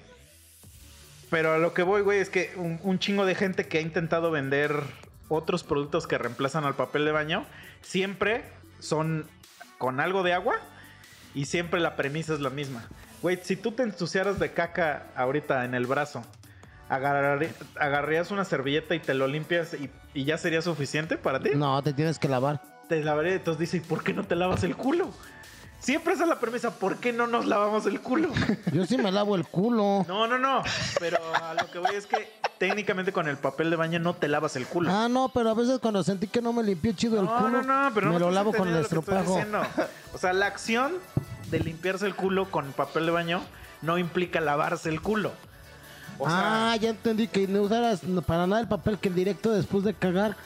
C: Pero a lo que voy, güey, es que un, un chingo de gente que ha intentado vender otros productos que reemplazan al papel de baño siempre son con algo de agua y siempre la premisa es la misma. Güey, si tú te ensuciaras de caca ahorita en el brazo, agarrar- agarrarías una servilleta y te lo limpias y, y ya sería suficiente para ti.
B: No, te tienes que lavar.
C: Te lavaré, entonces dice, ¿y por qué no te lavas el culo? Siempre esa es la premisa, ¿por qué no nos lavamos el culo?
B: Yo sí me lavo el culo.
C: No, no, no. Pero a lo que voy es que técnicamente con el papel de baño no te lavas el culo.
B: Ah, no, pero a veces cuando sentí que no me limpié chido el
C: no,
B: culo,
C: no, no, pero no
B: me lo
C: estás
B: lavo con el
C: entendiendo lo que
B: estropajo.
C: estoy diciendo. O sea, la acción de limpiarse el culo con papel de baño no implica lavarse el culo. O sea,
B: ah, ya entendí que no usaras para nada el papel que el directo después de cagar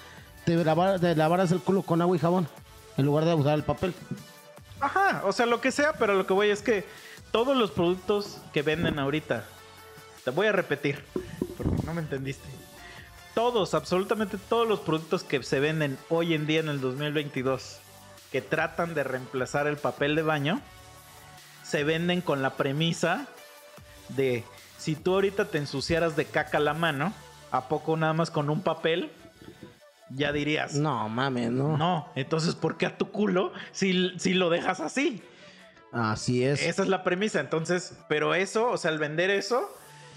B: te, lavar- te lavaras el culo con agua y jabón en lugar de usar el papel.
C: ajá, o sea, lo que sea, pero lo que voy es que todos los productos que venden ahorita, te voy a repetir, porque no me entendiste. Todos, absolutamente todos los productos que se venden hoy en día en el 2022 que tratan de reemplazar el papel de baño, se venden con la premisa de si tú ahorita te ensuciaras de caca la mano, ¿a poco nada más con un papel? Ya dirías.
B: No, mames, no.
C: No, entonces ¿por qué a tu culo si, si lo dejas así?
B: Así es.
C: Esa es la premisa, entonces, pero eso, o sea, el vender eso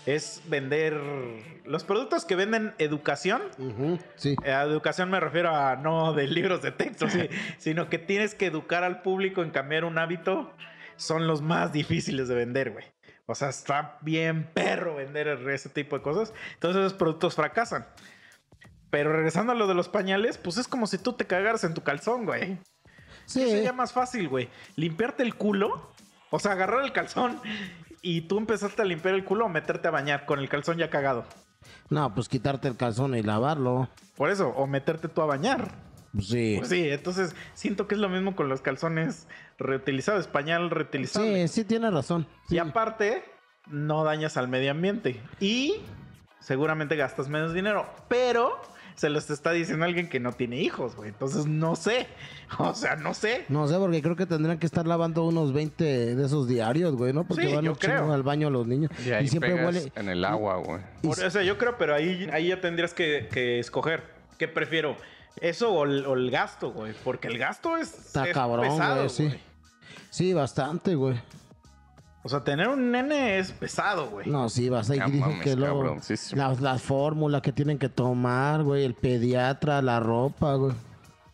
C: es vender los productos que venden educación.
B: Ujú, Sí.
C: eh, A educación me refiero a no de libros de texto, sí, sino que tienes que educar al público en cambiar un hábito. Son los más difíciles de vender, güey. O sea, está bien perro vender ese tipo de cosas. Entonces esos productos fracasan. Pero regresando a lo de los pañales, pues es como si tú te cagaras en tu calzón, güey. ¿Qué
B: Sí.
C: sería más fácil, güey? ¿Limpiarte el culo? O sea, agarrar el calzón y tú empezaste a limpiar el culo o meterte a bañar con el calzón ya cagado.
B: No, pues quitarte el calzón y lavarlo.
C: Por eso, o meterte tú a bañar.
B: Sí.
C: Pues sí, entonces siento que es lo mismo con los calzones reutilizados, pañal reutilizado.
B: Sí, sí tienes razón.
C: Y
B: Sí.
C: aparte, no dañas al medio ambiente. Y seguramente gastas menos dinero. Pero se los está diciendo alguien que no tiene hijos, güey. Entonces no sé. (laughs) O sea, no sé.
B: No sé, porque creo que tendrían que estar lavando unos 20 de esos diarios, güey, ¿no? Porque
C: Sí,
B: van
C: yo
B: un chingo
C: creo.
B: al baño los niños.
A: Y ahí
B: Y siempre
A: pegas
B: huele.
A: en el agua, güey.
C: Por- o sea, yo creo, pero ahí, ahí ya tendrías que, que escoger. ¿Qué prefiero? ¿Eso o el, o el gasto, güey? Porque el gasto es,
B: Está
C: es
B: cabrón,
C: pesado,
B: güey, sí.
C: güey.
B: Sí, bastante, güey.
C: O sea, tener un nene es pesado, güey.
B: No, sí, vas ahí
A: Ah,
B: y dicen
A: mames,
B: que luego
A: cabroncísimo.
B: las, las fórmulas que tienen que tomar, güey, el pediatra, la ropa, güey.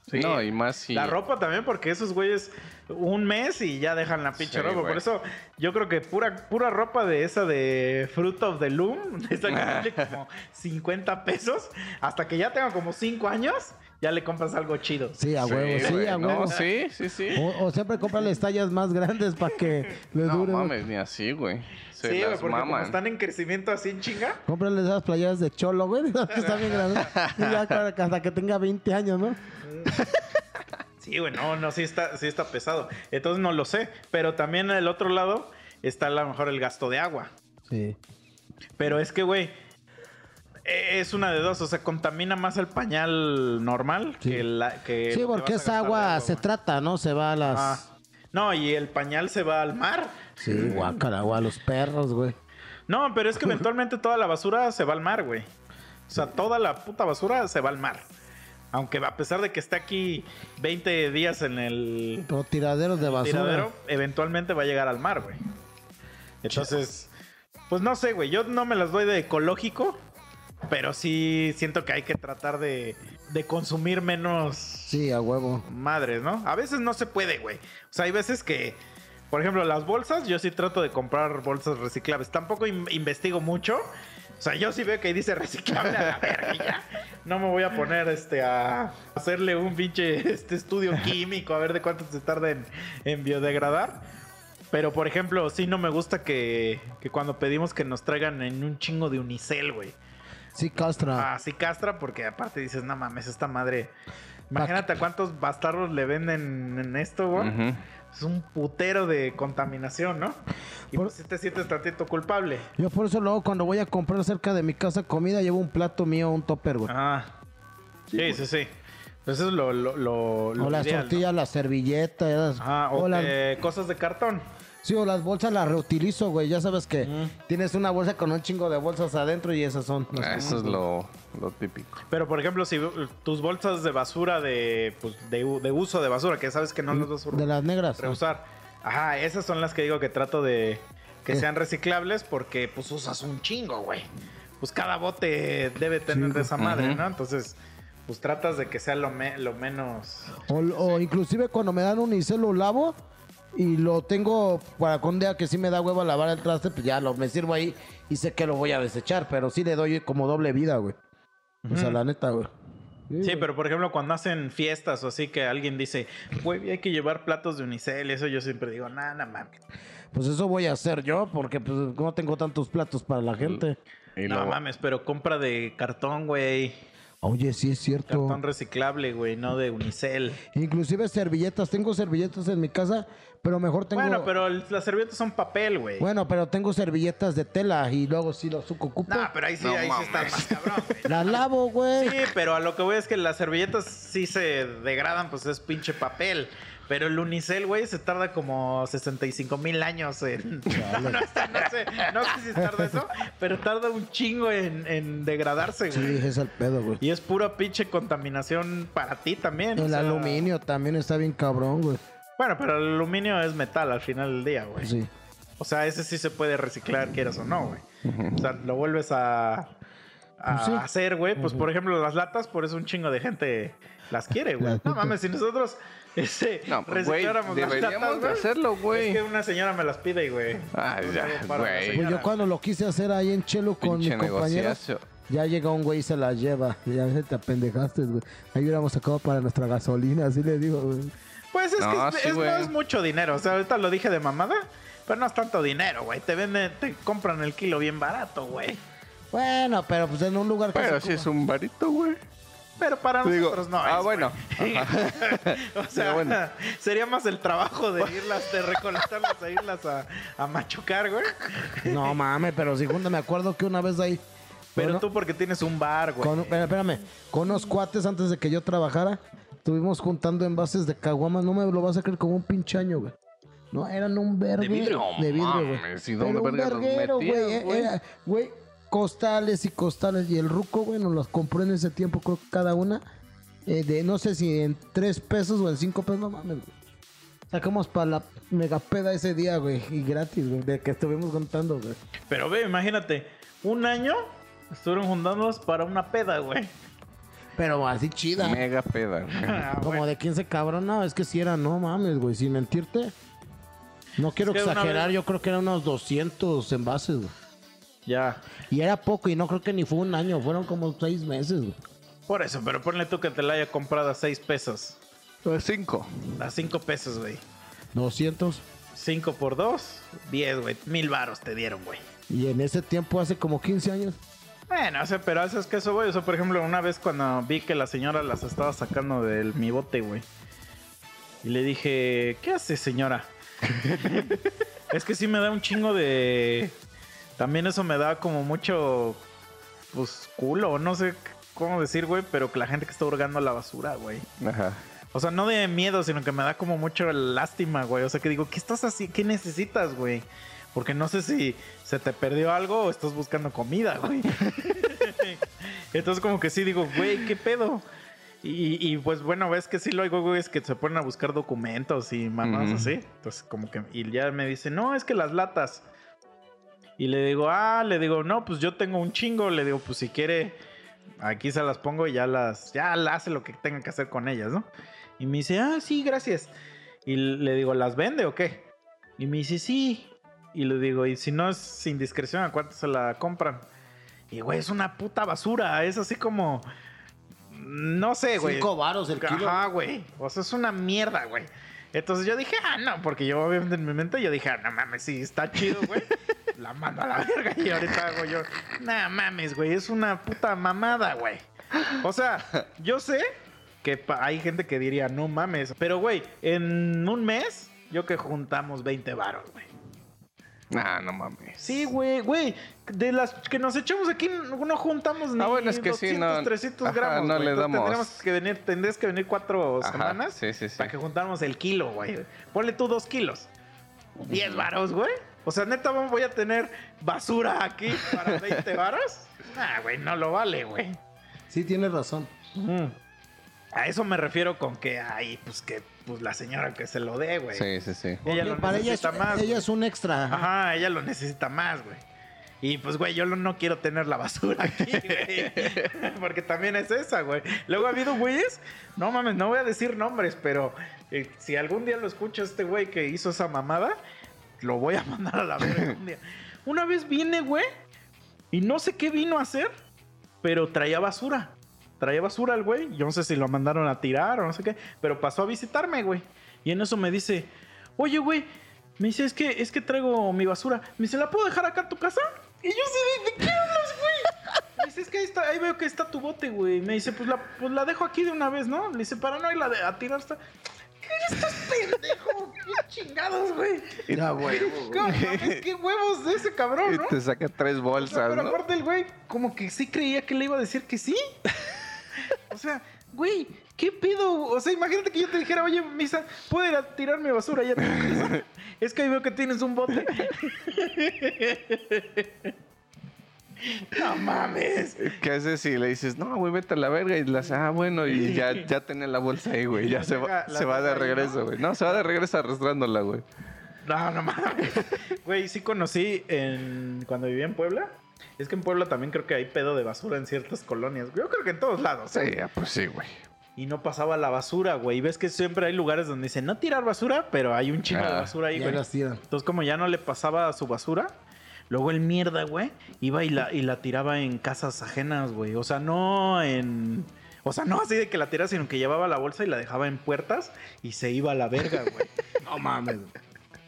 C: Sí.
A: No, y más si...
C: La ropa también, porque esos güeyes un mes y ya dejan la pinche
A: Sí,
C: ropa.
A: güey.
C: Por eso yo creo que pura, pura ropa de esa de Fruit of the Loom, (laughs) de
A: (laughs)
C: esa que vale como 50 pesos, hasta que ya tenga como 5 años, ya le compras algo chido.
B: Sí, a huevo, sí,
A: güey,
B: a
A: no,
B: huevo. Oh,
A: sí, sí, sí.
B: O, o siempre cómprales tallas más grandes para que le
A: No
B: dure. güey.
A: mames, ni así, güey. Se
C: Sí, güey,
A: las
C: porque como
A: maman.
C: están en crecimiento así en chinga.
B: Cómprales esas playeras de cholo, güey. (laughs) esas que Están bien grandes. Y ya para que- hasta que tenga 20 años, ¿no?
C: Sí, güey, no, no, sí está, sí está pesado. Entonces no lo sé, pero también el otro lado está a lo mejor el gasto de agua.
B: Sí.
C: Pero es que, güey, e- es una de dos. O sea, contamina más el pañal normal
B: Sí.
C: que la que.
B: Sí,
C: Eh, lo que
B: porque
C: vas a
B: esa
C: gastar de
B: agua se
C: güey.
B: trata, ¿no? Se va a las.
C: Ah. No, y el pañal se va al mar.
B: Sí, guácala, güey, a los perros, güey.
C: No, pero es
B: (laughs)
C: que eventualmente toda la basura se va al mar, güey. O sea, toda la puta basura se va al mar. Aunque a pesar de que esté aquí 20 días en el
B: O tiraderos de basura.
C: tiradero, eventualmente va a llegar al mar, güey. Entonces, pues no sé, güey. Yo no me las doy de ecológico, pero sí siento que hay que tratar de, de consumir menos
B: Sí, a huevo.
C: madres, ¿no? A veces no se puede, güey. O sea, hay veces que, por ejemplo, las bolsas, yo sí trato de comprar bolsas reciclables. Tampoco in- investigo mucho. O sea, yo sí veo que ahí dice reciclable a la verga y ya. No me voy a poner este a hacerle un pinche este estudio químico a ver de cuánto se tarda en, en biodegradar. Pero por ejemplo, sí no me gusta que, que cuando pedimos que nos traigan en un chingo de unicel, güey.
B: Sí, castra.
C: Ah, sí castra porque aparte dices, no mames, esta madre.
B: Ah.
C: Imagínate a cuántos bastardos le venden en esto, güey.
A: Ujú.
C: Es un putero de contaminación, ¿no? Y
B: Por-
C: pues sí te sientes tantito culpable.
B: Yo por eso luego cuando voy a comprar cerca de mi casa comida, llevo un plato mío, un topper, güey.
C: Ah. Sí, sí, sí. Pues eso es lo, lo, lo, lo
B: o las
C: ideal, ¿no? Ah,
B: tortillas, las servilletas. las-
C: Ajá, o
B: o las-
C: que cosas de cartón.
B: Sí, o las bolsas las reutilizo, güey. Ya sabes que
C: Mm.
B: tienes una bolsa con un chingo de bolsas adentro y esas son. las
A: Ah,
B: que-
A: Eso es lo, lo típico.
C: Pero por ejemplo, si eh, tus bolsas de basura de, pues, de, u- de uso de basura, que sabes que no las vas a
B: De las negras.
C: reusar. Ajá, esas son las que digo que trato de que
B: ¿Qué?
C: sean reciclables porque pues usas un chingo, güey. Pues cada bote debe tener de esa madre,
A: Ujú.
C: ¿no? Entonces, pues tratas de que sea lo, me- lo menos...
B: O, o inclusive cuando me dan un unicel lo lavo y lo tengo para con día que sí me da huevo lavar el traste, pues ya lo me sirvo ahí y sé que lo voy a desechar, pero sí le doy como doble vida, güey. O sea, la neta, güey.
C: Sí,
B: güey.
C: pero por ejemplo cuando hacen fiestas o así que alguien dice, güey, hay que llevar platos de unicel, eso yo siempre digo, nada, nada, mames.
B: Pues eso voy a hacer yo porque pues no tengo tantos platos para la gente.
A: Y
C: No
A: lo-
C: mames, pero compra de cartón, güey.
B: Oye, sí es cierto.
C: Cartón reciclable, güey, no de unicel.
B: Inclusive servilletas, tengo servilletas en mi casa, pero mejor tengo
C: Bueno, pero el- las servilletas son papel, güey.
B: Bueno, pero tengo servilletas de tela y luego sí las ocupo.
C: Nah, pero ahí sí,
A: No
C: ahí sí está
A: mames.
C: más cabrón, güey.
B: Las lavo, güey.
C: Sí, pero a lo que voy es que las servilletas sí se degradan, pues es pinche papel. Pero el unicel, güey, se tarda como 65 mil años en... (laughs) No, no sé, no sé, no sé si tarda eso, pero tarda un chingo en, en degradarse,
B: Sí,
C: güey.
B: es el pedo, güey.
C: Y es pura pinche contaminación para ti también. o
B: El
C: sea.
B: aluminio también está bien cabrón, güey.
C: Bueno, pero el aluminio es metal al final del día, güey.
B: Sí.
C: O sea, ese sí se puede reciclar, quieras o no, güey. O sea, lo vuelves a, a
B: Pues sí.
C: hacer, güey. Pues, por ejemplo, las latas, por eso un chingo de gente las quiere, güey.
B: Las
C: No
B: latas.
C: mames, si nosotros ese,
A: No, pues, güey,
C: recicláramos las latas,
A: deberíamos de
C: güey.
A: hacerlo, güey.
C: Es que una señora me las pide, güey.
A: Ay,
C: Yo
A: ya,
C: le hago paro a la
A: güey.
C: señora.
B: Pues yo cuando lo quise hacer ahí en Chelo con mi
A: Pinche
B: compañero,
A: negociazo.
B: ya llega un güey y se la lleva. Y ya se te apendejaste, güey. Ahí hubiéramos sacado para nuestra gasolina, así le digo, güey.
C: Pues es
A: No,
C: que es-
A: sí,
C: es- no
A: güey.
C: es mucho dinero. O sea, ahorita lo dije de mamada, pero no es tanto dinero, güey. Te venden, te compran el kilo bien barato, güey.
B: Bueno, pero pues en un lugar que
A: Pero
B: se
A: sí es un varito, güey.
C: Pero para
A: Digo,
C: nosotros no
A: ah,
C: es, güey.
A: bueno.
C: (laughs) o sea,
A: Pero bueno.
C: sería más el trabajo de irlas, de recolectarlas, a irlas a, a machucar, güey.
B: ocupa. No mames, pero si junto me acuerdo que una vez ahí
C: Pero
D: Bueno.
C: tú porque tienes un bar, güey.
D: Con, espérame, espérame. con unos cuates antes de que yo trabajara, estuvimos juntando envases de caguamas. No me lo vas a creer como un pinche año, güey. No, eran un vergue.
A: vidrio?
D: De vidrio, güey.
A: Mames, ¿y dónde
D: Pero un
A: verga los
D: verguero, güey.
A: metías,
D: eh,
A: güey?
D: era- Güey, costales y costales. Y el ruco, güey, nos las compró en ese tiempo, creo que cada una. eh, de no sé si en tres pesos o en cinco pesos, no mames, güey. Sacamos para la megapeda ese día, güey. Y gratis, güey. De que estuvimos contando, güey.
C: Pero ve, imagínate, un año estuvieron juntándonos para una peda, güey.
D: Pero así chida.
A: Mega peda, güey.
C: Ah,
D: Como de 15 cabrón, no, es que si era, no mames, güey, sin mentirte. No quiero
C: que una
D: exagerar,
C: vez-
D: yo creo que eran unos 200 envases, güey.
C: Ya.
D: Y era poco, y no creo que ni fue un año, fueron como seis meses, güey.
C: Por eso, pero ponle tú que te la haya comprado a 6 pesos.
B: Pues
A: Cinco.
C: A 5 pesos, güey.
D: 200.
C: 5 por 2, 10, güey. Mil varos te dieron, güey.
D: Y en ese tiempo, hace como 15 años.
C: Bueno, o sea, pero haces que eso, güey. O sea, por ejemplo, una vez cuando vi que la señora las estaba sacando de mi bote, güey. Y le dije, ¿qué hace, señora? (laughs) es que sí me da un chingo de... También eso me da como mucho... Pues culo, no sé cómo decir, güey, pero que la gente que está hurgando la basura, güey.
A: Ajá.
C: O sea, no de miedo, sino que me da como mucho lástima, güey. O sea, que digo, ¿qué estás así? ¿Qué necesitas, güey? Porque no sé si se te perdió algo o estás buscando comida, güey. (laughs) Entonces como que sí digo, güey, ¿qué pedo? Y, y, pues bueno, ves que sí lo oigo, güey, es que se ponen a buscar documentos y mamás
A: Ujú.
C: así. Entonces como que, y ya me dice, no, es que las latas. Y le digo, ah, le digo, no, pues yo tengo un chingo. Le digo, pues si quiere, aquí se las pongo y ya las, ya la hace lo que tenga que hacer con ellas, ¿no? Y me dice, ah, sí, gracias. Y le digo, ¿las vende o qué? Y me dice, sí. Y le digo, y si no es sin discreción, ¿a cuánto se la compran? Y güey, es una puta basura. Es así como. No sé, güey.
D: Cinco varos el kilo.
C: Ajá, güey. O sea, es una mierda, güey. Entonces yo dije, ah, no, porque yo obviamente en mi mente yo dije, ah, no mames, sí, está chido,
A: (laughs)
C: güey. La mando a la verga y ahorita hago yo, no mames, güey, es una puta mamada, güey.
A: (laughs)
C: O sea, yo sé que pa- hay gente que diría, no mames, pero güey, en un mes, yo que juntamos 20 varos, güey.
A: Nah, no mames.
C: Sí, güey, güey, de las que nos echamos aquí, no juntamos ni
A: Ah, bueno, es que sí,
C: 200,
A: no-
C: 300
A: ajá,
C: gramos,
A: no
C: güey.
A: le
C: Entonces
A: damos.
C: Tendríamos que venir, tendrías que venir cuatro
A: Ajá,
C: semanas
A: sí, sí, sí.
C: para que juntáramos el kilo, güey. Ponle tú dos kilos. 10 varos, güey. O sea, neta, vamos, voy a tener basura aquí para 20 varos.
A: (laughs)
C: Nah, güey, no lo vale, güey.
D: Sí, tienes razón.
C: Ujú. A eso me refiero con que, ay, pues que pues la señora que se lo dé, güey.
A: Sí, sí, sí.
C: Ella lo
D: Porque para ella es,
C: necesita más.
D: ella
C: güey.
D: es un extra.
C: Ajá, ella lo necesita más, güey. Y pues, güey, yo lo- no quiero tener la basura aquí, güey. (laughs) Porque también es esa, güey. Luego ha habido güeyes, no mames, no voy a decir nombres, pero eh, si algún día lo escucha este güey que hizo esa mamada, lo voy a (laughs) mandar a la verga un día. Una vez viene, güey, y no sé qué vino a hacer, pero traía basura. Traía basura el güey. Yo no sé si lo mandaron a tirar o no sé qué, pero pasó a visitarme, güey. Y en eso me dice, oye, güey, me dice, es que, es que traigo mi basura. Me dice, ¿la puedo dejar acá en tu casa? Y yo sé, ¿de, de qué hablas, güey? Me dice, es que ahí, está, ahí veo que está tu bote, güey. Me dice, pues la, pues la dejo aquí de una vez, ¿no? Le dice, para no irla de- a tirar hasta... ¿Qué eres estás pendejo? ¿Qué chingados, güey?
D: Ya, güey.
C: (laughs) ¿Qué,
A: (laughs)
C: mames, qué huevos de ese cabrón,
A: Y
C: no?
A: te saca tres
C: O sea,
A: bolsas,
C: pero
A: ¿no?
C: aparte el güey, como que sí creía que le iba a decir que sí. o sea, güey, ¿qué pedo? O sea, imagínate que yo te dijera, oye, misa, ¿puedo ir a tirar mi basura ya? es que ahí veo que tienes un bote. no mames.
A: ¿Qué haces si le dices, no, güey, vete a la verga? Y las, ah, bueno, y ya, ya tenía la bolsa ahí, güey. Ya
C: La
A: se va,
C: deja- la
A: se va de
C: deja ahí, ¿no?
A: regreso, güey. No, se va de regreso arrastrándola, güey.
C: No, no mames. Güey, sí conocí en, cuando vivía en Puebla. Es que en Puebla también creo que hay pedo de basura en ciertas colonias. Yo creo que en todos lados. ¿eh?
A: Sí, ah, pues sí, güey.
C: y no pasaba la basura, güey. Y ves que siempre hay lugares donde dicen no tirar basura, pero hay un chingo de
A: Ah,
C: basura ahí,
D: Ya
C: güey.
D: las tiran.
C: Entonces, como ya no le pasaba su basura, luego el mierda, güey, iba y la, y la tiraba en casas ajenas, güey. O sea, no en. O sea, no así de que la tiraba, sino que llevaba la bolsa y la dejaba en puertas y se iba a la verga, güey.
D: (laughs) No mames. güey.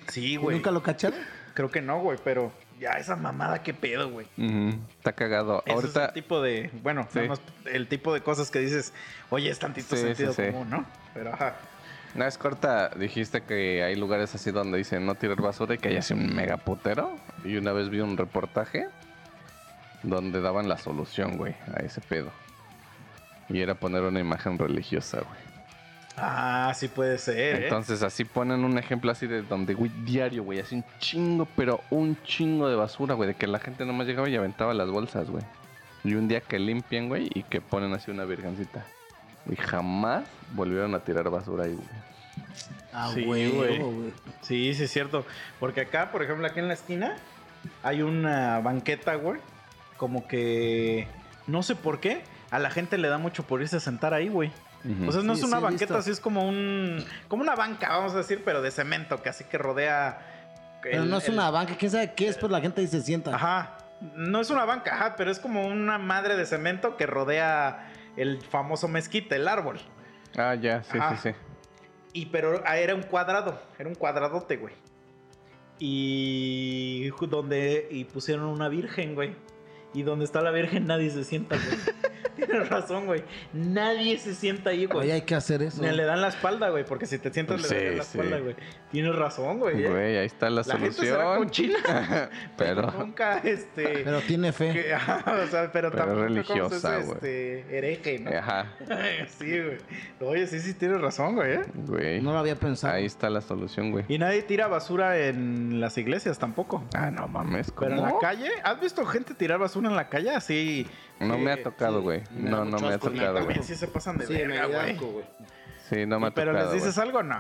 C: Sí,
D: ¿Y
C: güey.
D: ¿Nunca lo cacharon?
C: Creo que no, güey, pero ya esa mamada, qué pedo, güey.
A: Ujú, Está cagado.
C: Ese
A: Ahorita,
C: es el tipo de, bueno,
A: Sí.
C: nada más el tipo de cosas que dices, oye, es
A: Sí,
C: tantito
A: sí,
C: sentido
A: sí.
C: común, ¿no? Pero ajá.
A: no es corta, dijiste que hay lugares así donde dicen no tirar basura y que hay así un mega putero. Y una vez vi un reportaje donde daban la solución, güey, a ese pedo. Y era poner una imagen religiosa, güey.
C: Ah, sí puede ser. ¿eh?
A: Entonces así ponen un ejemplo así de donde, güey, diario, güey, así un chingo, pero un chingo de basura, güey, de que la gente nomás llegaba y aventaba las bolsas, güey. Y un día que limpian, güey, y que ponen así una virgencita. Y jamás volvieron a tirar basura ahí, güey.
B: Ah,
C: Sí,
B: huevo,
C: güey.
B: güey.
C: Sí, sí, es cierto. Porque acá, por ejemplo, aquí en la esquina hay una banqueta, güey. Como que no sé por qué a la gente le da mucho por irse a sentar ahí, güey. O sea, no
B: Sí,
C: es una
B: sí, he
C: banqueta,
B: visto.
C: así es como un como una banca, vamos a decir, pero de cemento, que así que rodea
B: Pero
C: el-
B: no es
C: el-
B: una banca, quién sabe qué es,
D: Pues
B: pero la gente ahí se sienta.
C: Ajá. No es una banca, ajá, pero es como una madre de cemento que rodea el famoso mezquite, el árbol.
A: Ah, ya, sí,
C: Ajá.
A: sí, sí.
C: Y pero ah, era un cuadrado, era un cuadradote, güey. Y ju- donde y pusieron una virgen, güey. Y donde está la virgen nadie se sienta, güey. (laughs) Tienes razón, güey. Nadie se sienta ahí,
B: Oye,
C: güey.
B: hay que hacer eso.
C: Me le dan la espalda, güey, porque si te sientas
A: Pues
C: le
A: sí,
C: dan la
A: sí.
C: espalda, güey. Tienes razón, güey. ¿eh?
A: Güey, ahí está la,
C: La gente será
A: solución.
C: cochina,
A: (laughs)
C: pero
A: pero
C: nunca
A: (laughs)
C: este
B: Pero tiene fe.
C: que- (laughs) o sea, pero,
A: Pero
C: tampoco
A: religiosa,
C: ¿cómo se dice?
A: güey.
C: este hereje, ¿no?
A: ajá,
C: (laughs) sí, güey. Oye, sí, sí tienes razón, güey. ¿eh?
A: güey.
B: No lo había pensado.
A: Ahí está la solución, güey.
C: Y nadie tira basura en las iglesias tampoco.
A: Ah, no mames, ¿cómo?
C: Pero en la calle, ¿has visto gente tirar basura en la calle así?
A: No
C: Eh,
A: me ha tocado,
D: sí,
A: güey.
D: me da
A: no, no
D: mucho
A: me ha
D: asco,
A: tocado,
D: neta,
A: güey.
C: También sí se pasan de
D: Sí, me da
C: verga, güey.
D: asco, güey.
A: Sí, no me ha
C: Pero
A: tocado.
C: les dices
A: güey.
C: algo, no.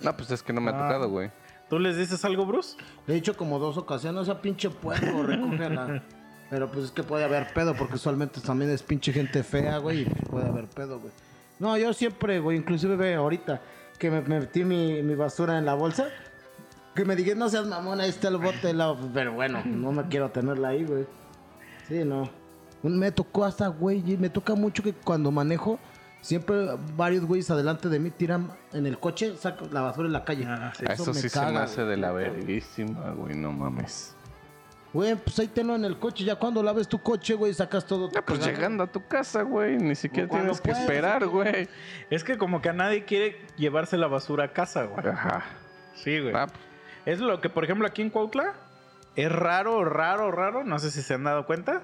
A: No, pues es que no me ha
C: Ah.
A: tocado, güey.
C: ¿Tú les dices algo, Bruce?
B: Le he dicho como dos ocasiones, esa pinche puerco,
C: (laughs)
B: recógela. Pero pues es que puede haber pedo, porque usualmente también es pinche gente fea, güey, y pues puede haber pedo, güey. No, yo siempre, güey, inclusive ve ahorita que me me metí mi, mi basura en la bolsa, que me dije, no seas mamón, ahí está el bote, la... pero bueno, no me quiero tenerla ahí, güey. Sí, no. Un- Me tocó hasta, güey, y me toca mucho que cuando manejo, siempre varios güeyes adelante de mí tiran en el coche, saco la basura en la calle.
C: Ah, sí.
A: Eso,
B: Eso me
A: sí se me
B: caga,
A: hace
B: güey.
A: de la verguísima, güey. No mames.
B: Güey, pues ahí tenlo en el coche. Ya cuando laves tu coche, güey, sacas todo.
A: No, pues
B: cagado.
A: llegando a tu casa, güey. Ni siquiera
B: Cuando
A: tienes que
B: puedas,
A: esperar, güey.
C: Es que como que a nadie quiere llevarse la basura a casa, güey.
A: Ajá.
C: Sí, güey.
A: Ah, pues,
C: Es lo que, por ejemplo, aquí en Cuautla es raro, raro, raro. No sé si se han dado cuenta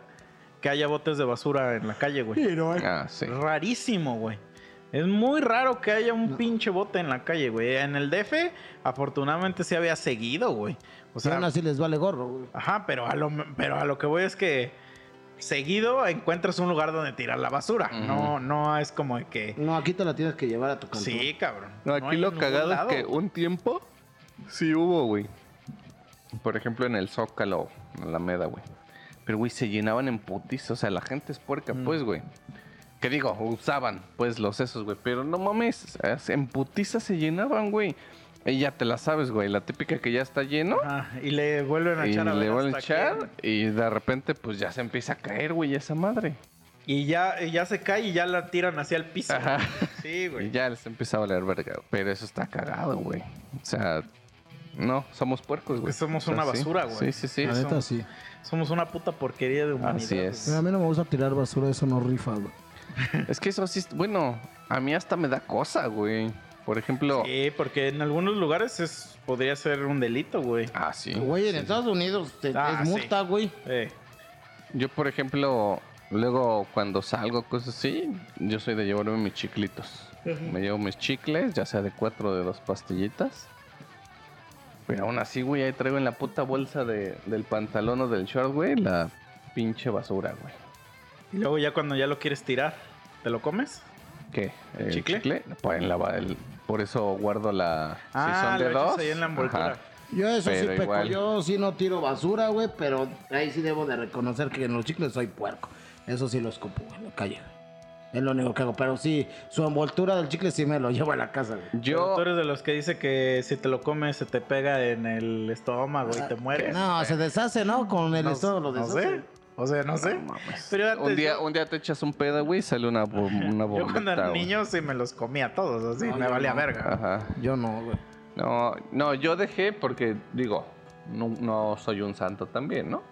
C: que haya botes de basura en la calle, güey.
A: ah, sí.
C: Rarísimo, güey. Es muy raro que haya un pinche bote en la calle, güey. En el DF, afortunadamente se había seguido, güey. O
B: Y
C: sea,
B: aún así les vale gorro, güey.
C: ajá, pero a lo, pero a lo que voy es que seguido encuentras un lugar donde tirar la basura. No, no es como de que.
B: No, aquí te la tienes que llevar a tu cantón.
C: Sí, cabrón.
A: No,
C: No
A: aquí
C: hay
A: lo
C: ningún
A: cagado
C: lado.
A: es que un tiempo sí hubo, güey. Por ejemplo, en el Zócalo, en la Meda, güey. Pero, güey, se llenaban en putis. O sea, la gente es puerca,
C: Mm.
A: pues, güey. Que digo, usaban, pues, los esos, güey. Pero no mames, es- en putiza se llenaban, güey. Y ya te la sabes, güey. La típica que ya está lleno.
C: Ajá, y le vuelven a
A: Y
C: echar a
A: le
C: ver
A: van a
C: hasta que-
A: echar. Y de repente, pues, ya se empieza a caer, güey, esa madre.
C: Y ya, y ya se cae y ya la tiran hacia el piso.
A: Ajá.
C: Sí, güey.
A: Y ya les empieza a valer verga. Pero eso está cagado, güey. O sea, no, somos puercos, güey.
C: Que somos
A: O sea,
C: una
A: sí.
C: basura, güey.
A: Sí, sí, sí.
B: La
C: Eso.
B: neta, sí.
C: Somos una puta porquería de humanidad.
A: Así
B: Pero
A: es.
B: a mí no me gusta tirar basura, eso no rifa, güey.
A: Es que eso sí, es- bueno, a mí hasta me da cosa, güey. Por ejemplo,
C: güey. Sí, porque en algunos lugares es, podría ser un delito, güey.
A: ah, sí.
B: Güey, en
A: sí.
B: Estados Unidos te,
C: Ah,
B: es
C: sí.
B: multa, güey.
C: Eh,
A: Yo, por ejemplo, luego cuando salgo, cosas así, yo soy de llevarme mis chiclitos. Me llevo mis chicles, ya sea de cuatro o de dos pastillitas. Pero aún así, güey, ahí traigo en la puta bolsa de- del pantalón o del short, güey, la pinche basura, güey.
C: y luego ya cuando ya lo quieres tirar, ¿te lo comes?
A: ¿Qué? ¿El
C: ¿Chicle?
A: Pues en la ba- el- por eso guardo la...
C: Ah,
A: si son de
C: lo echas
A: dos...
C: ahí en la envoltura.
A: ajá.
B: Yo eso sí
A: Pero
B: peco.
A: igual.
B: Yo sí no tiro basura, güey, pero ahí sí debo de reconocer que en los chicles soy puerco. Eso sí lo escupo, güey, en la calle. Es lo único que hago. Pero sí, su envoltura del chicle sí me lo llevo a la casa, güey.
C: Pero
A: Yo...
C: tú eres de los que dice que si te lo comes se te pega en el estómago y te mueres.
B: Ah, No, se deshace, ¿no? Con el estómago lo
C: no
B: deshace.
C: sé. O sea, no sé. Pero antes
A: un, día,
C: yo-
A: un día te echas un pedo, güey, y sale una,
C: (laughs)
A: bo- una
C: Yo
A: bombita,
C: cuando era
A: güey.
C: niño sí me los comía todos, así
B: No,
C: me
B: yo
C: valía
B: no.
C: verga.
A: Ajá.
B: Yo no, güey.
A: No, no, yo dejé porque, digo, no, no soy un santo también, ¿no?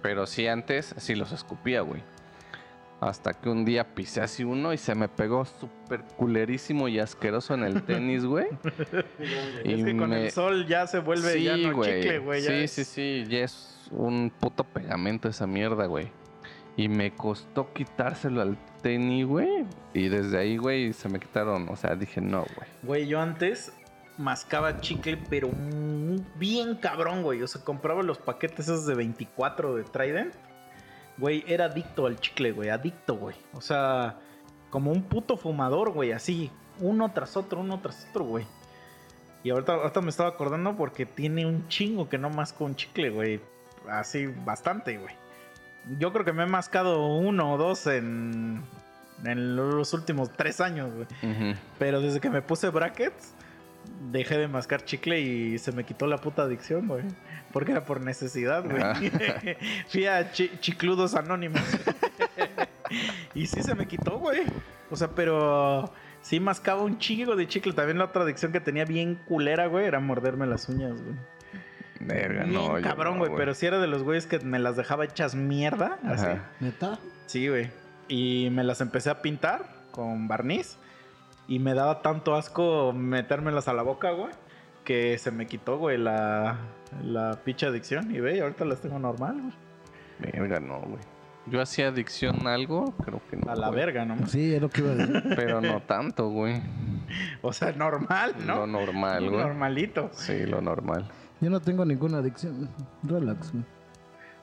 A: Pero sí antes, sí los escupía, güey. Hasta que un día pisé así uno y se me pegó súper culerísimo y asqueroso en el tenis, güey.
C: (laughs) Es que con
A: me-
C: el sol ya se vuelve
A: sí,
C: ya no
A: güey.
C: chicle, güey. ya
A: Sí,
C: es-
A: sí, sí. Ya es un puto pegamento esa mierda, güey. Y me costó quitárselo al tenis, güey. Y desde ahí, güey, se me quitaron. O sea, dije, no, güey.
C: Güey, yo antes mascaba chicle, pero muy- bien cabrón, güey. O sea, compraba los paquetes esos de 24 de Trident. Güey, era adicto al chicle, güey. Adicto, güey. O sea, como un puto fumador, güey. Así, uno tras otro, uno tras otro, güey. Y ahorita, ahorita me estaba acordando porque tiene un chingo que no masco un chicle, güey. Así, bastante, güey. Yo creo que me he mascado uno o dos en, en los últimos tres años, güey.
A: Ujú.
C: Pero desde que me puse brackets, dejé de mascar chicle y se me quitó la puta adicción, güey. Porque era por necesidad, güey.
A: Ah.
C: (laughs) Fui a chi- chicludos anónimos. (laughs) y sí se me quitó, güey. O sea, pero sí mascaba un chingo de chicle. También la otra adicción que tenía bien culera, güey, era morderme las uñas, güey.
A: Verga,
C: bien
A: no, yo
C: cabrón,
A: no,
C: güey. pero sí era de los güeyes que me las dejaba hechas mierda. Así.
A: Ajá.
B: ¿Neta?
C: Sí, güey. Y me las empecé a pintar con barniz. Y me daba tanto asco metérmelas a la boca, güey. Que se me quitó, güey, la, la pinche adicción. Y ve, ahorita las tengo normal, güey.
A: Verga, no, güey. Yo hacía adicción a algo, creo que no.
C: A la
A: güey.
C: verga, ¿no?
B: Sí, es lo que iba a decir.
A: Pero no tanto, güey.
C: (laughs) O sea, normal,
A: Lo
C: ¿no?
A: normal, güey.
C: Normalito.
A: Sí, lo normal.
B: Yo no tengo ninguna adicción. Relax, güey.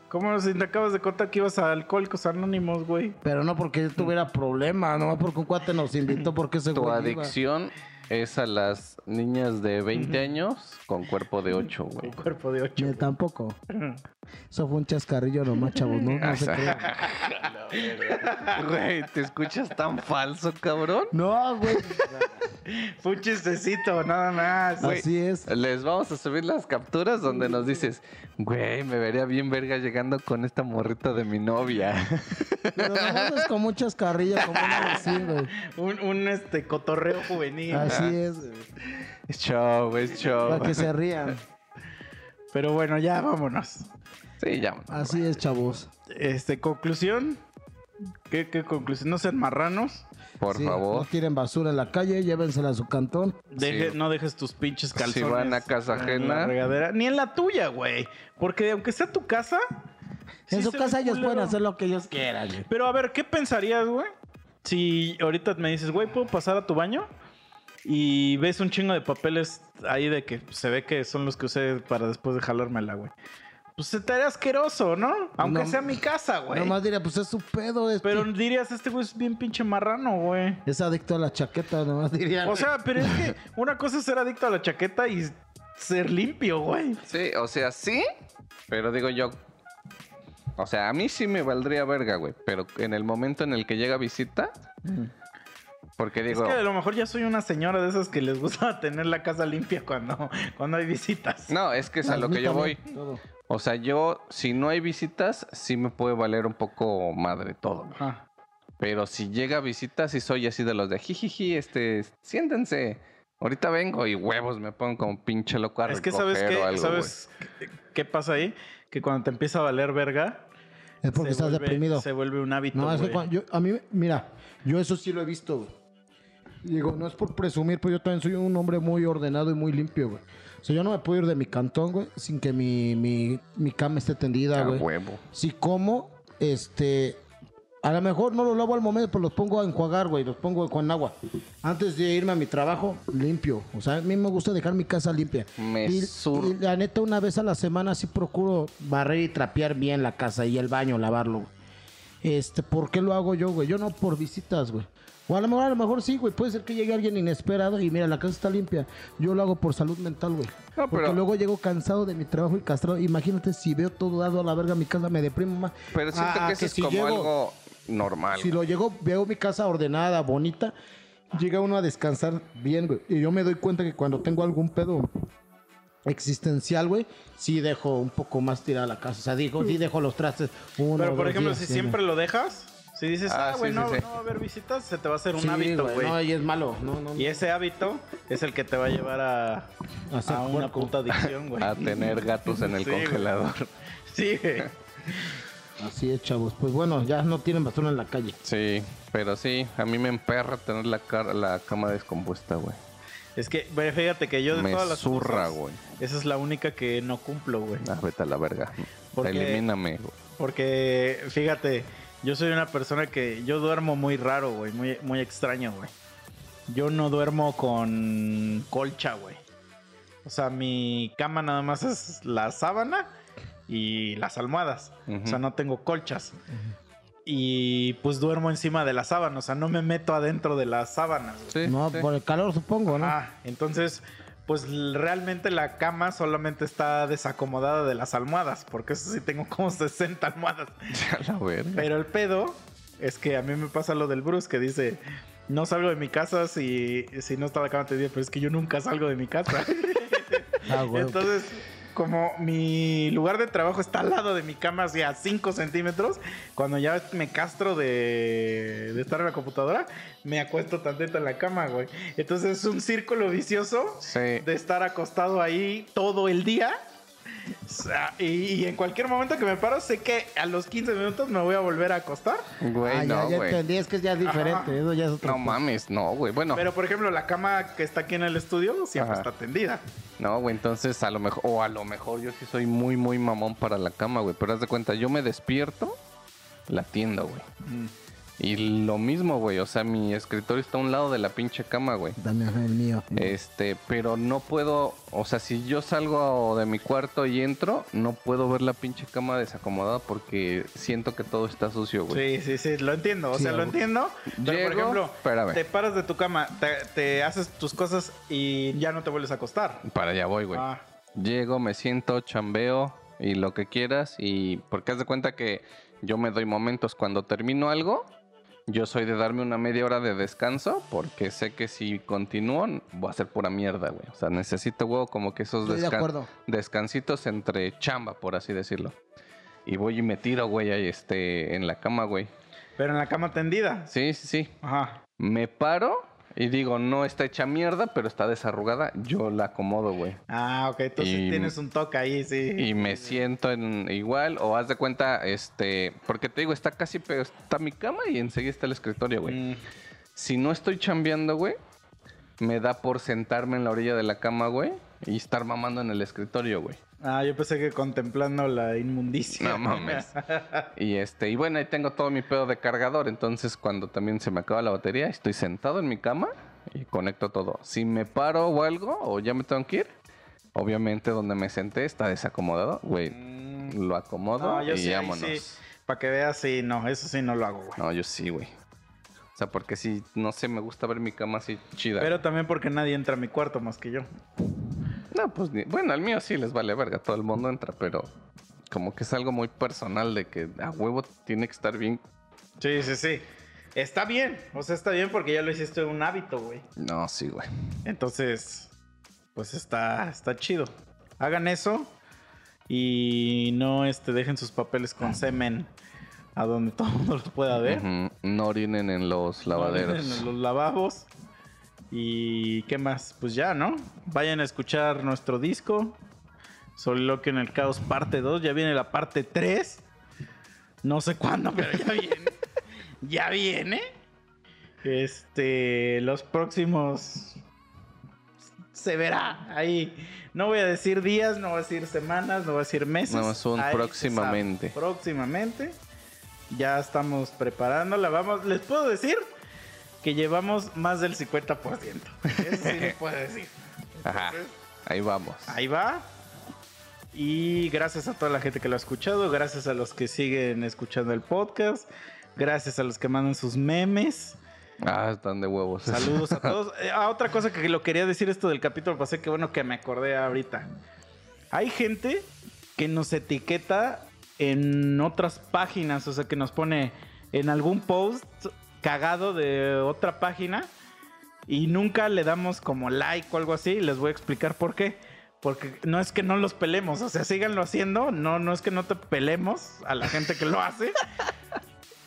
C: ¿Cómo si te acabas de contar que ibas a Alcohólicos Anónimos, güey?
D: Pero no porque yo tuviera problema, nomás porque un cuate nos invitó porque
B: Pues
D: se
A: Tu adicción es a las niñas de 20 años con cuerpo de 8, güey.
C: Un cuerpo de ocho.
B: Yo Eh, tampoco. Eso fue un chascarrillo nomás, chavos. No, no se crean.
A: Güey, te escuchas tan falso, cabrón.
B: No, güey.
C: Fue un chistecito, nada más.
A: Güey.
B: Así es.
A: Les vamos a subir las capturas donde nos dices, güey, me vería bien verga llegando con esta morrita de mi novia. (laughs)
B: Pero nomás es como un chascarrillo, como una vecina, güey.
C: Un, un, este cotorreo juvenil.
B: Así es, güey.
A: Es show, es show.
B: Para que se rían.
C: Pero bueno, ya vámonos.
A: Sí, ya.
B: Así es, chavos.
C: Este, conclusión. ¿Qué, qué conclusión? No sean marranos.
A: Por
B: Sí,
A: favor.
B: No tiren basura en la calle, llévensela a su cantón.
C: Deje-
A: Sí.
C: No dejes tus pinches calzones.
A: Si van a casa
C: En la
A: ajena.
C: regadera. Ni en la tuya, güey. Porque aunque sea tu casa.
B: En
C: sí
B: su
C: se
B: casa
C: ve
B: ellos
C: culero.
B: pueden hacer lo que ellos quieran, güey.
C: Pero a ver, ¿qué pensarías, güey? Si ahorita me dices, güey, ¿puedo pasar a tu baño? Y ves un chingo de papeles ahí de que se ve que son los que usé para después de jalármela, güey. Pues se te haría asqueroso, ¿no? Aunque
B: No-
C: sea mi casa, güey.
B: Nomás diría, pues es su pedo. Es,
C: Pero dirías, este güey es bien pinche marrano, güey.
B: es adicto a la chaqueta,
A: (laughs)
B: nomás diría.
C: O sea, pero es que una cosa es ser adicto a la chaqueta y ser limpio, güey.
A: Sí, o sea, sí, pero digo yo. O sea, a mí sí me valdría verga, güey. Pero en el momento en el que llega visita. Porque
C: Es
A: digo.
C: que a lo mejor ya soy una señora de esas que les gusta (laughs) tener la casa limpia cuando, cuando hay visitas.
A: No, es que es a lo que yo voy.
B: Todo.
A: O sea, yo, si no hay visitas, sí me puede valer un poco madre todo. güey.
C: Ajá.
A: Pero si llega visita, sí soy así de los de jijiji, este, siéntense. Ahorita vengo y huevos me pongo como pinche loco a
C: Es que sabes
A: recoger
C: qué,
A: o algo,
C: sabes qué- qué pasa ahí, que cuando te empieza a valer verga,
B: Es porque
C: se
B: estás
C: vuelve-
B: deprimido.
C: Se vuelve un hábito.
B: No, es que
C: güey.
B: cuando yo- a mí, mira, yo eso sí lo he visto, güey. Digo, no es por presumir, pero yo también soy un hombre muy ordenado y muy limpio, güey. O sea, yo no me puedo ir de mi cantón, güey, sin que mi, mi, mi cama esté
A: güey.
B: tendida, Ah, güey.
A: A huevo.
B: Si como, este, a lo mejor no los lavo al momento, pero los pongo a enjuagar, güey, los pongo con agua. Antes de irme a mi trabajo, limpio. O sea, a mí me gusta dejar mi casa limpia.
A: Me
B: y,
A: sur-
B: y la neta, una vez a la semana sí procuro barrer y trapear bien la casa y el baño, lavarlo. güey. Este, ¿por qué lo hago yo, güey? Yo no por visitas, güey. O a lo mejor, a lo mejor sí, güey. Puede ser que llegue alguien inesperado y mira, la casa está limpia. Yo lo hago por salud mental, güey.
A: No,
B: Porque
A: pero-
B: luego llego cansado de mi trabajo y castrado. Imagínate si veo todo dado a la verga mi casa, me deprimo más.
A: Pero siento
B: Ah,
A: que eso es
B: si
A: como
B: llego-
A: algo normal.
B: Si lo llego, veo mi casa ordenada, bonita. Llega uno a descansar bien, güey. Y yo me doy cuenta que cuando tengo algún pedo existencial, güey, sí dejo un poco más tirada la casa. O sea, digo, sí dejo los trastes. uno,
C: Pero por
B: dos
C: ejemplo,
B: días,
C: si
B: sí,
C: siempre lo dejas, si dices,
A: Ah,
C: ah, güey,
A: sí,
C: no,
A: sí, sí.
C: no va a haber visitas, se te va a hacer un
B: Sí,
C: hábito, güey.
B: No, y es malo. No, no, no.
C: Y ese hábito es el que te va a llevar a,
B: A ser
C: a una
B: puerco.
A: (laughs)
C: puta adicción, güey.
A: A tener gatos en el
C: Sí, güey.
A: congelador.
C: Sí, güey.
B: Así es, chavos. Pues bueno, ya no tienen basura en la calle.
A: (laughs) Sí, pero sí, a mí me emperra tener la, cara, la cama descompuesta, güey.
C: Es que, güey, fíjate que yo de
A: Me
C: todas las
A: zurra,
C: cosas,
A: güey.
C: Esa es la única que no cumplo, güey.
A: Ah, vete a la verga.
C: ¿Por qué?
A: Elimíname, güey.
C: Porque, fíjate, yo soy una persona que yo duermo muy raro, güey, muy, muy extraño, güey. Yo no duermo con colcha, güey. O sea, mi cama nada más es la sábana y las almohadas. O sea,
A: Ujú.
C: no tengo colchas. Y pues duermo encima de la sábana, o sea, no me meto adentro de las sábanas. güey.
A: Sí,
B: No,
A: sí. (laughs)
B: por el calor supongo, ¿no?
C: Ah, entonces, pues l- realmente la cama solamente está desacomodada de las almohadas, porque eso sí tengo como 60 almohadas.
A: A la verga.
C: Pero el pedo es que a mí me pasa lo del Bruce que dice, no salgo de mi casa si, si no está la cama te digo, pero es que yo nunca salgo de mi casa.
B: Ah, güey.
C: Entonces, como mi lugar de trabajo está al lado de mi cama, así a 5 centímetros, cuando ya me castro de, de estar en la computadora, me acuesto tantito en la cama, güey. Entonces es un círculo vicioso
A: Sí.
C: de estar acostado ahí todo el día. O sea, y, y en cualquier momento que me paro, sé que a los 15 minutos me voy a volver a acostar.
A: Güey,
B: Ah,
A: no,
B: ya, ya
A: güey.
B: entendí, es que ya es diferente,
C: Ajá.
B: eso ya es otro.
A: No mames, no, güey. Bueno,
C: Pero por ejemplo, la cama que está aquí en el estudio siempre
A: Ajá.
C: está tendida.
A: no, güey, entonces a lo mejor, o a lo mejor yo sí soy muy, muy mamón para la cama, güey. Pero haz de cuenta, yo me despierto, la tienda, güey. Y lo mismo, güey. O sea, mi escritorio está a un lado de la pinche cama, güey.
B: Dame ajá, el mío.
C: Eh.
A: Este, pero no puedo, o sea, si yo salgo de mi cuarto y entro, no puedo ver la pinche cama desacomodada porque siento que todo está sucio, güey.
C: Sí, sí, sí, lo entiendo. O
B: Sí,
C: sea, lo
B: güey.
C: entiendo. Pero
A: Llego,
C: por ejemplo,
A: espérame.
C: te paras de tu cama, te, te haces tus cosas y ya no te vuelves a acostar.
A: Para allá voy, güey.
C: Ah,
A: Llego, me siento, chambeo y lo que quieras. Y porque haz de cuenta que yo me doy momentos cuando termino algo. Yo soy de darme una media hora de descanso porque sé que si continúo voy a ser pura mierda, güey. O sea, necesito, güey, como que esos
B: Estoy de
A: descan-
B: acuerdo.
A: descansitos entre chamba, por así decirlo. Y voy y me tiro, güey, ahí este, en la cama, güey.
C: pero en la cama tendida.
A: Sí, sí, sí.
C: Ajá.
A: Me paro y digo, no está hecha mierda, pero está desarrugada. Yo la acomodo, güey.
C: Ah, ok, tú sí
A: Y-
C: tienes un toque ahí, sí.
A: y me siento en igual o haz de cuenta este porque te digo está casi pero está mi cama y enseguida está el escritorio güey
C: Mm,
A: si no estoy chambeando güey me da por sentarme en la orilla de la cama güey y estar mamando en el escritorio güey
C: Ah, yo pensé que contemplando la inmundicia.
A: no mames (laughs) y este y bueno ahí tengo todo mi pedo de cargador entonces cuando también se me acaba la batería estoy sentado en mi cama y conecto todo si me paro o algo o ya me tengo que ir obviamente donde me senté está desacomodado güey
C: Mm,
A: lo acomodo
C: No, yo
A: y
C: sí, ahí
A: vámonos
C: sí. Para que veas, sí, no, eso sí no lo hago, güey.
A: No, yo sí, güey. O sea, porque si, no sé, me gusta ver mi cama así chida.
C: Pero también porque nadie entra a mi cuarto más que yo.
A: No, pues, ni- bueno, al mío sí les vale verga, todo el mundo entra, pero como que es algo muy personal de que a huevo tiene que estar bien.
C: Sí, sí, sí. Está bien, o sea, está bien porque ya lo hiciste un hábito, güey.
A: No, sí, güey.
C: Entonces, pues está, está chido. Hagan eso y no este, dejen sus papeles con semen a donde (laughs) todo el mundo los pueda ver.
A: Ujú. No orinen en los lavaderos.
C: En (laughs) los lavabos. ¿Y qué más? Pues ya, ¿no? Vayan a escuchar nuestro disco. Soliloquio en el Caos, parte 2. Ya viene la parte 3. No sé cuándo, pero ya viene. ya viene. Este, los próximos. Se verá ahí. No voy a decir días, no voy a decir semanas, no voy a decir meses.
A: No, es un
C: Ahí se
A: próximamente.
C: sabe. Próximamente. Ya estamos preparándola. Vamos, les puedo decir que llevamos más del 50%. Eso sí les puedo (laughs) decir.
A: Ajá. Ahí vamos.
C: Ahí va. Y gracias a toda la gente que lo ha escuchado, gracias a los que siguen escuchando el podcast, gracias a los que mandan sus memes.
A: Ah, están de huevos.
C: Saludos a todos. Eh, Ah, otra cosa que lo quería decir esto del capítulo pasé, que bueno que me acordé ahorita. Hay gente que nos etiqueta en otras páginas, o sea, que nos pone en algún post cagado de otra página y nunca le damos como like o algo así. Les voy a explicar por qué. Porque no es que no los pelemos, o sea, síganlo haciendo. No, no es que no te pelemos a la gente que lo hace.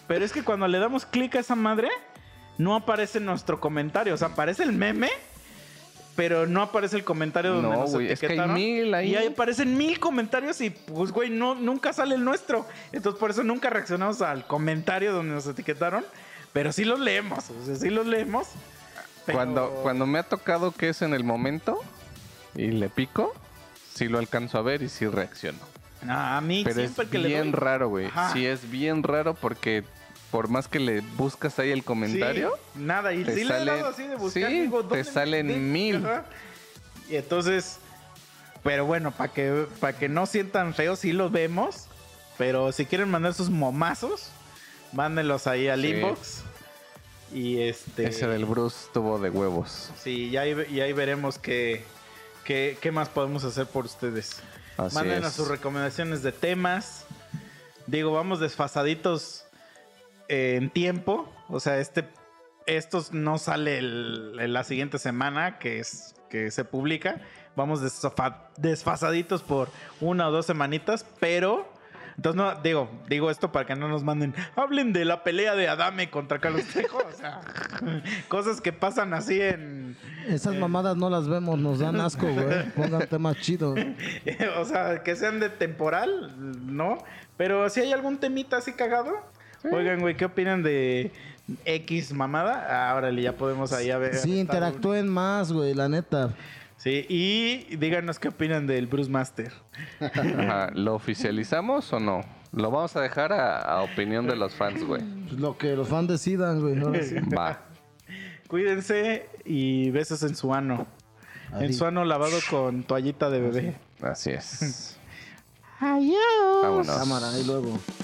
C: Pero es que cuando le damos clic a esa madre, no aparece nuestro comentario. O sea, aparece el meme pero no aparece el comentario donde
A: No,
C: nos
A: güey, es que hay
C: etiquetaron.
A: mil ahí.
C: Y ahí aparecen mil comentarios y pues, güey, no, nunca sale el nuestro. Entonces por eso nunca reaccionamos al comentario donde nos etiquetaron, pero sí los leemos, o sea, sí los leemos.
A: (laughs)
C: pero-
A: Cuando, cuando me ha tocado que es en el momento y le pico, sí lo alcanzo a ver y sí reacciono.
C: No, a mí
A: Pero es
C: siempre que le
A: bien
C: doy-
A: raro, güey.
C: Ajá.
A: Sí, es bien raro porque por más que le buscas ahí el
C: Sí,
A: comentario,
C: nada, y
A: te
C: sí le he
A: salen-
C: dado así de buscar.
A: sí,
C: digo, ¿dónde
A: te
C: me
A: salen
C: quedé?
A: mil.
C: Ajá. Y entonces, pero bueno, para que, para que no sientan feos, sí los vemos. Pero si quieren mandar sus momazos, mándenlos ahí al
A: Sí.
C: inbox. Y este.
A: ese del Bruce estuvo de huevos.
C: Sí, y ahí, y ahí veremos qué, qué, qué más podemos hacer por ustedes.
A: Así
C: Mándenos
A: es.
C: sus recomendaciones de temas. Digo, vamos desfasaditos eh, en tiempo. O sea, este, estos no sale el- en la siguiente semana que, es, que se publica. Vamos desfa- desfasaditos por una o dos semanitas, pero... Entonces, no, digo, digo esto para que no nos manden. Hablen de la pelea de Adame contra Carlos Trejo. O sea, (laughs) cosas que pasan así en,
B: Esas mamadas no las vemos, nos dan asco,
C: (laughs)
B: güey. Pongan temas chidos.
C: o sea, que sean de temporal, ¿no? Pero si hay algún temita así cagado, oigan, güey, ¿qué opinan de X mamada? Ah, órale, (laughs) ya podemos ahí a ver.
B: Sí, interactúen más, güey, la neta.
C: Sí, y díganos qué opinan del Bruce Master.
A: Ajá, ¿Lo oficializamos o no? Lo vamos a dejar a, a opinión de los fans,
C: (laughs)
A: güey.
B: Pues Lo que los fans decidan, güey. ahora sí.
A: Va.
C: Cuídense y besos en su ano. En
B: Así.
C: su ano lavado con toallita de bebé.
A: Así es.
C: Adiós.
A: Vámonos.
B: Cámara, y luego.